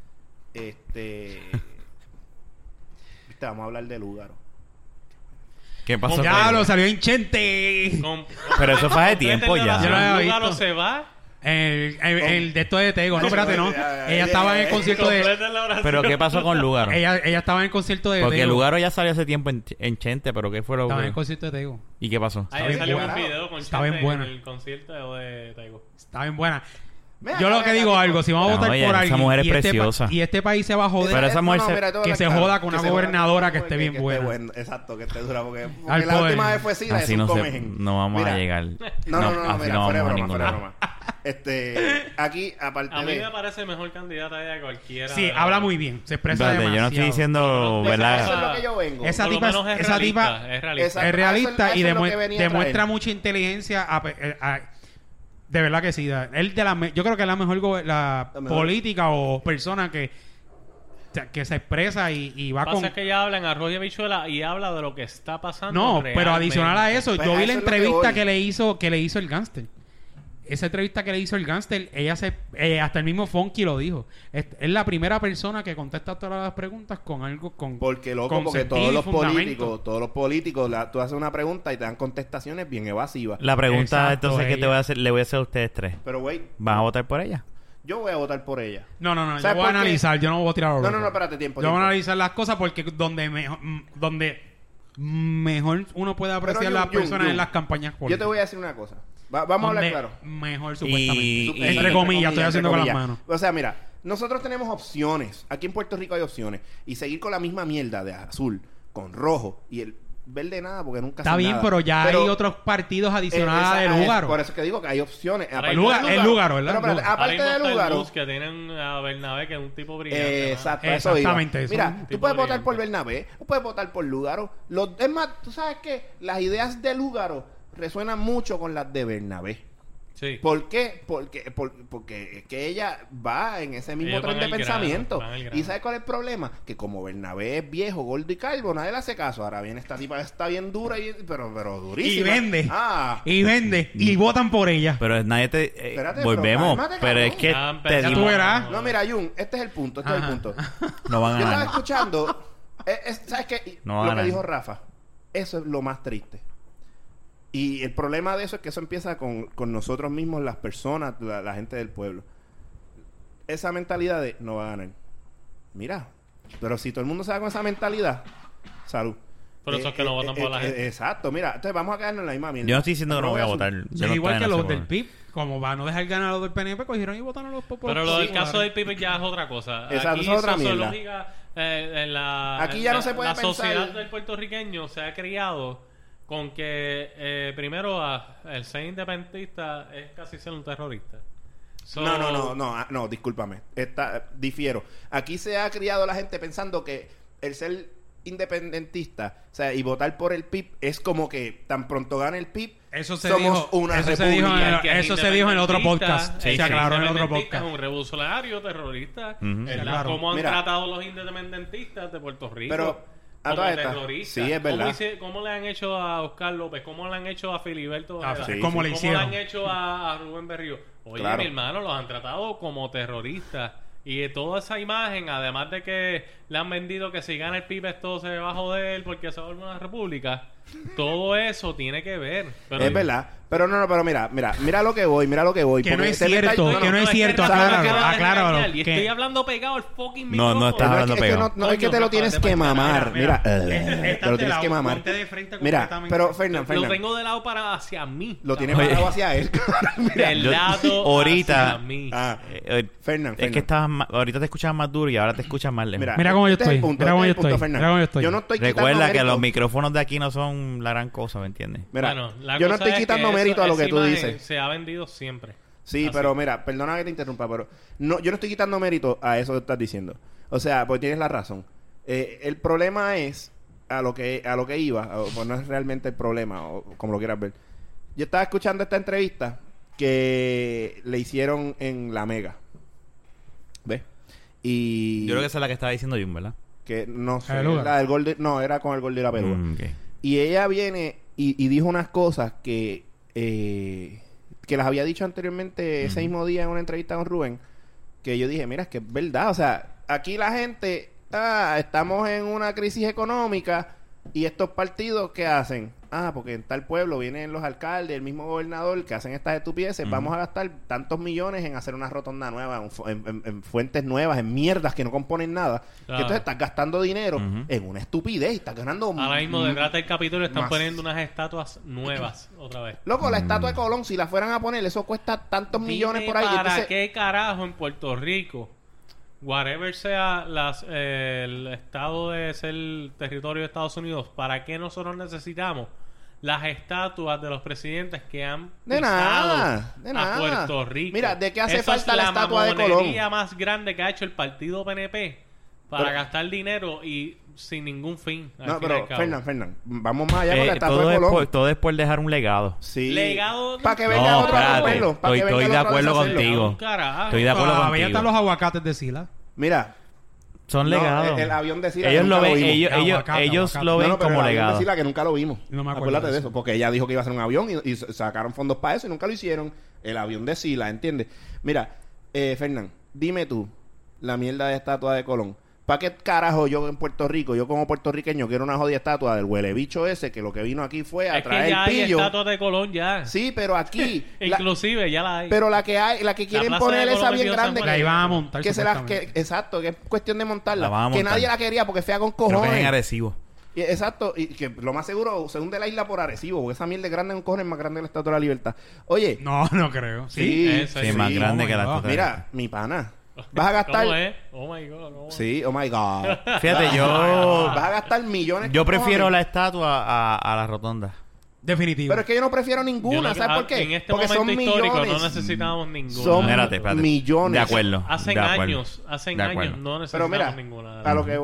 F: Este viste, vamos a hablar de Lugaro.
H: ¿Qué pasó?
G: Ya
H: con-
G: lo salió hinchente.
E: Con-
H: Pero eso fue hace
E: completa
H: tiempo ya.
E: relación,
G: Yo no había
E: Lugaro
G: visto.
E: se va.
G: El, el, el de esto de Tego. No, espérate, no. Ella estaba en el concierto de.
E: Completa la oración.
H: Pero ¿qué pasó con Lugaro?
G: Ella, ella estaba en el concierto de
H: Porque
G: Tego.
H: Lugaro ya salió hace tiempo en, en Chente, pero ¿qué fue lo
G: Estaba en el
H: que...
G: concierto de Tego.
H: ¿Y qué pasó?
E: Ahí
G: bien
E: salió un
F: buena.
E: video con
G: Está
E: Chente
G: bien buena.
E: en el concierto de Taigo.
G: Está bien buena.
F: Mira,
G: Yo lo que
F: mira,
G: digo
F: mira,
G: algo, si vamos a
H: No,
G: votar
H: oye,
G: por
H: esa
G: alguien
H: mujer es
G: y, este pa-
H: preciosa.
G: y este país se va a joder,
H: Pero esa mujer se-
F: mira, todo
G: que
F: lo
G: se
F: claro,
G: joda con
F: que
G: una
F: se joda
G: gobernadora que
F: con-
G: esté bien
F: esté
G: buena.
F: Exacto, que esté dura porque, porque
G: Al
F: la
G: poder.
F: última vez fue Sida,
H: Así
F: es un
H: no, se,
F: comején.
H: no vamos
F: Mira,
H: a llegar.
F: No, no, no, no,
H: así
F: mira,
H: no
F: fuera de
H: vamos a
F: broma,
H: ningún
F: fuera de
H: lado.
F: broma. Este, aquí aparte
E: A mí
F: de
E: me parece mejor candidata ella que cualquiera.
G: Sí,
E: de la-
G: habla muy bien, se expresa
H: Espérate, yo no estoy
G: demasiado.
H: diciendo,
E: Esa-
F: eso es
H: ¿verdad?
F: lo que yo vengo.
G: Esa
E: Por lo
G: tipa-
E: menos es
G: esa
E: realista,
G: tipa-
E: es realista.
F: Esa-
G: Es realista
F: Eso- eso
G: y
F: es lo
G: demue-
F: que venía a
G: demuestra
F: traer.
G: mucha inteligencia. a- eh, a- a- de verdad que sí. da- Él de la me- yo creo que es la mejor, go- la
F: La mejor.
G: política o persona que, o sea, que se expresa y, y va
E: Lo que pasa
G: con...
E: es que ella habla en Arroyo y Habichuela y habla de lo que está pasando.
G: No, pero
E: realmente.
G: adicional a eso,
F: Pues
G: yo
F: a
G: vi la
F: eso es lo que
G: entrevista
F: voy.
G: que, le hizo que le hizo el gángster. Esa entrevista que le hizo el gángster, ella se eh, hasta el mismo Fonky lo dijo. Es, es la primera persona que contesta todas las preguntas con algo con
F: Porque loco,
G: con
F: porque
G: sentido
F: todos
G: y
F: los
G: fundamento.
F: políticos, todos los políticos, la- tú haces una pregunta y te dan contestaciones bien evasivas.
H: La pregunta
G: Exacto,
H: entonces que te
G: ella.
H: voy a hacer, le voy a hacer a ustedes tres.
F: Pero güey,
H: ¿Van a votar por ella?
F: yo voy a votar por ella.
G: No, no, no, yo
F: ¿Sabes
G: voy a
F: por qué?
G: analizar, yo no voy a tirar a lo
F: No, no,
G: loco.
F: no, espérate, tiempo,
G: Yo voy
F: tiempo.
G: a analizar las cosas porque donde mejor donde mejor uno puede
F: Pero,
G: apreciar
F: Jun,
G: las
F: Jun,
G: personas
F: Jun,
G: en las campañas
F: Yo
G: políticas.
F: te voy a decir una cosa. Va- vamos a hablar
G: Donde
F: claro.
G: Mejor supuestamente.
H: Y-
F: Supe-
H: y-
G: entre comillas, estoy haciendo con las manos.
F: O sea, mira, nosotros tenemos opciones. Aquí en Puerto Rico hay opciones. Y seguir con la misma mierda de azul, con rojo y el verde nada, porque nunca
G: Está
F: hacen
G: bien,
F: nada.
G: pero ya hay otros partidos adicionales de lugar.
F: Por eso que digo que hay opciones. Aparte
E: El Lugaro-
F: de
G: el Lugaro, ¿verdad?
F: Pero, espérate,
G: Lugaro.
E: Ahora
F: aparte
E: mismo
F: de
E: está el
F: Lugaro,
E: Bus, que tienen a Bernabé, que es un tipo brillante.
F: Eh,
E: mano.
F: Exacto,
G: mano.
F: eso iba.
G: Exactamente, eso es un
F: Mira, tú
E: tipo
F: puedes votar
E: brillante.
F: por Bernabé, tú puedes votar por Lugaro. Los, es más, tú sabes que las ideas de Lugaro resuenan mucho con las de Bernabé.
E: Sí.
F: ¿Por qué? Porque, por- porque es que ella va en ese mismo
E: Ellos
F: tren
E: van
F: de
E: al grano,
F: pensamiento.
E: van al grano.
F: ¿Y sabes cuál es el problema? Que como Bernabé es viejo, gordo y calvo, nadie le hace caso. Ahora bien, esta tipa está bien dura, y, pero, pero
G: y
F: durísima.
G: vende.
F: Ah,
G: Y vende. Y votan por ella.
H: Pero nadie te... eh,
F: Espérate, pero
H: volvemos.
F: cálmate,
H: Pero es
F: cabrón.
H: que
E: Ya
H: te
E: empezamos.
G: tú
H: dimos-
G: verás.
F: no, mira, Jun, este es el punto, este es
G: Ajá.
F: el punto.
H: No van a
F: Yo estaba
H: ganar.
F: escuchando. eh, es- ¿Sabes qué?
H: No,
F: lo
H: Ana.
F: que dijo Rafa. Eso es lo más triste. Y el problema de eso es que eso empieza con, con nosotros mismos, las personas, la, la gente del pueblo. esa mentalidad de no va a ganar. Mira, pero si todo el mundo se va con esa mentalidad, salud. Eh,
E: Por eso es que no votan por la gente.
F: Exacto, mira, entonces vamos a quedarnos en la misma mierda.
H: Yo no estoy diciendo que no voy a votar.
G: Sí,
H: Yo no
G: igual
H: estoy
G: que
H: en
G: los
H: ese
G: del
H: problema.
G: PIB, como va a no dejar ganar a los del PNP, cogieron y votaron a los popos.
E: Pero lo del caso del Pipe ya es otra cosa.
F: Exacto,
E: Aquí
F: eso es otra mierda.
E: sociológica, eh, en la,
F: Aquí
E: en
F: ya
E: la-
F: no se puede
E: La
F: pensar.
E: sociedad del puertorriqueño se ha criado con que eh, primero a- el ser independentista es casi ser un terrorista. So,
F: No, no, no, no, ah, no, discúlpame. Está, difiero. Aquí se ha criado la gente pensando que el ser independentista, o sea, y votar por el PIB es como que tan pronto gana el PIB,
G: Eso se
F: somos
G: dijo-
F: una
G: eso se
F: república.
G: dijo en el-
E: El que es
G: Eso se dijo en el otro
E: independentista,
G: podcast.
E: el
G: Sí,
E: que
G: se
E: es
G: aclaró en el otro
E: independentista Es
G: podcast.
E: un revolucionario terrorista.
H: Ujú.
E: ¿verdad?
G: Claro.
E: ¿Cómo han
F: Mira.
E: tratado los independentistas de Puerto Rico?
F: Pero, a
E: como
F: Ah, todas estas,
E: terroristas.
F: sí, es
E: ¿Cómo,
F: verdad.
E: hice- cómo le han hecho a Oscar López? ¿Cómo le han hecho a Filiberto?
G: Ah,
E: Ojeda?
G: sí,
F: sí,
G: como
E: ¿Cómo
G: le
E: le
G: hicieron.
E: han hecho a, a Rubén Berrío? Oye,
F: Claro.
E: mi hermano, los han tratado como terroristas. Y de toda esa imagen, además de que le han vendido que si gana el PIB esto se va a joder porque se va a volver una república, todo eso tiene que ver. Pero-
F: es verdad. Pero no, no, pero mira, mira, mira lo que voy, mira lo que voy.
G: Que no
F: porque este
G: es
F: te me está-
G: cierto, que no es cierto,
E: que me acabas
G: acláralo,
E: de
G: acláralo,
E: engañar, Y
G: que-
E: estoy hablando pegado al fucking
H: No, no
E: micrófono.
H: estás
F: no, es
H: hablando.
F: que, es que
H: pegado.
F: no, no es que te
E: Coño,
F: lo tienes
E: papá,
F: que
E: te-
F: mamar. Mira,
G: mira,
F: eh,
G: mira,
F: te lo tienes que mamar.
G: ponte de frente
F: Mira,
G: completamente.
F: pero Fernán,
E: Lo
F: Fernán,
E: tengo de lado para hacia mí.
F: lo tienes
H: Oye.
F: parado hacia él. Mira,
E: del
H: Yo-
E: lado
H: ahorita-
E: hacia mí.
F: ah,
H: Eh, eh,
F: Fernán,
H: Es que
F: Fernán.
H: estabas ma- ahorita te escuchas más duro y ahora te escuchas más lejos.
G: Mira cómo yo
F: este es el
G: estoy,
F: punto,
G: mira cómo
F: este es el
G: yo estoy,
F: punto, Fernan.
G: mira cómo yo estoy.
F: no estoy quitando
H: Recuerda que
F: mérito.
H: los micrófonos de aquí no son la gran cosa, ¿me entiendes?
F: Mira,
E: Bueno, la
F: yo no
E: cosa
F: estoy
E: es
F: quitando
E: eso-
F: mérito a lo
E: esa
F: que tú
E: imagen
F: dices.
E: Se ha vendido siempre.
F: Sí,
E: así.
F: pero mira, perdona que te interrumpa, pero no, yo no estoy quitando mérito a eso que estás diciendo. O sea, pues tienes la razón. Eh, el problema es a lo que a lo que iba, o, pues no es realmente el problema, o como lo quieras ver. Yo estaba escuchando esta entrevista que le hicieron en La Mega. ¿Ves? Y
H: Yo creo que esa es la que estaba diciendo Jun, ¿verdad?
F: que no sé,
G: ¿La de Lugar?
F: la del gol de- no, era con el gol de la Perú.
H: Mm, ok.
F: Y ella viene y, y dijo unas cosas que, eh, que las había dicho anteriormente ese mismo día en una entrevista con Rubén, que yo dije, mira, es que es verdad, o sea, aquí la gente, ah, estamos en una crisis económica y estos partidos, ¿qué hacen? Ah, porque en tal pueblo vienen los alcaldes, el mismo gobernador, que hacen estas estupideces, vamos a gastar tantos millones en hacer una rotonda nueva, en, fu- en- en- en fuentes nuevas, en mierdas que no componen nada.
E: Claro.
F: Que entonces estás gastando dinero
H: Ujú.
F: en una estupidez y estás ganando...
E: Ahora mismo
F: mm,
E: detrás del Capitolio están
F: Más.
E: poniendo unas estatuas nuevas otra vez.
F: Loco, la estatua de
H: Mm.
F: Colón, si la fueran a poner, eso cuesta tantos millones
E: Dime
F: por ahí.
E: ¿Para
F: Entonces,
E: qué carajo en Puerto Rico? Whatever sea las, eh, el estado de ser territorio de Estados Unidos, ¿para qué nosotros necesitamos las estatuas de los presidentes que han
F: De
E: pisado
F: nada, de
E: a
F: nada.
E: Puerto Rico?
F: Mira, ¿de qué hace
E: Eso
F: falta
E: es
F: la
E: la
F: estatua de Colón?
E: mamonería más grande que ha hecho el partido PNP para
F: Pero-
E: gastar dinero y sin ningún fin. al
F: No,
E: fin y al
F: pero,
E: cabo.
F: Fernán, Fernán, vamos más allá con la
H: Eh,
F: estatua
H: todo,
F: de
H: es
F: Colón.
H: por, todo es por dejar un legado.
F: Sí.
E: Legado-
F: Para que venga
H: No,
F: otro a
H: espérate,
F: romperlo, pa' que
H: estoy-
F: venga
H: estoy
F: otro
H: de
F: a
H: acuerdo
F: deshacerlo.
H: contigo.
E: Un carajo.
H: Estoy de acuerdo
G: Todavía
H: contigo.
G: están los aguacates de Sila.
F: Mira,
H: Son
F: no,
H: legados.
F: el, el avión de Sila.
H: ellos
F: que
H: lo
F: nunca
H: ven,
F: vimos.
H: ellos, ellos,
G: Aguacate,
H: ellos
G: aguacate.
H: lo
F: No,
H: ven
F: no, pero
H: como
F: el avión de
H: legado.
F: Sila que nunca lo vimos.
G: No me acuerdo
F: Acuérdate
G: de
F: de
G: eso.
F: eso, porque ella dijo que iba a hacer un avión y, y sacaron fondos para eso y nunca lo hicieron. El avión de Sila, ¿entiendes? Mira, eh, Fernán, dime tú, la mierda de estatua de Colón. ¿Para qué carajo yo en Puerto Rico, yo como puertorriqueño, quiero una jodida estatua del huele bicho ese que lo que vino aquí fue a
E: Es que
F: traer
E: ya hay
F: pillo?
E: estatuas de Colón ya.
F: Sí, pero aquí. la-
E: Inclusive ya la hay.
F: pero la que hay, la que quieren
E: plaza
F: poner
E: de
F: esa
E: Colón
F: bien
E: en
F: grande.
E: San
G: La
E: Juan.
G: iban a montar.
F: Que se las que,
G: supuestamente.
F: exacto, que es cuestión de montarla.
H: La van a
F: que
H: montar.
F: nadie la quería porque fea con
H: Creo que es en
F: cojones.
H: agresivo.
F: Y- exacto, y que lo más seguro se hunde la isla por Arecibo, porque esa mierda es grande con cojones más grande que la Estatua de la Libertad. Oye,
G: No, no creo. Sí.
E: eso Sí,
H: Sí, más
E: oh
H: grande
G: my
H: que
G: God.
H: la
F: Mira, mi pana, vas a
E: ¿Cómo
F: gastar.
E: es? Ah. Oh my god. ¿cómo es?
F: Sí, oh my god.
H: Fíjate, yo,
F: Vas a gastar millones.
H: yo
F: con
H: prefiero la
F: cojones.
H: estatua a, a la rotonda.
G: Definitivo.
F: Pero es que yo no ah, prefiero ninguna,
E: Yo no-
F: ¿sabes por qué?
E: En este
F: porque son
E: momento histórico
F: millones.
E: no necesitábamos ninguna.
F: Son
H: Espérate, espérate.
F: millones.
H: De acuerdo.
E: Hacen
H: de acuerdo.
E: años, hacen
H: De
E: años
H: acuerdo.
E: no
F: Pero
E: necesitamos
F: mira,
E: ninguna.
F: a lo que,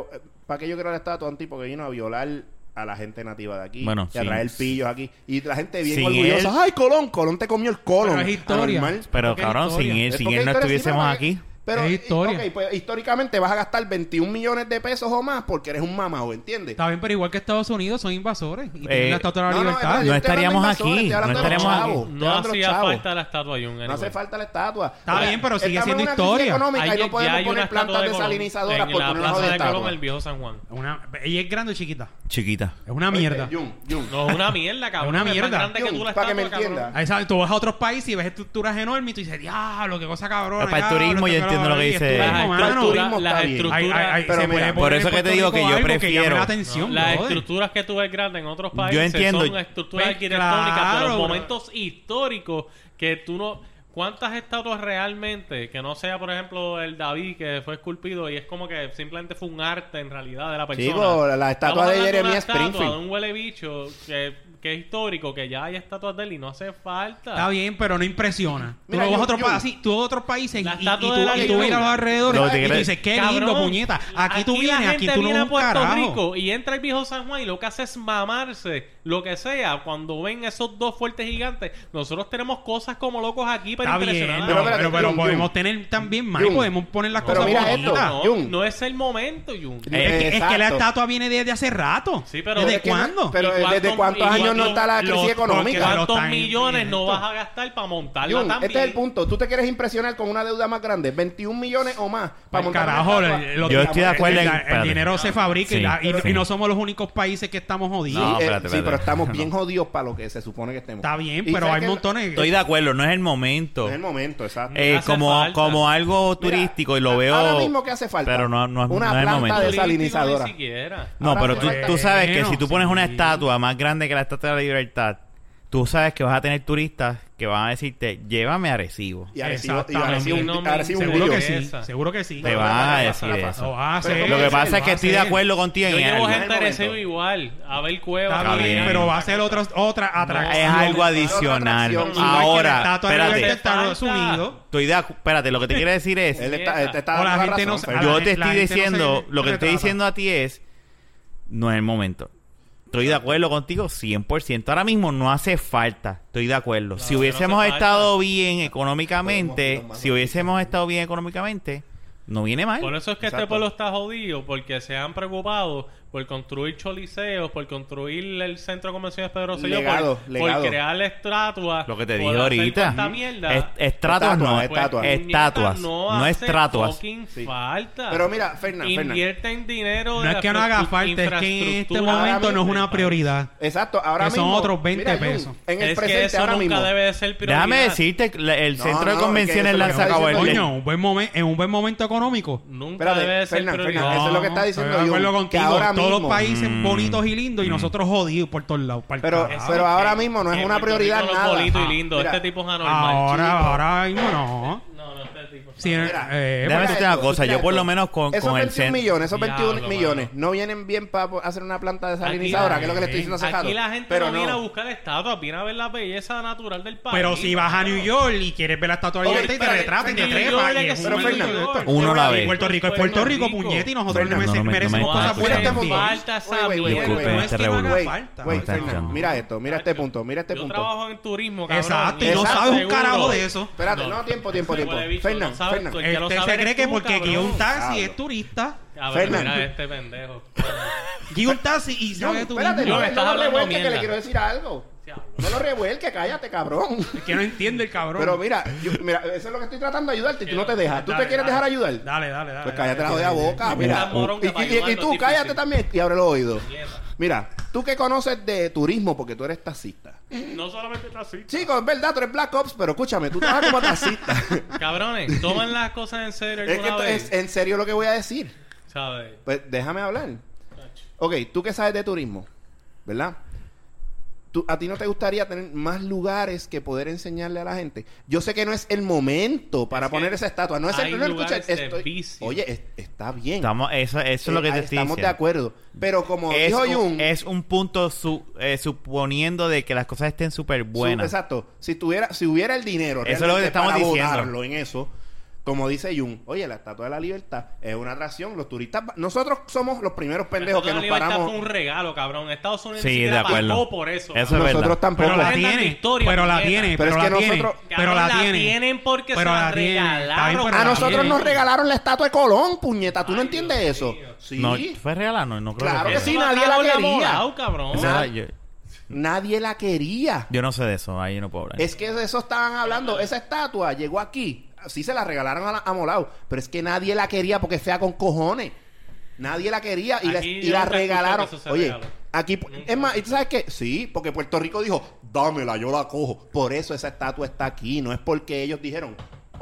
F: ¿para qué yo quiero la estatua? Un tipo que vino a violar a la gente nativa de aquí
H: Bueno,
F: y a
H: sí.
F: traer pillos aquí. Y la gente bien
H: Sin
F: orgullosa.
H: él-
F: ¡Ay, Colón! Colón te comió el colon.
G: Pero es historia.
F: Anormal.
H: Pero
G: Ok,
H: cabrón,
G: historia.
H: sin él,
F: Es
H: sin
F: porque
H: él no
F: historia sí,
H: estuviésemos
F: Eh, pero-
H: aquí.
F: Pero
G: Es
F: y-
G: historia.
F: ok, pues, históricamente vas a gastar 21 millones de pesos o más porque eres un mamado, ¿entiendes?
G: Está bien, pero igual que Estados Unidos son invasores y
H: Eh,
G: tienen la estatua de la
F: no, no,
G: libertad.
F: espera, yo
H: No
F: estoy hablando
H: estaríamos
F: de inversores,
H: aquí,
F: estoy hablando de
H: no
F: los
H: estaríamos
F: chavos,
H: aquí.
F: estoy
E: no
F: hablando de los
E: hacía
F: chavos.
E: falta la estatua Jung.
F: No hace falta la estatua.
G: Está bien, pero sigue
F: estamos en
G: siendo
F: una
G: historia.
F: crisis económica y
E: Ayer
F: no podemos
E: ya hay una
F: poner
E: estatua
F: plantas
E: de Colón
F: desalinizadoras
E: en
F: porque
E: la
F: no nos
E: plaza de Colón,
F: estatua.
E: el viejo San Juan.
G: Una- ella es grande o chiquita.
H: Chiquita.
G: Es una
F: Oye,
G: mierda.
F: Jun, Jun,
E: No, es una mierda, cabrón.
G: una mierda.
F: Jun, para que me
E: entiendas
F: entienda.
G: Ahí sabes, tú vas a otros países y ves estructuras enormes y tú dices, diablo, qué cosa cabrona.
H: Para el
G: diablo,
H: turismo
G: esto que lo
H: yo entiendo lo que
G: ahí,
H: dice-
G: estuvo
E: Las
G: como,
F: Para el
G: mano,
E: estructuras-
F: turismo
E: las
F: está bien.
G: Ay, ay,
E: estructuras-
G: ay,
F: Pero
G: se
F: mira,
G: puede
H: por
G: poner
H: eso
G: en
H: que te
G: Puerto
H: digo
G: Rico
H: que yo
G: algo llame
H: prefiero-
G: la atención,
E: Las
G: brother.
E: estructuras que tú ves grandes en otros
H: Yo
E: países
H: entiendo.
E: son estructuras
G: Pues,
E: arquitectónicas,
G: claro,
E: pero
G: bro.
E: momentos históricos que tú no... ¿Cuántas estatuas realmente, que no sea, por ejemplo, el David que fue esculpido y es como que simplemente fue un arte en realidad de la persona?
F: Chico, la- la estatua de
E: hablando una
F: Jeremiah
E: estatua
F: Springfield.
E: de un huele bicho que, que es histórico, que ya hay estatuas de él y no hace falta.
G: Está bien, pero no impresiona. Tú
F: Mira,
G: lo vas
F: yo-
G: a otros
F: yo-
G: pa- así, tú vas a otros países y,
E: La
G: y- y
E: estatua
G: tú,
E: de la
G: y tú ves a los
E: libertad.
H: Lo
G: alrededores
H: que
G: y tú
H: te-
G: dices, qué
E: Cabrón,
G: lindo, puñeta. Aquí, tú
E: la
G: vienes, aquí
E: gente
G: tú no
E: viene
G: ves
E: a
G: un
E: Puerto
G: carajo.
E: Rico y entra el viejo San Juan y lo que hace es mamarse, lo que sea, cuando ven esos dos fuertes gigantes. Nosotros tenemos cosas como locos aquí para
G: Está bien,
E: impresionar. a la
G: pero,
F: Pero
E: gente.
F: espérate,
G: pero, pero
F: Jun,
G: podemos
F: Jun.
G: tener también más.
F: Jun.
G: Podemos poner las
F: Pero
G: cosas
F: mira
G: bonitas.
F: esto,
E: no,
F: Jun.
E: no es el momento, Jun.
G: Es que, es que la
F: Exacto.
G: estatua viene desde hace rato.
E: Sí, pero-
G: ¿Desde
E: Es que
F: no-
G: cuándo?
F: pero
E: ¿Y cuántos-
F: ¿desde cuántos
E: y
F: años no
E: cuántos-
F: está la crisis
G: los-
F: económica?
G: porque-
E: ¿Cuántos
G: tan
E: millones no
G: inteligente.
E: vas a gastar para montarla
F: Jun,
E: también?
F: este es el punto. Tú te quieres impresionar con una deuda más grande, 21 millones o más.
G: Pa'l
F: Para montar una
G: Pues, carajo,
F: estatua.
G: el- los-
H: Yo estoy de acuerdo
G: el,
H: en-
G: el
H: espérate.
G: dinero se fabrica y
H: Sí,
G: la- y,
H: pero-
G: y no somos los únicos países que estamos
F: Sí,
G: jodidos.
H: No,
F: eh,
H: espérate,
F: sí,
H: espérate.
F: pero estamos bien jodidos para lo que se supone que estemos.
G: Está bien,
F: Y
G: pero
F: sabes
G: hay
F: que-
G: montones.
H: Estoy de acuerdo, no es el momento.
F: Es el momento, exacto.
H: Eh,
E: Hace
H: como,
E: falta.
H: como algo
F: Mira,
H: turístico y lo veo.
F: Ahora mismo que hace falta.
H: Pero no, no, es-
F: Una
H: no es el
F: planta
H: momento.
F: de- desalinizadora.
E: Ni siquiera.
H: No,
F: Ahora
H: pero
F: hace
H: tú,
F: falta
H: tú sabes que
G: dinero,
H: si tú pones una
G: sí.
H: estatua más grande que la estatua de la libertad, tú sabes que vas a tener turistas que van a decirte, llévame a Arecibo.
F: Y Arecibo, y
G: Exactamente.
F: Arecibo-
E: No me
F: Arecibo un
G: seguro
F: lío.
G: que sí,
E: Esa.
G: seguro que sí.
H: Te
F: Pero
H: van
F: la
H: a
F: pasa,
H: decir
F: la pasa.
H: eso.
G: Lo va a
F: Pero
G: hacer.
H: Lo que pasa
G: Lo
H: es que
G: va a
H: estoy de
G: hacer.
H: acuerdo contigo
E: Yo
H: en
E: llevo
H: algo.
F: el
E: gente a
F: momento.
E: Arecibo igual, a ver cuevas.
G: Está
H: Está
G: bien,
H: bien.
G: pero va a ser otros- otra atracción.
H: Es algo
F: Otra
H: adicional.
F: atracción.
G: Igual que la
H: Ahora,
G: estatua de la libertad de
H: espérate.
G: Estados
E: Falta.
G: Unidos.
H: Estoy de acu- espérate, lo que te quiero decir es...
F: Él está, él te está
G: O la
F: dando
G: gente no
F: razón,
G: se-
F: Fer.
G: a la
H: Yo
G: gente-
H: te
G: la
H: estoy
G: gente no se
H: diciendo, lo que te estoy
G: retrata.
H: diciendo a ti es, no es el momento. Estoy de acuerdo contigo 100%. Ahora mismo no hace falta. Estoy de acuerdo.
E: Claro,
H: si
E: que no
H: hubiésemos
E: hace falta.
H: estado bien económicamente,
F: Podemos- podemos-
H: si hubiésemos estado bien económicamente, no viene mal.
E: Por eso es que este
F: Exacto.
E: pueblo está jodido, porque se han preocupado por construir choliseos, por construir el centro de convenciones Pedro Rosselló,
F: Legado,
E: por,
F: legado.
E: por crear estatuas.
H: lo que te
E: por
H: dije
E: hacer
H: ahorita.
E: tanta mierda.
H: Es- Estatuas no,
F: Estatua, estatua.
E: puñeta,
H: estatuas. No
E: hace
H: estatuas.
E: fucking
F: Pues, Sí.
E: falta.
F: Pero mira, Fernan, Fernan.
E: Invierten dinero. en
G: No es
E: la
G: que no haga
E: infraestru-
G: falta, es que en este
E: infraestructura.
G: momento no es una
E: Ahora
G: prioridad.
F: Exacto, ahora
G: Que son
F: mismo.
G: otros 20
F: Jun,
G: pesos.
F: En el
E: Es que
F: presente,
E: eso
F: ahora
E: nunca
F: mismo.
E: debe de ser prioridad.
H: Déjame decirte, que la- el
F: No,
H: centro de
F: no, que
H: convenciones
F: eso
H: la han
F: es lo que
H: sacado
F: estoy
H: el-
F: diciendo.
G: Coño, un buen momen- en un buen momento económico.
E: Nunca
F: Espérate,
E: debe de ser
F: Fernan,
E: prioridad.
F: Fernan, eso es lo que está
G: estoy
F: diciendo
G: de
F: Jun,
G: acuerdo
F: que
G: contigo.
F: ahora
G: Todos
F: mismo-
G: los países
H: Mm.
G: bonitos y lindos y nosotros jodidos por todos lados. pa'l
F: Pero-
G: carajo.
E: Eso es
F: ahora
E: que-
F: mismo no es
E: que
F: una
E: Puerto Rico
F: prioridad
E: no es
F: nada.
E: Bonito y lindo.
F: Mira.
E: este tipo es anormal.
G: Ah. ahora,
E: chico.
G: ahora mismo no.
E: No, no, este tipo.
G: Sí, eh,
H: Déjame
F: Mira
H: decirte una
F: esto,
H: cosa,
F: mira
H: yo por
F: esto.
H: lo menos con,
F: Esos
H: con el
F: 21
H: centro...
F: millones, esos 21
E: Diablo,
F: millones,
E: mano.
F: no vienen bien para hacer una planta desalinizadora,
E: Aquí
F: que es lo que le estoy diciendo hace rato.
E: Aquí la gente
F: Pero
E: no viene a buscar estatuas, viene a ver la belleza natural del país.
G: Pero si vas a New York y quieres ver la estatua de
F: Oye,
G: libertad y te
F: pero-
G: retratas y te
E: New
G: trepas.
E: York
G: y
E: es
G: es
E: que
G: un
F: Pero,
G: maldito
E: sí,
F: Fernan,
E: New York.
G: esto.
H: Uno la
G: Y
H: ve.
G: Puerto Rico es Puerto Rico, puñeta, y nosotros
H: Fernan, no, no
G: merece-
H: me- no
G: merecemos
H: me-
G: cosas
H: ah,
G: buenas
F: mira este
G: también.
F: punto.
E: Falta esa
F: Wait, wait, wait,
E: mierda.
F: wait,
H: Disculpen,
F: wait.
G: No es
H: este
G: que no haga
H: revolú.
G: falta.
F: Wait,
H: Está
F: Fernan,
H: escuchando.
F: mira esto, mira este punto, mira este
E: este Yo
F: punto.
E: trabajo en turismo, cabrón.
G: Exacto, y no
F: Exacto.
G: sabes un carajo de eso.
F: Espérate, no, tiempo, tiempo, tiempo. Fernan, Fernan.
E: El que Pues lo
G: Este
E: sabe
G: se cree
E: eres
G: que
E: tú,
G: porque
E: cabrón.
G: guía un taxi
F: Cabrón.
G: es turista.
E: A ver,
F: Fernan.
E: mira este pendejo.
G: Guía un taxi y
F: No,
G: sabe turismo.
F: espérate, no,
E: Yo me
F: no,
E: estás
F: lo
E: hablando
F: revuelque, que
E: mierda.
F: le quiero decir algo. No lo revuelque, cállate, cabrón.
G: Que no entiende el cabrón.
F: Pero mira, yo- mira, eso es lo que estoy tratando de ayudarte y tú no te dejas. ¿Tú te
G: Dale,
F: quieres
G: dale.
F: dejar ayudar?
G: Dale, dale, dale.
F: Pues cállate la
G: dale,
F: jodida
G: dale,
F: boca,
G: dale.
F: mira.
E: Estás morón,
F: Y,
E: que para
F: y- y
E: ayudarlo
F: tú
E: es
F: cállate
E: difícil.
F: también y abre los oídos.
E: Mierda.
F: Mira, tú que conoces de turismo porque tú eres taxista.
E: No solamente está así.
F: Chicos, es verdad, tú eres Black Ops, pero escúchame, tú trabajas como taxista.
E: Cabrones, toman las cosas en serio
F: es que
E: alguna
F: esto
E: vez.
F: es en serio lo que voy a decir.
E: ¿Sabes?
F: Pues déjame hablar. Ok, tú que sabes de turismo, ¿verdad? Tú- ¿A ti no te gustaría tener más lugares que poder enseñarle a la gente? Yo sé que no es el momento para
E: Es que
F: poner esa estatua. No es
E: hay
F: el no,
E: lugares
F: escucha,
E: de vicio.
F: Oye, es- está bien.
H: Estamos, eso, eso es lo que
F: Eh,
H: te estoy
F: Estamos de
H: diciendo.
F: acuerdo. Pero como
H: es,
F: dijo
H: un,
F: Jung...
H: es un punto su- eh, suponiendo de que las cosas estén súper buenas.
F: Su- exacto. Si tuviera, si hubiera el dinero
H: Eso es lo que
F: realmente
H: estamos
F: para
H: diciendo.
F: botarlo en eso, como dice Jun, oye, la Estatua de la Libertad es una atracción. Los turistas, va- nosotros somos los primeros pendejos que
E: Estatua
F: nos
E: de la Libertad
F: paramos.
E: fue un regalo, cabrón. Estados Unidos ni
H: sí, de
E: siquiera
H: acuerdo.
E: pagó por eso.
H: Eso es
F: Nosotros
H: verdad.
F: tampoco.
G: Pero la
E: Vendan
G: tiene.
E: historia,
G: pero la
E: puñeta.
G: tiene.
F: Pero
G: Pero,
F: es que
G: la tiene.
F: nosotros-
G: Pero la
E: Cabrón,
G: tiene.
E: tienen porque
G: Pero
E: se
G: la
E: la
G: tiene. Está bien,
E: regalaron.
G: pero
F: A
G: la
F: nosotros
G: tiene.
F: nos regalaron la estatua de Colón, puñeta. ¿Tú no
E: Ay,
F: entiendes
E: Dios
F: eso?
E: mío.
F: Sí.
H: No, fue real, no, no creo
F: Claro
H: que,
F: que
H: fue.
F: sí,
E: Eso
F: nadie la
E: atrás
F: quería.
E: volado, cabrón.
H: Esa-
F: Nada.
H: yo,
F: Nadie la quería.
H: yo no sé de eso, ahí yo no puedo hablar.
F: Es que de eso estaban hablando. Esa estatua llegó aquí. Sí se la regalaron a, la- a Molao. Pero es que nadie la quería porque es fea con cojones. Nadie la quería y, la-
E: Aquí
F: y
E: yo
F: la
E: nunca he
F: regalaron.
E: escuchado que eso se
F: Oye,
E: regaló.
F: aquí... Es más, ¿y tú sabes qué? Sí, porque Puerto Rico dijo, dámela, yo la cojo. Por eso esa estatua está aquí. No es porque ellos dijeron,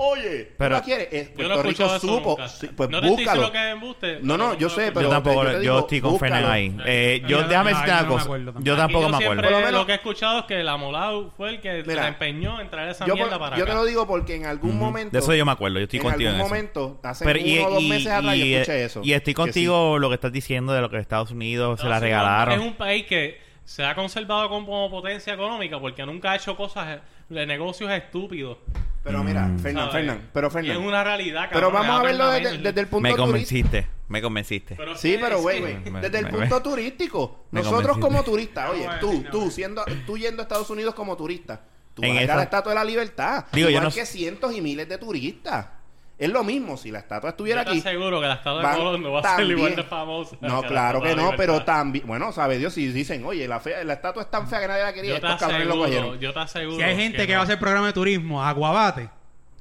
F: Oye, ¿tú
H: Pero-
F: la quieres? Eh,
E: Yo
F: Puerto
E: no he
F: Rico
E: escuchado eso
F: supo.
E: nunca.
F: Sí, pues
E: no te estoy
F: búscalo.
E: diciendo que es embuste.
F: No, no, yo sé, pero
H: yo tampoco,
F: te- yo
H: yo,
F: te digo,
H: estoy con Fernan
F: búscalo.
H: ahí. Eh, yo,
G: Yo-
H: déjame
G: no,
H: decirte
G: yo
H: una
G: no me
H: cosa.
G: acuerdo tampoco.
H: yo tampoco me acuerdo.
F: Por lo
E: Lo,
F: menos-
E: que he escuchado es que la Molau fue el que
F: Mira,
E: se empeñó en traer esa
F: Yo,
E: mierda
F: por-
E: para
F: yo
E: acá.
F: te lo digo porque en algún
H: Ujú.
F: momento.
H: De eso yo me acuerdo, yo estoy
F: en
H: contigo en
F: algún
H: eso.
F: momento, hace
H: Pero
F: uno o dos meses atrás, yo escuché eso.
H: y estoy
F: Que sí.
H: contigo lo que estás diciendo de lo que Estados Unidos se la
E: Estados
H: regalaron.
E: Unidos Es un país que se ha conservado como potencia económica porque nunca ha hecho cosas eh, de negocios estúpidos.
F: Pero mira,
H: Mm.
F: Fernán,
E: ¿sabes?
F: Fernán.
E: Y
F: Pero
E: eh, es
F: Fernán.
E: una realidad,
F: Pero
E: cabrón,
F: vamos a
E: que
F: verlo
E: hablan
F: desde,
E: menos.
F: desde el punto
H: me
F: turístico.
H: convenciste, me convenciste.
E: Pero
F: Sí,
E: es
F: pero
E: que-
F: güey,
E: es que-
F: güey,
H: me-
F: desde el
H: me-
F: punto turístico,
H: me
F: nosotros
H: convenciste.
F: como turistas, oye,
G: No,
F: tú,
E: eh,
G: bueno,
F: tú
G: no.
F: siendo, tú yendo a Estados Unidos como turista, tú vas
H: En
F: a ver
H: esa-
F: la Estatua de la Libertad,
H: Digo, yo
F: igual
H: no-
F: que cientos y miles de turistas. Es lo mismo si la estatua estuviera
E: Yo te
F: aquí.
E: aseguro que la estatua
F: van
E: de Colón no va a ser
F: también-
E: igual de famosa.
F: No,
E: la
F: claro que
E: Estatua
F: no,
E: de
F: pero
E: Libertad.
F: también, bueno, sabe Dios si dicen, oye, la, fea- la estatua es tan fea que nadie la quería,
E: Yo te
F: estos cabrones lo
E: aseguro,
F: cogieron.
E: yo te aseguro.
G: Si hay gente que,
E: no.
G: va a hacer programa de turismo, aguabate,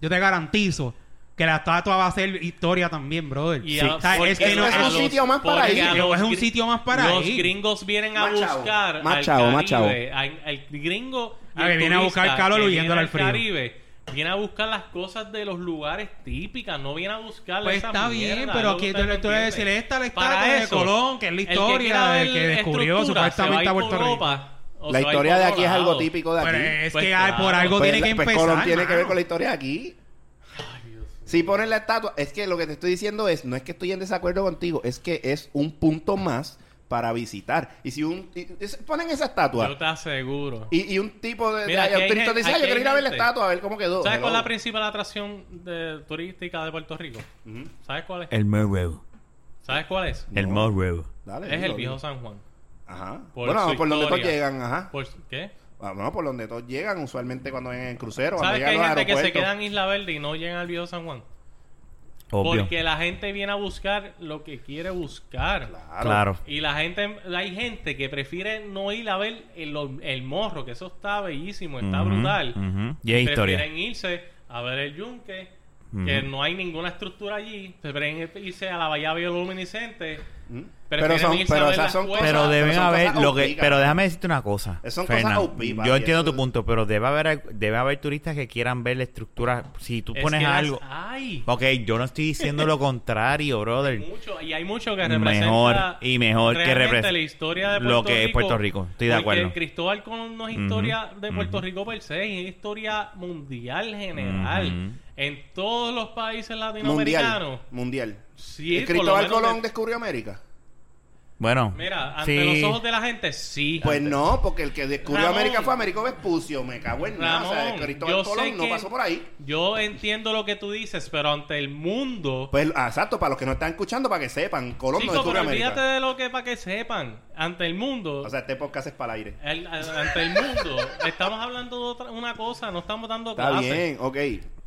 G: yo te garantizo que la estatua va a ser historia también, brother. Sí.
E: Y a-
G: O sea,
E: porque
G: es que no-
E: a
F: es un
E: los-
F: sitio más para
E: porque
F: ir.
E: a los
G: Es un
E: gri-
G: sitio más para
E: Los
G: ir.
E: gringos vienen a
F: Más chavo,
E: buscar
F: más
E: al
F: chavo, más
E: Caribe. al- El gringo y
G: Ah,
E: el
G: que viene a
E: turista
G: buscar calor
E: que
G: huyéndole
E: viene
G: al frío.
E: Caribe viene a buscar las cosas de los lugares típicas, no viene a buscar
G: Pues
E: esas
G: está bien,
E: mierdas,
G: pero
E: ¿no?
G: aquí
E: Usted
G: tú
E: no
G: le- tú le
E: entiende.
G: decir, esta es la
E: Para
G: estatua de
E: eso,
G: Colón, que es la
E: el
G: historia
E: quiera
G: del
E: ver
G: que descubrió
E: estructura,
G: supuestamente
E: se va
G: a Puerto
E: por
G: Rico.
E: Europa, o
F: La
E: se va a ir
F: historia
E: por
F: de
E: otro
F: aquí es algo
E: lado.
F: típico de
G: Pero
F: aquí.
G: es
E: Pues
G: que
E: claro.
G: ah, por algo
F: Pues
G: tiene
F: la-
G: que
F: pues
G: empezar.
F: Colón tiene que ver
G: mano.
F: con la historia de aquí. Si ponen la estatua, es que lo que te estoy diciendo es, no es que estoy en desacuerdo contigo, es que es un punto más para visitar. Y si un y- y- ponen esa estatua
E: Yo te aseguro.
F: y, y un tipo de,
E: Mira,
F: de-
E: aquí hay
F: turista
E: gente-
F: dice, "Ah,
E: aquí
F: yo quiero
E: hay
F: ir a ver la
E: gente".
F: estatua, a ver cómo quedó.
E: ¿Sabes cuál es la
F: Hello.
E: principal atracción de- turística de Puerto Rico?
F: Ujú.
E: ¿Sabes cuál es?
H: El Morreu.
E: ¿Sabes cuál es?
H: El
F: No.
H: Morreu.
F: Dale,
E: Es el
F: dilo,
E: viejo
F: dilo.
E: San Juan.
F: Ajá.
E: por
F: bueno,
E: su
F: por donde todos
E: historia.
F: llegan, ajá.
E: ¿Por qué?
F: Ah, Bueno, por donde todos llegan, usualmente cuando vienen en crucero, cuando
E: ¿Sabes que
F: llegan a
E: hay
F: los
E: gente que
F: aeropuertos.
E: se queda en Isla Verde y no llegan al viejo San Juan?
H: Obvio.
E: Porque la gente viene a buscar lo que quiere buscar.
H: Claro.
E: Y la gente, hay gente que prefiere no ir a ver el, el morro, que eso está bellísimo, está
H: Ujú,
E: brutal.
H: ujú. Y es historia.
E: Prefieren irse a ver el yunque,
H: Ujú.
E: que no hay ninguna estructura allí. Prefieren irse a la bahía bioluminiscente.
F: ¿Mm?
E: Prefieren
F: Pero son-
E: irse a
F: pero
E: ver
F: esas
E: las
F: son
E: cuevas.
H: Pero
F: Cosas-
H: deben
F: pero son
H: haber
F: cosas
H: lo que,
F: auspica.
H: pero déjame decirte una cosa.
F: Son cosas
H: Fernan.
F: auspica,
H: yo
F: y
H: entiendo
F: eso-
H: tu punto, pero debe haber debe haber turistas que quieran ver la estructura. Si tú
E: Es
H: pones
E: que las
H: algo,
E: hay.
H: ok, yo no estoy diciendo lo contrario, brother.
E: Mucho, y hay mucho que representa
H: Mejor y mejor que
E: realmente
H: representa
E: la historia de
H: lo
E: Puerto
H: que es Puerto Rico. Estoy de
E: porque
H: acuerdo.
E: Cristóbal Colón no es historia
H: Ujú,
E: de Puerto
H: ujú.
E: Rico per se, es historia mundial general.
H: Ujú.
E: En todos los países
F: mundial,
E: latinoamericanos.
F: mundial.
E: Sí,
F: ¿El
E: por lo
F: Cristóbal
E: menos
F: Colón
E: que-
F: descubrió América?
H: Bueno,
E: Mira, ante
H: sí.
E: los ojos de la gente, sí.
F: Pues
E: Ante-
F: no, porque el que descubrió
E: Ramón.
F: América fue Américo Vespucio, me cago en nada. o sea,
E: Ramón,
F: Cristóbal
E: yo sé
F: Colón no
E: que-
F: pasó por ahí.
E: Yo entiendo lo que tú dices, pero ante el mundo.
F: Pues ah, exacto, para los que no están escuchando, para que sepan, Colón
E: Chico,
F: no descubrió
E: pero olvídate
F: América.
E: de lo que para que sepan. Ante el mundo.
F: O sea, este podcast es para el aire.
E: el- ante el mundo. estamos hablando de otra, una cosa, no estamos dando
F: Está
E: clases.
F: bien, ok.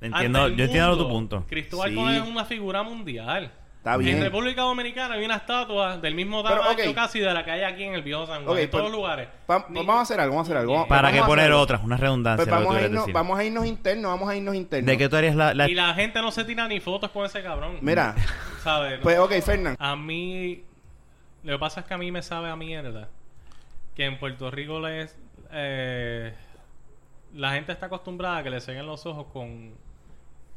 H: Entiendo,
E: Ante el
H: yo entiendo
E: mundo,
H: tu punto.
E: Cristóbal
F: Sí.
E: Colón es una figura mundial.
F: Está bien.
E: En República Dominicana hay una estatua del mismo
F: Pero,
E: tamaño
F: ok.
E: casi de la que hay aquí en el viejo San Juan,
F: Ok,
E: en todos los
F: pues,
E: lugares.
F: Pa-
E: Ni-
F: vamos a hacer algo, vamos a hacer algo. Vamos-
H: ¿Para
F: vamos
H: qué
F: a hacer
H: poner
F: algo.
H: otras? Una redundancia.
F: Pues
H: lo que tú
F: vamos a,
H: quieres
F: irnos,
H: decir.
F: vamos a irnos internos, vamos a irnos internos.
H: ¿De qué tú eres la, la-
E: Y la gente no se tira ni fotos con ese cabrón.
F: Mira,
E: ¿Sabes?
F: pues ok, Fernán.
E: A mí. Lo que pasa es que a mí me sabe a mierda. Que en Puerto Rico les. eh, la gente está acostumbrada a que le ceguen los ojos con.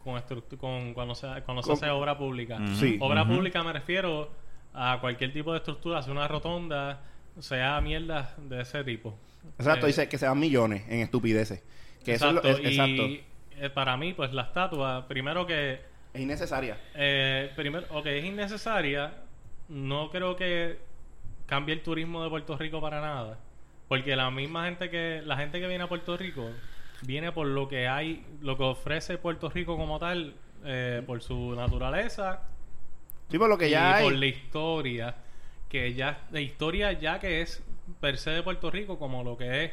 E: Con, estructu- con cuando, se, cuando se
F: Con-
E: hace obra pública.
F: Sí.
E: Obra pública me refiero a cualquier tipo de estructura, sea una rotonda, sea mierda de ese tipo.
F: Exacto,
E: Eh,
F: dice que se van millones en estupideces. Que
E: exacto.
F: eso es, lo- es-
E: y,
F: exacto.
E: eh, para mí, pues la estatua, primero que
F: Es innecesaria.
E: Eh, primero, ok, es innecesaria. No creo que cambie el turismo de Puerto Rico para nada. Porque la misma gente que, la gente que viene a Puerto Rico, viene por lo que hay, lo que ofrece Puerto Rico como tal, eh, por su naturaleza
F: Sí, por lo que ya
E: y por la
F: hay.
E: historia, que ya, la historia ya que es per se de Puerto Rico, como lo que es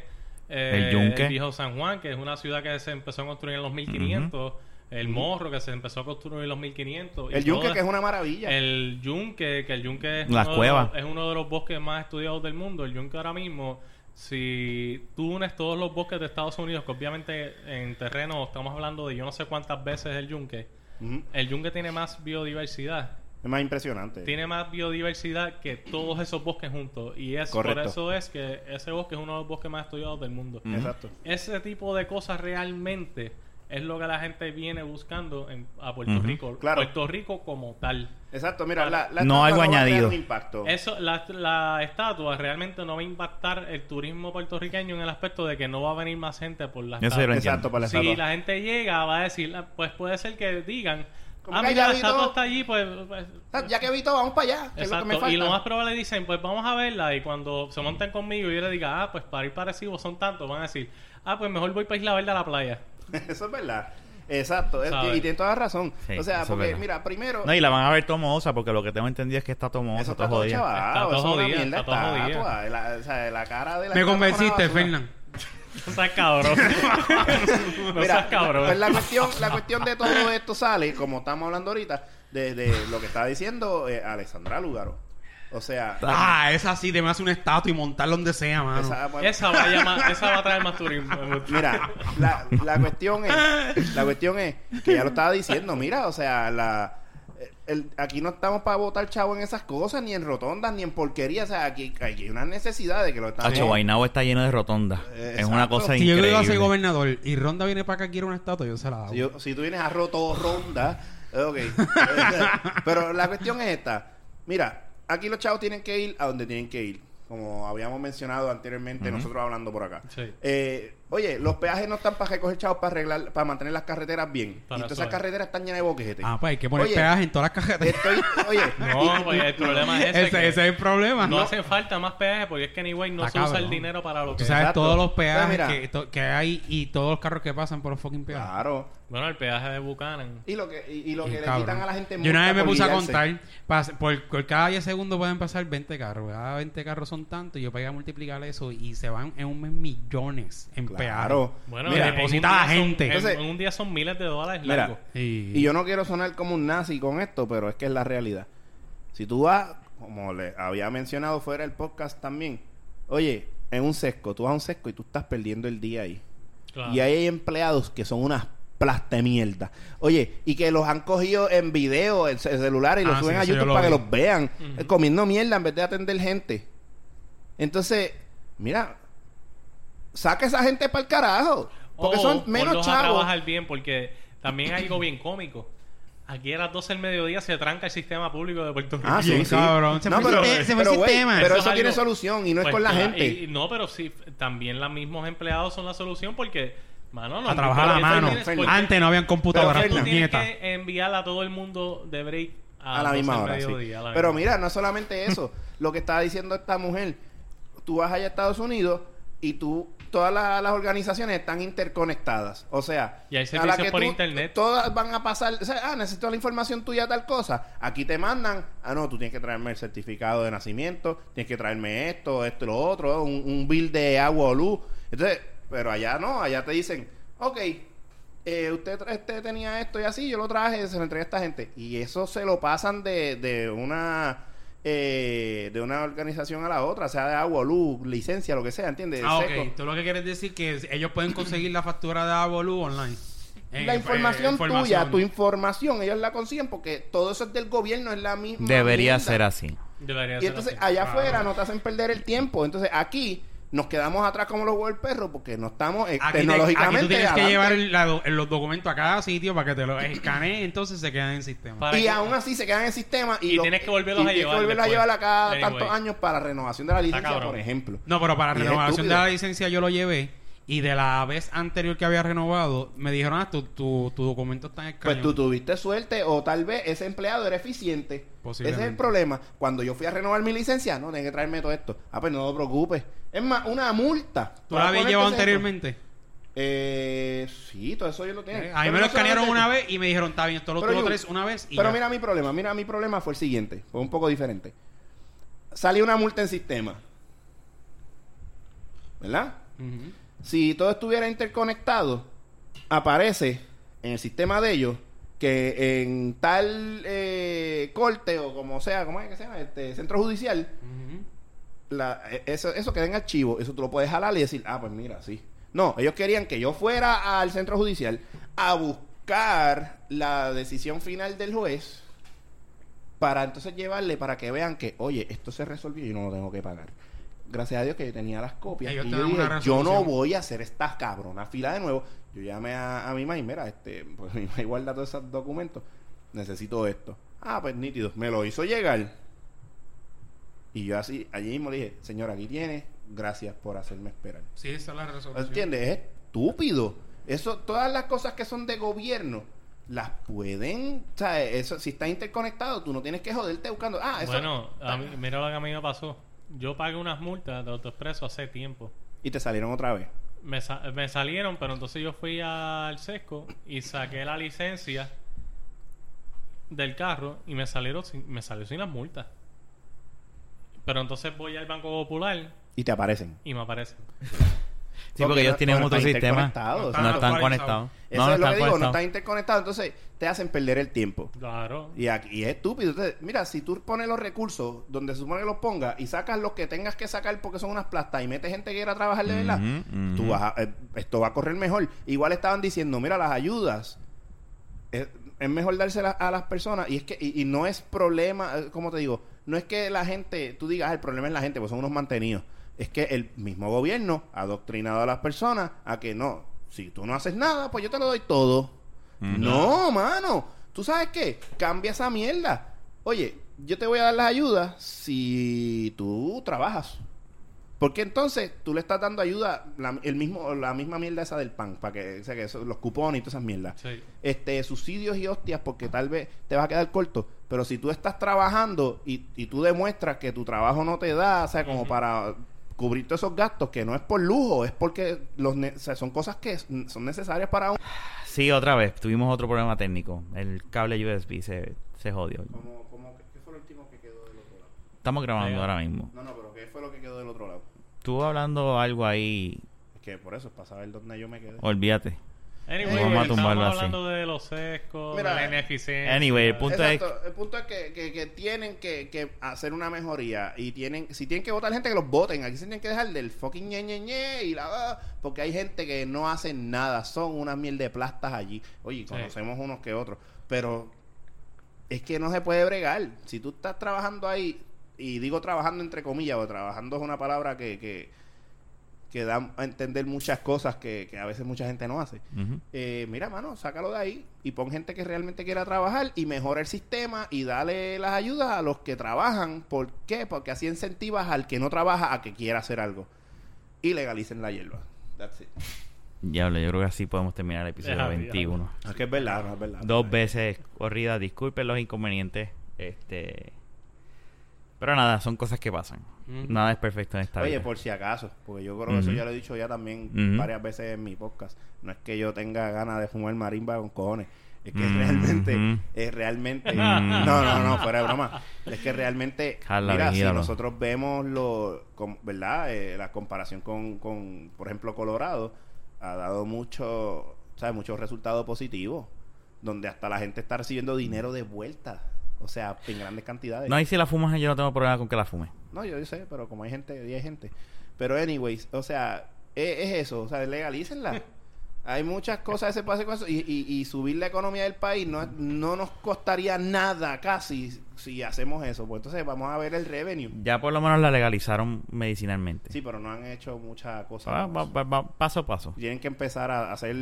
E: eh,
H: El Yunque.
E: viejo San Juan, que es una ciudad que se empezó a construir en los 1500, el Morro, que se empezó a construir en los 1500. y
F: El yunque,
E: toda-
F: que es una maravilla.
E: el yunque, que el yunque es,
H: Las
E: uno de
H: cuevas.
E: los- es uno de los bosques más estudiados del mundo. El yunque ahora mismo, si tú unes todos los bosques de Estados Unidos, que obviamente en terreno estamos hablando de yo no sé cuántas veces el yunque,
F: Ujú.
E: el yunque tiene más biodiversidad.
F: Es más impresionante.
E: Tiene más biodiversidad que todos esos bosques juntos. Y es por
F: Correcto.
E: eso es que ese bosque es uno de los bosques más estudiados del mundo.
F: Exacto.
E: Ese tipo de cosas realmente es lo que la gente viene buscando en- a Puerto
H: Ujú.
E: Rico.
F: Claro.
E: Puerto Rico como tal.
F: Exacto, mira, la, la
H: No
F: estatua
H: algo
F: va a crear
H: añadido.
F: un impacto.
E: Eso, la, la estatua realmente no va a impactar el turismo puertorriqueño en el aspecto de que no va a venir más gente por la
H: Yo sí lo
E: estatua.
H: entiendo.
F: Exacto, para la
E: si
F: estatua.
E: la gente llega, va a decir, ah, pues puede ser que digan,
F: Como
E: ah,
F: que
E: mira,
F: ya
E: la
F: vi
E: estatua
F: todo".
E: está allí, pues... pues,
F: Ah, Ya que vi todo, vamos para allá. que es lo que me
E: Exacto,
F: falta.
E: y lo más probable dicen, pues vamos a verla y cuando se monten conmigo y yo les diga, ah, pues para ir parecido son tantos, van a decir, ah, pues mejor voy para Isla Verde a la playa.
F: Eso es verdad. Exacto, es-
E: ¿Sabes?
F: y tiene toda razón.
H: Sí,
F: o sea,
H: eso es
F: porque,
H: verdad.
F: mira, primero.
H: No, y la van a ver tomosa porque lo que tengo entendido es que está tomosa,
F: eso
H: está
F: está todo
H: jodida.
F: chaval.
E: Está todo
F: eso es una
E: jodida,
F: mierda
E: está todo jodida.
F: estatua. La, o sea, la cara de la.
G: Me
F: estatua
G: convenciste,
F: es una basura.
G: Fernán.
E: No seas cabrón. no seas
F: Mira,
E: cabrón.
F: pues la cuestión, la cuestión de todo esto sale, como estamos hablando ahorita, de, de lo que está diciendo eh, Alessandra Lugaro. O sea,
G: Ah, esa sí, te me hace una estatua y montarla donde sea, mano.
F: esa- bueno,
E: Esa va, a llamar- esa va a traer más turismo.
F: Mira, la, la cuestión es, la cuestión es que ya lo estaba diciendo, mira, o sea, la el- aquí no estamos para votar chavo en esas cosas, ni en rotondas, ni en porquerías, o sea, aquí, aquí hay una necesidad de que lo estamos
H: Hacho, Guaynabo está lleno de rotonda. Es una
F: Exacto.
H: cosa
G: Si yo
H: increíble.
G: iba a ser gobernador y Ronda viene para acá quiere una estatua, yo se la hago.
F: Si, yo- si tú vienes a Rotoronda, eh, ok. Pero la cuestión es esta. Mira, aquí los chavos tienen que ir a donde tienen que ir. Como habíamos mencionado anteriormente, nosotros hablando por acá.
E: Sí.
F: Eh, oye, los peajes no están para recoger chavos para arreglar, para mantener las carreteras bien.
E: Para
F: y todas esas
E: eso es.
F: carreteras están llenas de boquejetes.
G: Ah, pues hay que poner
F: Oye,
G: peaje en todas las cajetas.
F: Estoy, oye,
E: No, pues el problema es ese.
G: Ese,
E: que
G: ese es el problema.
E: no,
G: No.
E: hace falta más peaje porque es que anyway no
G: Está
E: se usa el
G: cabrón.
E: dinero para lo que
G: Tú sabes
F: Exacto.
G: todos los peajes
F: Pues mira.
G: que, to- que hay y todos los carros que pasan por los fucking peajes.
F: claro.
E: Bueno, el peaje de Buchanan.
F: Y lo que, y, y lo que
G: Bien,
F: le
G: cabrón.
F: quitan a la gente
G: Yo una
F: multa
G: vez me
F: por
G: puse a
F: guiarse.
G: contar, pas- por, por cada 10 segundos pueden pasar 20 carros. Cada 20 carros son tantos. Yo pegué a multiplicar eso y se van en un mes millones en
F: Claro.
G: peajes.
E: Bueno,
G: Mira,
E: en un
G: deposita
E: día
G: la
E: son-
G: gente.
E: en-
F: Entonces-
E: en un día son miles de dólares
F: Mira,
E: largos.
G: Y,
F: Y yo no quiero sonar como un nazi con esto, pero es que es la realidad. Si tú vas, como le había mencionado fuera el podcast también, oye, en un sesco, tú vas a un sesco y tú estás perdiendo el día ahí.
E: Claro.
F: Y ahí hay empleados que son unas plasta de mierda. Oye, y que los han cogido en video, el, ce- celular, y los
G: Ah,
F: suben
G: sí,
F: a
G: eso yo
F: YouTube
G: lo
F: para
G: vi.
F: que los vean,
E: Ujú.
F: eh, comiendo mierda en vez de atender gente. Entonces, mira, saca esa gente para el carajo. Porque
E: O
F: son menos
E: ponlos a
F: chavos.
E: trabajar bien porque también hay algo bien cómico. Aquí a las 12 del mediodía se tranca el sistema público de Puerto Rico.
F: Ah, sí,
G: Bien,
F: sí.
G: cabrón. Se fue el
F: pero-
G: sistema- se fue el
F: pero, güey,
G: sistema.
F: Pero
E: Eso
F: eso,
E: es
F: tiene
E: algo-
F: solución y no es
E: Pues,
F: con la
E: claro,
F: gente.
E: y- no, pero sí, f- también los mismos empleados son la solución porque, mano, no.
G: a trabajar a
E: porque tú
G: mano.
E: tienes- porque-
G: Antes no habían
E: porque
G: computadoras,
E: tú tienes
G: puñeta.
F: eh,
E: que enviar a todo el mundo de break a,
F: a la
E: las
F: misma
E: 12 del
F: hora. sí.
E: mediodía, a la
F: Pero
E: misma
F: mira, no solamente eso. lo que estaba diciendo esta mujer, tú vas allá a Estados Unidos y tú todas la- las organizaciones están interconectadas. O sea,
E: Y hay
F: a la
E: servicios
F: que
E: por
F: tú-
E: internet.
F: Todas van a pasar, o sea, ah, necesito la información tuya tal cosa. Aquí te mandan, ah no, tú tienes que traerme el certificado de nacimiento, tienes que traerme esto, esto y lo otro, un, un bill de agua o luz. Entonces, pero allá no, allá te dicen, ok, eh, usted, tra- este tenía esto y así, yo lo traje, se lo entregué a esta gente. Y eso se lo pasan de, de una eh, de una organización a la otra, sea de agua, luz, licencia, lo que sea, ¿entiendes?
G: Ah,
F: Seco.
G: ok. Tú lo que quieres decir que ellos pueden conseguir la factura de Avolú online. Eh,
F: La
G: eh,
F: información,
G: información.
F: tuya, tu información, ellos la consiguen porque todo eso es del gobierno, es la misma.
H: Debería
F: mierda.
H: ser así.
E: Debería
F: Y
E: ser
F: entonces
E: así.
F: allá afuera no te hacen perder el tiempo. Entonces aquí nos quedamos atrás como los huevos perros porque no estamos eh,
G: Aquí, te-
F: tecnológicamente.
G: aquí tú tienes que
F: adelante.
G: llevar el- la do- los documentos a cada sitio para que te los escaneen, entonces se quedan en el sistema.
E: Para
F: y
E: que-
F: aún así se quedan en el sistema y,
E: Y tienes que volverlos a
F: tienes
E: llevar
F: que volverlos a
E: después.
F: llevar a cada
E: Anyway.
F: tantos años para la renovación de la licencia,
E: cabrón.
F: por ejemplo.
G: No, pero para
F: Y
G: la
F: es
G: renovación de
F: estúpido.
G: la licencia yo lo llevé y de la vez anterior que había renovado me dijeron, ah, tu, tu, tu documento está en el
F: Pues
G: cañón".
F: tú tuviste suerte o tal vez ese empleado era eficiente. Ese es
G: Posiblemente.
F: el problema. Cuando yo fui a renovar mi licencia, no, tenía que traerme todo esto. Ah, pues no te preocupes. Es más, una multa.
G: ¿Tú
F: Para
G: la habías
F: ponerte
G: llevado
F: ese
G: anteriormente?
F: ejemplo. Eh, sí, todo eso yo lo tengo.
G: Eh, A mí me lo escanearon una vez y me dijeron, está bien, esto lo, tú
F: Pero
G: lo
F: yo-
G: traes una vez y
F: Pero
G: ya".
F: mira mi problema, mira mi problema fue el siguiente, fue un poco diferente. Salió una multa en sistema. ¿Verdad?
G: Ujú.
F: si todo estuviera interconectado, aparece en el sistema de ellos que en tal eh, corte o como sea, como es que se llama? Este, centro judicial,
G: Ujú.
F: la- eh, eso, eso queda en archivo, eso tú lo puedes jalar y decir, ah, pues mira, sí. No, ellos querían que yo fuera al centro judicial a buscar la decisión final del juez para entonces llevarle para que vean que, oye, esto se resolvió y yo no lo tengo que pagar. gracias a Dios que yo tenía las copias.
G: Ellos
F: y
G: te
F: yo
G: dan
F: dije,
G: una
F: yo no
G: resolución".
F: voy a hacer esta cabrona fila de nuevo. Yo llamé a, a mi mamá y mira, este, pues mi mamá guarda todos esos documentos. Necesito esto. Ah, pues nítido. Me lo hizo llegar. Y yo así, allí mismo le dije, señora, aquí tiene. Gracias por hacerme esperar.
G: Sí, esa es la resolución.
F: ¿Entiendes? Es estúpido. Eso, todas las cosas que son de gobierno, las pueden, o sea, eso, si está interconectado, tú no tienes que joderte buscando. Ah, eso.
E: Bueno, a mí- mira lo que a mí me pasó. Yo pagué unas multas de autoexpreso hace tiempo.
F: Y te salieron otra vez.
E: Me, sa- me salieron, pero entonces yo fui al sesco y saqué la licencia del carro y me salieron sin- me salió sin las multas. Pero entonces voy al Banco Popular
F: Y te aparecen.
E: y me aparecen.
H: Sí, porque ellos
F: no-
H: tienen
F: no
H: otro
F: están
H: sistema.
F: interconectados.
H: No están
G: actualizados.
H: conectados.
F: Eso
H: no, no
F: es lo
H: están
F: que digo, no
H: conectados.
F: están interconectados. Entonces, te hacen perder el tiempo.
E: Claro.
F: Y, aquí, y es estúpido. Entonces, mira, si tú pones los recursos donde se supone que los pongas y sacas los que tengas que sacar porque son unas plastas y metes gente que quiera trabajar de verdad,
A: Ujú,
F: tú
A: ujú.
F: vas a- eh, esto va a correr mejor. Igual estaban diciendo, mira, las ayudas es, es mejor dárselas a las personas y es que y, y no es problema, eh, como te digo, no es que la gente, tú digas, "Ah, el problema es la gente, pues son unos mantenidos. Es que el mismo gobierno ha adoctrinado a las personas a que no, si tú no haces nada, pues yo te lo doy todo. Mm. No, mano, tú sabes qué, cambia esa mierda. Oye, yo te voy a dar las ayudas si tú trabajas. Porque entonces tú le estás dando ayuda, la, el mismo, la misma mierda esa del pan, para que, o sea, que eso- los cupones y todas esas mierdas.
E: Sí.
F: Este, subsidios y hostias, porque tal vez te vas a quedar corto. Pero si tú estás trabajando y, y tú demuestras que tu trabajo no te da, o sea, como para cubrir todos esos gastos, que no es por lujo, es porque los ne- o sea, son cosas que s- son necesarias para un...
H: Sí, otra vez. Tuvimos otro problema técnico. El cable USB se, se jodió.
F: Como, como, ¿Qué fue lo último que quedó del otro lado?
H: Estamos grabando
E: Ahí va.
H: ahora mismo.
F: No, no, pero ¿qué fue lo que quedó del otro lado?
H: Estuvo hablando algo ahí.
F: Es que por eso, es para saber dónde yo me quedé.
H: Olvídate.
E: Anyway,
H: Vamos a
E: estamos
H: tumbarlo así.
E: hablando de los sescos,
F: Mira,
E: de la ineficiencia.
H: Anyway, el punto es.
F: Exacto. El punto es que, que- que tienen que, que hacer una mejoría y tienen, si tienen que votar gente que los voten, aquí se tienen que dejar del fucking ñe, ñe, ñe y la ah, porque hay gente que no hacen nada, son unas miel de plastas allí. Oye, conocemos unos que otros, pero es que no se puede bregar. Si tú estás trabajando ahí, y digo trabajando entre comillas, o trabajando es una palabra que, que, que da a entender muchas cosas que, que a veces mucha gente no hace.
A: Ujú.
F: Eh, mira, mano, sácalo de ahí y pon gente que realmente quiera trabajar y mejora el sistema y dale las ayudas a los que trabajan. ¿Por qué? Porque así incentivas al que no trabaja a que quiera hacer algo. Y legalicen la hierba. That's it.
H: Diablo, yo creo que así podemos terminar el episodio
E: Deja,
H: 21.
F: Es Ah, que es verdad, no, es verdad.
H: Dos veces corrida. Disculpen los inconvenientes. Este. Pero nada, son cosas que pasan. Nada es perfecto en esta
F: Oye,
H: vida.
F: por si acaso, porque yo creo que eso
H: Ujú.
F: ya lo he dicho ya también
H: Ujú.
F: varias veces en mi podcast. No es que yo tenga ganas de fumar marimba con cojones. Es que
H: Ujú.
F: realmente, es realmente. No, no, no, fuera de broma. Es que realmente,
H: Jala,
F: mira, si
H: vigílalo.
F: nosotros vemos lo, com- ¿verdad? Eh, la comparación con, con, por ejemplo, Colorado, ha dado mucho, ¿sabes? Muchos resultados positivos, donde hasta la gente está recibiendo dinero de vuelta. O sea, en grandes cantidades.
H: No, y si la fumas, yo no tengo problema con que la fume.
F: No, yo sé, pero como hay gente, y hay gente. Pero, anyways, o sea, e- es, eso, o sea, legalícenla. hay muchas cosas que se pueden hacer con eso. Y, y- y subir la economía del país no, no nos costaría nada casi si hacemos eso. Pues entonces vamos a ver el revenue.
H: Ya por lo menos la legalizaron medicinalmente.
F: Sí, pero no han hecho muchas cosas.
H: Ah, Va- va- va- va- paso a paso.
F: Tienen que empezar a hacer.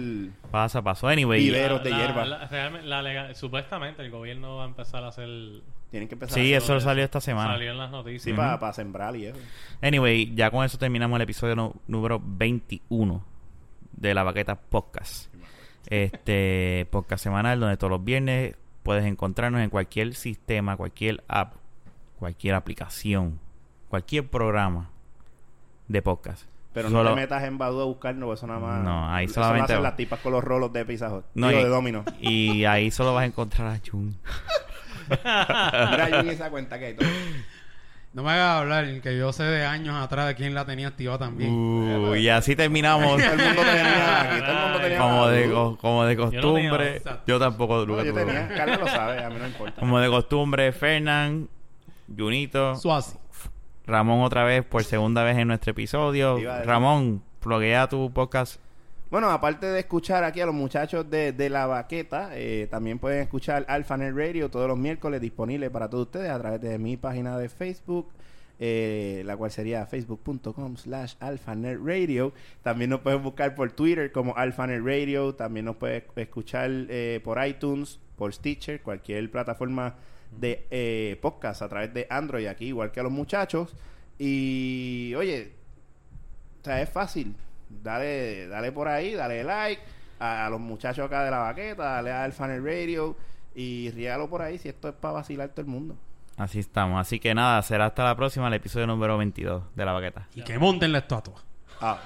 H: Paso a paso. Anyway.
F: Vive. Pero de
E: La-
F: hierba.
E: la- realmente, la legal- supuestamente el gobierno va a empezar a hacer.
F: Tienen que empezar
H: Sí,
F: a
H: eso salió esta semana.
E: Salió en las noticias.
F: Sí, para sembrar y eso.
H: Anyway, ya con eso terminamos el episodio nu- número 21 de La Baqueta Podcast. Este podcast semanal donde todos los viernes puedes encontrarnos en cualquier sistema, cualquier app, cualquier aplicación, cualquier programa de podcast.
F: Pero
H: Solo-
F: no te metas en Badu a buscarnos, eso nada más.
H: No, ahí
F: eso lo
H: solamente-
F: hacen las tipas con los rolos de Pizza Hut.
H: No,
F: Digo,
H: y-
F: de Domino.
H: Y ahí solo vas a encontrar a Jun.
F: Mira, yo en esa cuenta que hay todo.
G: No me hagas hablar, que yo sé de años atrás de quién la tenía activada también.
H: Uh, y así terminamos.
F: todo el mundo tenía, aquí todo el mundo tenía
H: como, de,
F: Badoo.
H: co- como de
E: tenía,
H: costumbre. Yo,
G: exacto.
H: tampoco,
F: No,
H: Lucas,
F: yo
H: tú-
F: tenía, Carlos lo sabe, a mí no me importa.
H: Como de costumbre, Fernán, Junito,
G: Suazi.
H: Ramón otra vez por segunda vez en nuestro episodio.
F: Iba a-
H: Ramón, bloguea tu podcast.
F: Bueno, aparte de escuchar aquí a los muchachos de, de La Baqueta, eh, también pueden escuchar Alphanet Radio todos los miércoles disponible para todos ustedes a través de mi página de Facebook, eh, la cual sería facebook.com slash alfanetradio. También nos puedes buscar por Twitter como alfanetradio. También nos puedes escuchar eh, por iTunes, por Stitcher, cualquier plataforma de eh, podcast a través de Android aquí, igual que a los muchachos. Y oye, o sea, es fácil. Dale, dale por ahí, dale like a, a los muchachos acá de la baqueta, dale al Fanel Radio y ríalo por ahí si esto es para vacilar todo el mundo.
H: Así estamos. Así que nada, será hasta la próxima, el episodio número 22 de La Baqueta.
G: Y que monten la estatua.
F: Ah.